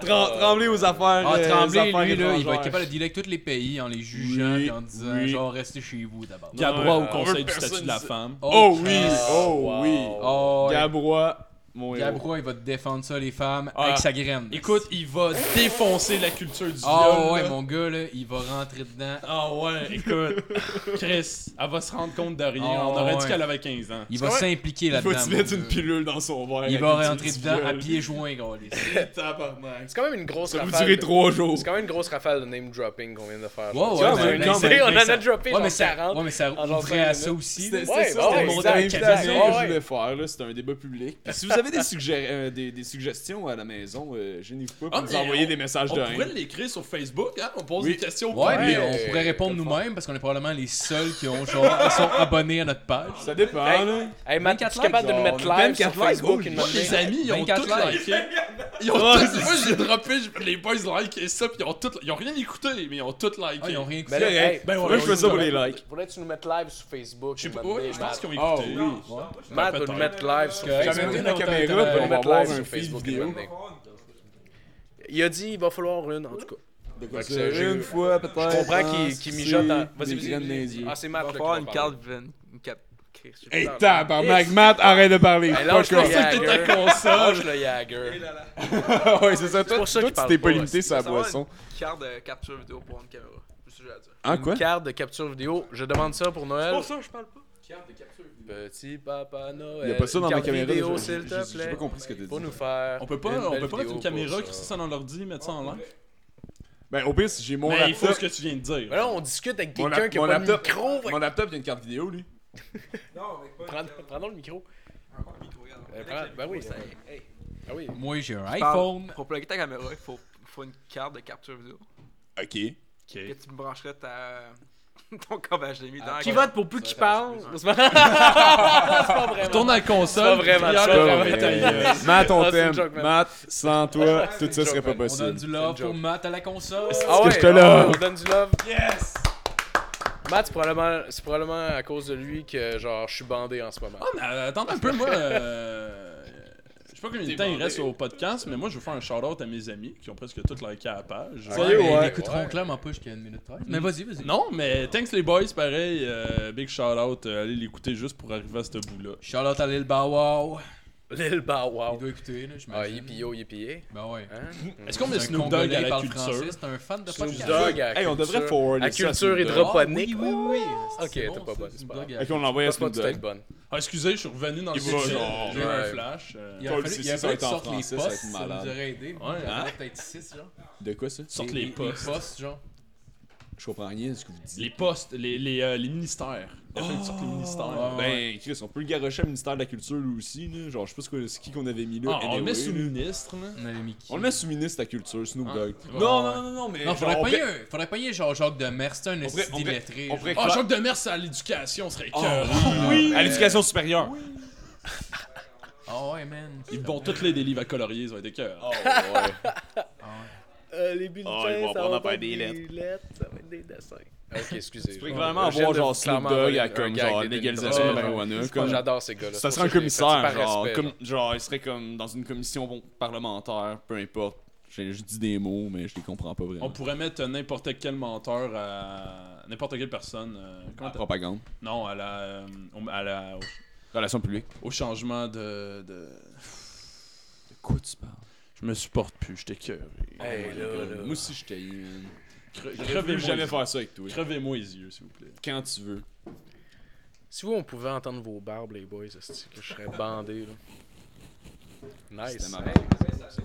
Trem- Tremblay aux affaires. Ah, euh, aux Tremblay, affaires lui, là, il va étrangères. être capable de dealer avec tous les pays en les jugeant Oui, et en disant, oui. genre, restez chez vous d'abord. Puis elle a droit au Ouais, on conseil veut du statut personne de la ici. femme. Oh oui Ah, Oh wow. oui Oh, ouais. Gabrois, mon héros. Gabrois, il va te défendre ça, les femmes, Ah. avec sa graine. Écoute, il va défoncer la culture du Oh, viol, ouais, là. mon gars, là, il va rentrer dedans. Ah ouais, écoute, Chris, elle va se rendre compte de rien. Ah On aurait dit ouais. qu'elle avait 15 ans. Il va correct. s'impliquer Il faut là-dedans. que tu mon mettes une gars. pilule dans son verre. Il avec va une rentrer petite dedans à viole. pieds joints, gros. les- Tabarnak. C'est quand même une grosse Ça vous rafale. durer de- trois jours. C'est quand même une grosse rafale de name dropping qu'on vient de faire. Ouais, ouais, Genre, mais- tu mais- sais, mais- on en mais ça- a droppé Ouais, mais genre ça, 40. ouais, mais ça en genre ouvrait cinq à ça minutes. aussi. C'était là. Ouais, c'est ça, bah c'était ouais, mon exact, invitation exact. que je Ouais, voulais ouais. faire. là, C'était un débat public. Puis si vous avez des, suggé- euh, des, des suggestions à la maison, euh, gênez-vous pas pour Ah, nous mais envoyer on- des messages On de pourrait haine. l'écrire sur Facebook, hein? On pose Oui. des questions Ouais, mais Ouais, on pourrait répondre quelle nous-mêmes parce qu'on est probablement les seuls qui ont genre qui sont abonnés à notre page. Ça dépend, Hey, là. Hey, Matt, 24 tu es capable de nous likes, mettre genre, live sur 24 likes, Facebook holy une Moi, matinée? mes amis, ils ont 24 tous liké. Ils ont tous... Moi, j'ai droppé, je- les boys liké ça, puis ils ont tous... Ils ont rien écouté, mais ils ont tous liké. Ah, ils ont rien écouté. Ben là, hey, Ben ouais, Moi, je fais ça pour les likes. Faudrait-tu nous mettre live sur Facebook? Je sais une pas, matinée, ouais, je pense Matt? qu'ils ont Ah écouté. oui. Matt va nous peut-être. mettre live sur Correct. Facebook. J'amène J'amène la ton- ton- caméra, On puis on va va mettre voir live un sur feed Facebook une vidéo. matinée. Il a dit il va falloir une en tout cas. Comme que ça, ça, j'ai- Une fois, peut-être. hein, Je comprends qu'il qu'il mijote en. Vas-y, Des graines vas-y. d'indiens. Ah, c'est Matt là va qui falloir va une parler. carte. Une carte. Chris, je- Hey, tabarnak, Matt, arrête de parler. Hey, lâche Fuck le off. Jagger. Lâche le Eh Jagger. là là. ouais, c'est ça. Toi, pour ça toi, qu'il tu parle t'es pas pas, limité sur la Ça va, boisson. Une carte de capture vidéo pour une caméra. C'est ce que j'ai à dire. Hein, quoi? Carte de capture vidéo. Je demande ça pour Noël. Pour ça, je parle pas. Petit papa Noël. Il y a pas ça euh, une dans ma carte caméra. là, vidéo, j'ai- s'il j'ai- te J'ai pas plaît. compris ce que t'as dit. Pour nous faire. On peut une pas, on belle peut pas mettre vidéo une caméra, pour qui ça. ça dans l'ordi, mettre ça en live. Ben, au pire, si j'ai mon Mais il faut laptop. ce que tu viens de dire. Mais là, on discute avec Mon quelqu'un lap- qui a mon pas de laptop- micro. fait Mon laptop, il y a une carte vidéo, lui. Non, mais pas. Ah, que prends- Prends-donc le micro. Euh, Ben, prends- Ben oui. Ah oui. Moi, j'ai un iPhone. Pour plugger ta caméra, il faut, faut une carte de capture vidéo. Ok. Que tu me brancherais ta. ton ben, câble HDMI dans la Ah, Qui carte. vote pour plus qui parle C'est pas vrai. Tourne à la pas console. vraiment, puis c'est regarde pas la vraiment. bataille. Matt, on Ah, c'est une t'aime. joke, man. Matt, sans toi, tout ça serait pas man. On donne possible. du C'est une love joke. pour Matt à la console. Ah que ouais, je te love? on donne du love. Yes! Matt, c'est probablement, c'est probablement à cause de lui que genre je suis bandé en ce moment. Ah, mais attends un peu, moi. euh, Je sais pas combien de temps il reste au podcast, mais moi je veux faire un shout-out à mes amis qui ont presque tout liké à la page. Ouais, Sérieux, mais ouais. Ils n'écouteront clairement pas jusqu'à 1 minute 13. Mais vas-y, vas-y. Non, mais thanks les boys, pareil. euh, big shout-out. euh, allez l'écouter juste pour arriver à ce bout-là. Charlotte à l'île Bawao. Lil Bow Il Wow. doit écouter, là, je Ah, yippio, yippé. Ben ouais. Hein? Est-ce qu'on C'est met un Snoop Dogg Congolais, à il la parle culture? français, C'est un fan de podcast. Dogg à Hey, on devrait culture- à forwarder ça à culture Snoop Dogg. Ah, hydroponique. oui, oui, oui. Ok, C'est t'es pas ça, bonne, c'est Snoop pas Dogg. grave. Ok, on l'envoie à Passe pas Snoop tout à Dog. être bonne. Ah, excusez, je suis revenu dans le Il va, sujet. genre, J'ai eu un ouais. flash. euh, Il a Paul, fallu si il a ça fallu va qu'ils être en sortent les français, ça va postes, être ça malade. nous aurait aidé. Ouais, Ouais, hein? peut-être 6, genre. De quoi ça? Sortent les postes. Les postes, genre. Je comprends rien de ce que vous dites. Les postes, les, les, euh, les ministères. La fin, ils sortent les Ah. ministères. Ouais. Ben, Chris, on peut le garocher au ministère de la Culture lui aussi, là. Genre, je sais pas ce que- ce qui qu'on avait mis là. Ah, on le anyway, met sous là. ministre, là. On avait mis qui On le met sous ministre de la Culture, Snoop Ah. Dogg. Ouais. Non, non, non, non, mais. Non, faudrait genre, on payer, fait- un- faudrait payer genre Jacques Demers, c'est un on pourrait- esti on pourrait- illettré. on genre. pourrait Ah, cla- Jacques Demers à l'éducation serait Oh, cœur. oui, À l'éducation supérieure. Ah ouais, man. Ils vont toutes les délivres à colorier, ils vont être cœur. Oh, ouais. Euh, les bulletins, Ah, ils vont ça prendre va à pas faire être des lettres, ça va être des dessins. Ok, excusez. Tu pourrais clairement avoir genre Snoop Dogg à comme genre légalisation de la marijuana. comme- J'adore ces gars-là. Ça c'est serait un pour que je les- commissaire, par genre, respect, comme- genre, il serait comme dans une commission bon, parlementaire, peu importe. Je, je dis des mots, mais je les comprends pas On vraiment. pourrait mettre n'importe quel menteur à. N'importe quelle personne. euh, comment t'as- Propagande. Non, à la, euh, au- à la, au, Relations publiques. au changement de. de- De quoi tu parles? Je Je me supporte plus, j'étais cœur. Hey, là, là. Moi aussi, je t'ai eu, man. Cre- J'aurais Crevez-moi voulu jamais les- faire ça avec toi. Crevez-moi les yeux, s'il vous plaît. Quand tu veux. Si vous, on pouvait entendre vos barbes, les boys, c'est que je serais bandé, là. C'était Nice. ma mère.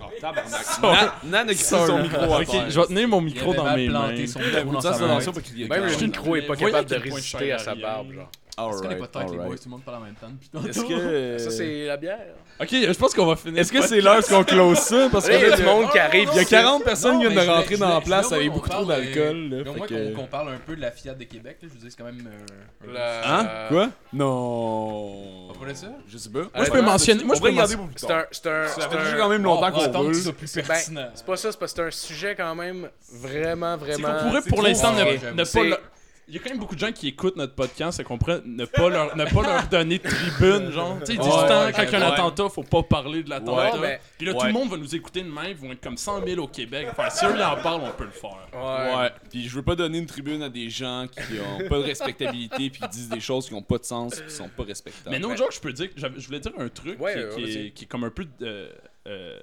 Oh, tabarnak. Na- Nan a glissé son micro à terre. Ok, je vais tenir mon Il micro avait dans mal mes planté mains. son micro dans Ça, sa c'est main. dans ça pour qu'il y ait Même le Alright, micro est pas Voyez à capable de quel point je suis résister à sa arrière. barbe, genre. Est-ce qu'on est pas de tête, les boys, alright. tout le monde parle en même temps depuis tantôt? Est-ce que. Ça, c'est la bière. Ok, je pense qu'on va finir. Est-ce que c'est l'heure qu'on close ça? Parce que Là, il y a là, du monde qui arrive. il y a ici. 40 personnes qui Non, viennent mais de je rentrer voulais- dans la je voulais- place là, avec on beaucoup trop parle, euh, d'alcool. mais là, au fait moins que- qu'on qu'on parle un peu de la Fiat de Québec, là, je vous dis, c'est quand même. euh, un La- Ben, gros- Hein? Quoi? Non. On connaît ça? Je sais pas. Moi, je peux Honnêtement, mentionner. Moi, je peux mentionner. pour C'est un. C'est un. Ça c'est fait un- déjà quand même longtemps qu'on attendre que roule. ce soit plus ben, pertinent. c'est pas ça, c'est parce que c'est un sujet quand même vraiment, vraiment. On pourrait pour trop l'instant vrai, ne, j'aime. ne pas. C'est- leur- Il y a quand même beaucoup de gens qui écoutent notre podcast et qu'on pourrait ne pas leur, ne pas leur donner de tribune, genre. Tu sais, ils disent Ouais, tout le temps, ouais, quand il y a un ouais. attentat, faut pas parler de l'attentat. Ouais, mais- Puis là, tout Ouais. le monde va nous écouter de même, ils vont être comme 100 000 au Québec. Enfin, si eux, ils en parlent, on peut le faire. Ouais. Ouais, puis je veux pas donner une tribune à des gens qui ont pas de respectabilité puis qui disent des choses qui ont pas de sens, qui sont pas respectables. Mais non, ouais. genre, je peux dire, j'avais- je voulais dire un truc Ouais, qui, euh, qui vas-y. est, qui est comme un peu. euh, euh,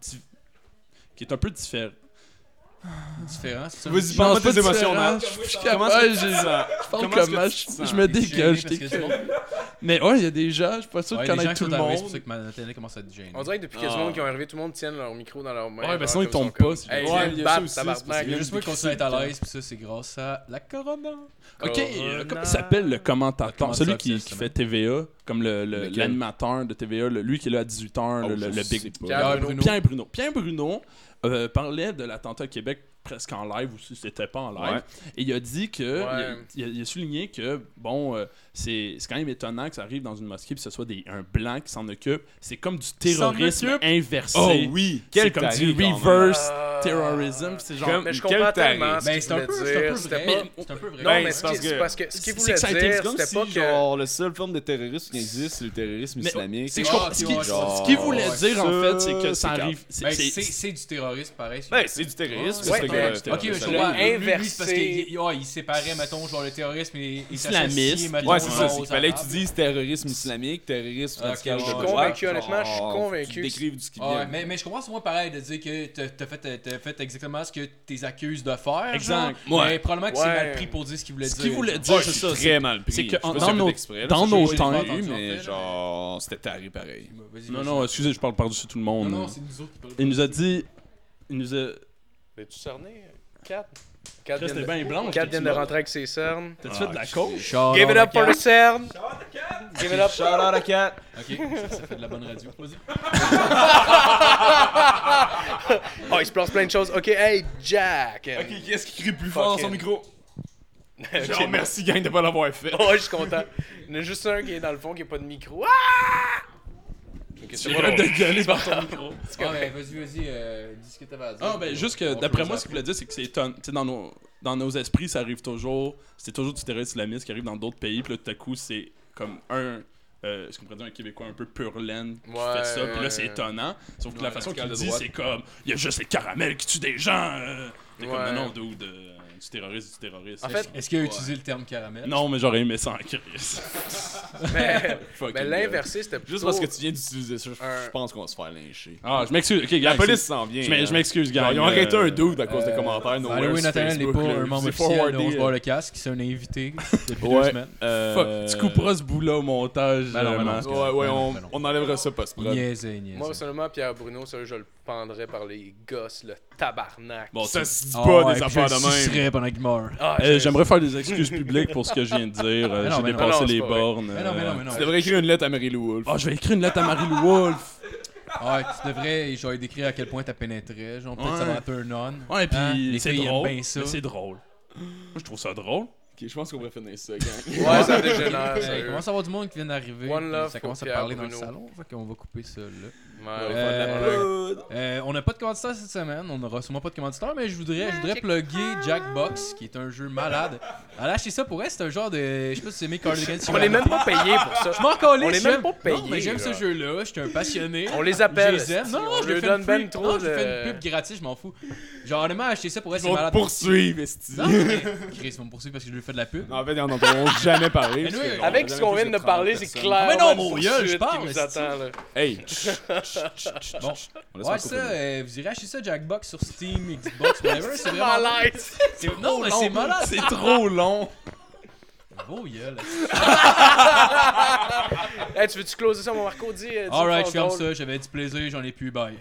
di- qui est un peu différent. différent, c'est ça? Vas-y, parle-moi de tes émotions, là. Nat. Comment est-ce j'ai ça? Je parle Comment est-ce que comme tu te je, sens? je me Je suis dégueule, gêné parce je que c'est dégueule. bon. Mais ouais, il y a des gens, je suis pas sûr Ouais, les de gens connaître qui tout sont le arrivés, monde. c'est pour ça que ma télé commence à être gênée. On dirait que depuis que Ah. du monde qui est arrivé, tout le monde tient leur micro dans leur main. Ouais, mais genre, sinon, ils comme tombent sont pas, comme, c'est Hey, juste- viens Ouais, me il y a ça battre, aussi, tabarnak. Il y a parce juste pas qu'on soit à l'aise, puis ça, c'est grâce à la Corona. Ok, euh, Corona. comment il s'appelle le commentateur Comment ça, Celui qui, cette qui semaine? fait TVA, comme l'animateur le, Lequel? l'animateur de TVA, le- lui qui est là à 18h, Oh, le, je le- le sais Big pas. Pierre Pierre Bruno. Bruno. Pierre Bruno. Pierre Bruno euh, parlait de l'attentat à Québec presque en live ou si c'était pas en live. Et il a dit que. Ouais. Il, a, il a- il a souligné que, bon, euh, c'est c'est quand même étonnant que ça arrive dans une mosquée puis que ce soit des, un blanc qui s'en occupe. C'est comme du terrorisme occupe? inversé. Oh oui, C'est quel comme taré, du quand même. reverse Ah. terrorism. C'est genre. Comme- Mais je Quel comprends taré. tellement ce Ben, qu'il c'est un voulait peu c'est un dire. peu c'était vrai. pas- C'est un peu Non, vrai. Ben, mais c'est ce parce qui- c'est que- parce que ce qu'il c'est voulait exciting, c'est dire, comme c'était si, pas que. le seul forme de terrorisme qui existe, c'est le terrorisme Mais- islamique. C'est Ah, que je comprends- ce ok, qu'il ouais, genre, ce qu'il voulait ouais, dire, en ça, fait, c'est que ça c'est arrive. c'est- Ben, c'est- c'est c'est du terrorisme, pareil. c'est- Ben, c'est du terrorisme. Ouais, c'est mais- que- Ok, mais je c'est comprends. le Lui, lui, inversé. c'est parce qu'il il- ouais, il séparait, mettons, genre le terrorisme et et Islamiste. s'associer, mettons, Ouais, c'est ça. genre, c'est qu'il aux fallait que tu Arabes. dises terrorisme islamique, terrorisme Ok, radical je de suis droite, convaincu, genre, honnêtement, je suis faut convaincu qu'ils que- décrivent du ce qui Ah ouais, vient. mais, mais je comprends souvent pareil de dire que t'as t'as fait, t'as fait exactement ce que t'es accusé de faire. Exact. genre. Ouais. Mais probablement que c'est Ouais. mal pris pour dire ce qu'il voulait Ce dire. qu'il voulait Ouais, dire, c'est c'est ça. très mal pris. c'est que Je sais pas en- si dans c'est fait nos- exprès, là, dans ça, je nos sais temps, pas, eu, mais genre, c'était taré pareil. Vas-y, Non, vas-y. non, excusez, je parle par-dessus tout le Non, monde. non, c'est nous autres qui parlons. il nous a dit. Il nous a. T'es-tu cerné? 4 4 Chris, t'es bien blanc. vient de rentrer avec ses cernes. T'as-tu fait de Ah, la coke? Shout Give it out up à for the cernes! Give it up Shout out à Kat. Kat. Ok, ça, ça fait de la bonne radio. Vas-y. Oh, il se place plein de choses. Ok, hey, Jack! Ok, qui est-ce qui crie plus fort dans son Fucking- micro? Ok. Genre, merci gang de pas l'avoir fait. Oh, je suis content. Il y en a juste un qui est dans le fond qui a pas de micro. Ah! Ok, c'est pas drôle. Ah, ben, vas-y, vas-y, euh, dis ce que t'avais à dire. Ah, ben, juste On que d'après close moi, après. ce qu'il voulait dire, c'est que c'est étonnant. Tu sais, dans nos, dans nos esprits, ça arrive toujours. C'est toujours du terrorisme islamiste qui arrive dans d'autres pays. Puis là, tout à coup, c'est comme un. euh, ce qu'on pourrait dire un Québécois un peu pur laine qui Ouais, fait ça, puis ouais. là c'est étonnant. Sauf que la façon qu'il radical le de dit, droite. c'est comme il y a juste les caramels qui tuent des gens. euh. T'es Ouais. comme non, non, dude, euh, du terrorisme, du terrorisme. En fait, Est-ce qu'il a utilisé le terme caramel non, mais j'aurais aimé ça en crise. mais, Fucking mais l'inversé, c'était plutôt... Juste parce que tu viens d'utiliser ça, je- Un- je pense qu'on va se faire lyncher. Ah, je m'excuse. Ok, La gars, police s'en vient. Je m'ex- hein. je m'excuse, gars. Genre, Ils ont arrêté euh, un dude à cause des commentaires. By no the way, words, Nathan n'est Facebook, pas là. un membre C'est officiel de forwardé, On se euh, barre le casque, c'est un invité depuis deux Ouais. semaines. euh, Fuck, tu couperas ce bout-là au montage. Ben non, ben non, vraiment. c'est Ouais, ouais, on, Ben non. on enlèvera ça post-prod. Niaisé, niaisé. Moi, seulement Pierre Bruno, sérieux, je le pendrais par les gosses, le tabarnak. Bon, ça, Ça se dit Ah, pas ouais, des puis affaires je de le même. sucerais pendant qu'il meurt. Ah, Euh, j'ai- J'aimerais faire des excuses publiques pour ce que je viens de dire. Euh, Mais non, J'ai mais non. dépassé Non, c'est les pas bornes. Mais non, mais non, mais non. Tu devrais écrire une lettre à Mary Lou Wolfe. Ah. Oh, je vais écrire une lettre à Marie-Lou Wolfe. Ouais, tu devrais, genre, décrire à quel point t'as pénétré. Genre, peut-être que ça Ouais. va un turn on. Ouais, puis Hein? Les c'est filles aiment drôle. bien ça. mais C'est drôle. Moi, je trouve ça drôle. Ok, je pense qu'on va finir ça, gang. Ouais, ça dégénère, Euh, il sérieux. commence à avoir du monde qui vient d'arriver. One puis love Ça commence à pour Pierre parler dans le Bruno. salon. Fait qu'on va couper ça là. Ouais, Euh, Good. Euh, on n'a pas de commanditaire cette semaine, on n'aura sûrement pas de commanditaire, mais je voudrais, je voudrais plugger Jackbox, qui est un jeu malade. Allez acheter ça pour elle, c'est un genre de. Je sais pas si c'est mes cardigans. si On vous les l'avez. même pas payés pour ça. Je m'en calais, On les j'aime- même pas payés, Non, mais j'aime ce là. jeu-là, je suis un passionné. On les appelle. Je les aime. Non, non, on leur je leur fais donne une ben pub- trop non, je fais de- une pub gratis, je m'en fous. Genre, honnêtement, acheter ça pour elle, Ils c'est vont te malade. Ah! poursuivre, esti. Non, mais Chris, ils vont me poursuivre parce que je lui fais de la pub. En fait, ils n'en ont jamais parlé. Mais parce nous, que- Avec ce qu'on vient de parler, c'est personnes. clairement Ah, mais non, une mon gueule, je poursuite qui parle, nous c'est- attend, là. Hey, chut, chut, Bon. On laisse Ouais, Marco ça, finir. euh, vous irez acheter ça Jackbox sur Steam, Xbox, whatever. c'est vraiment. malade. c'est- Non, mais c'est malade. C'est trop long. Beau gueule. Hey, tu veux-tu closer ça, mon Marco? Dis. euh, dis une Alright, je phrase ferme drôle. ça. J'avais du plaisir, j'en ai plus. Bye.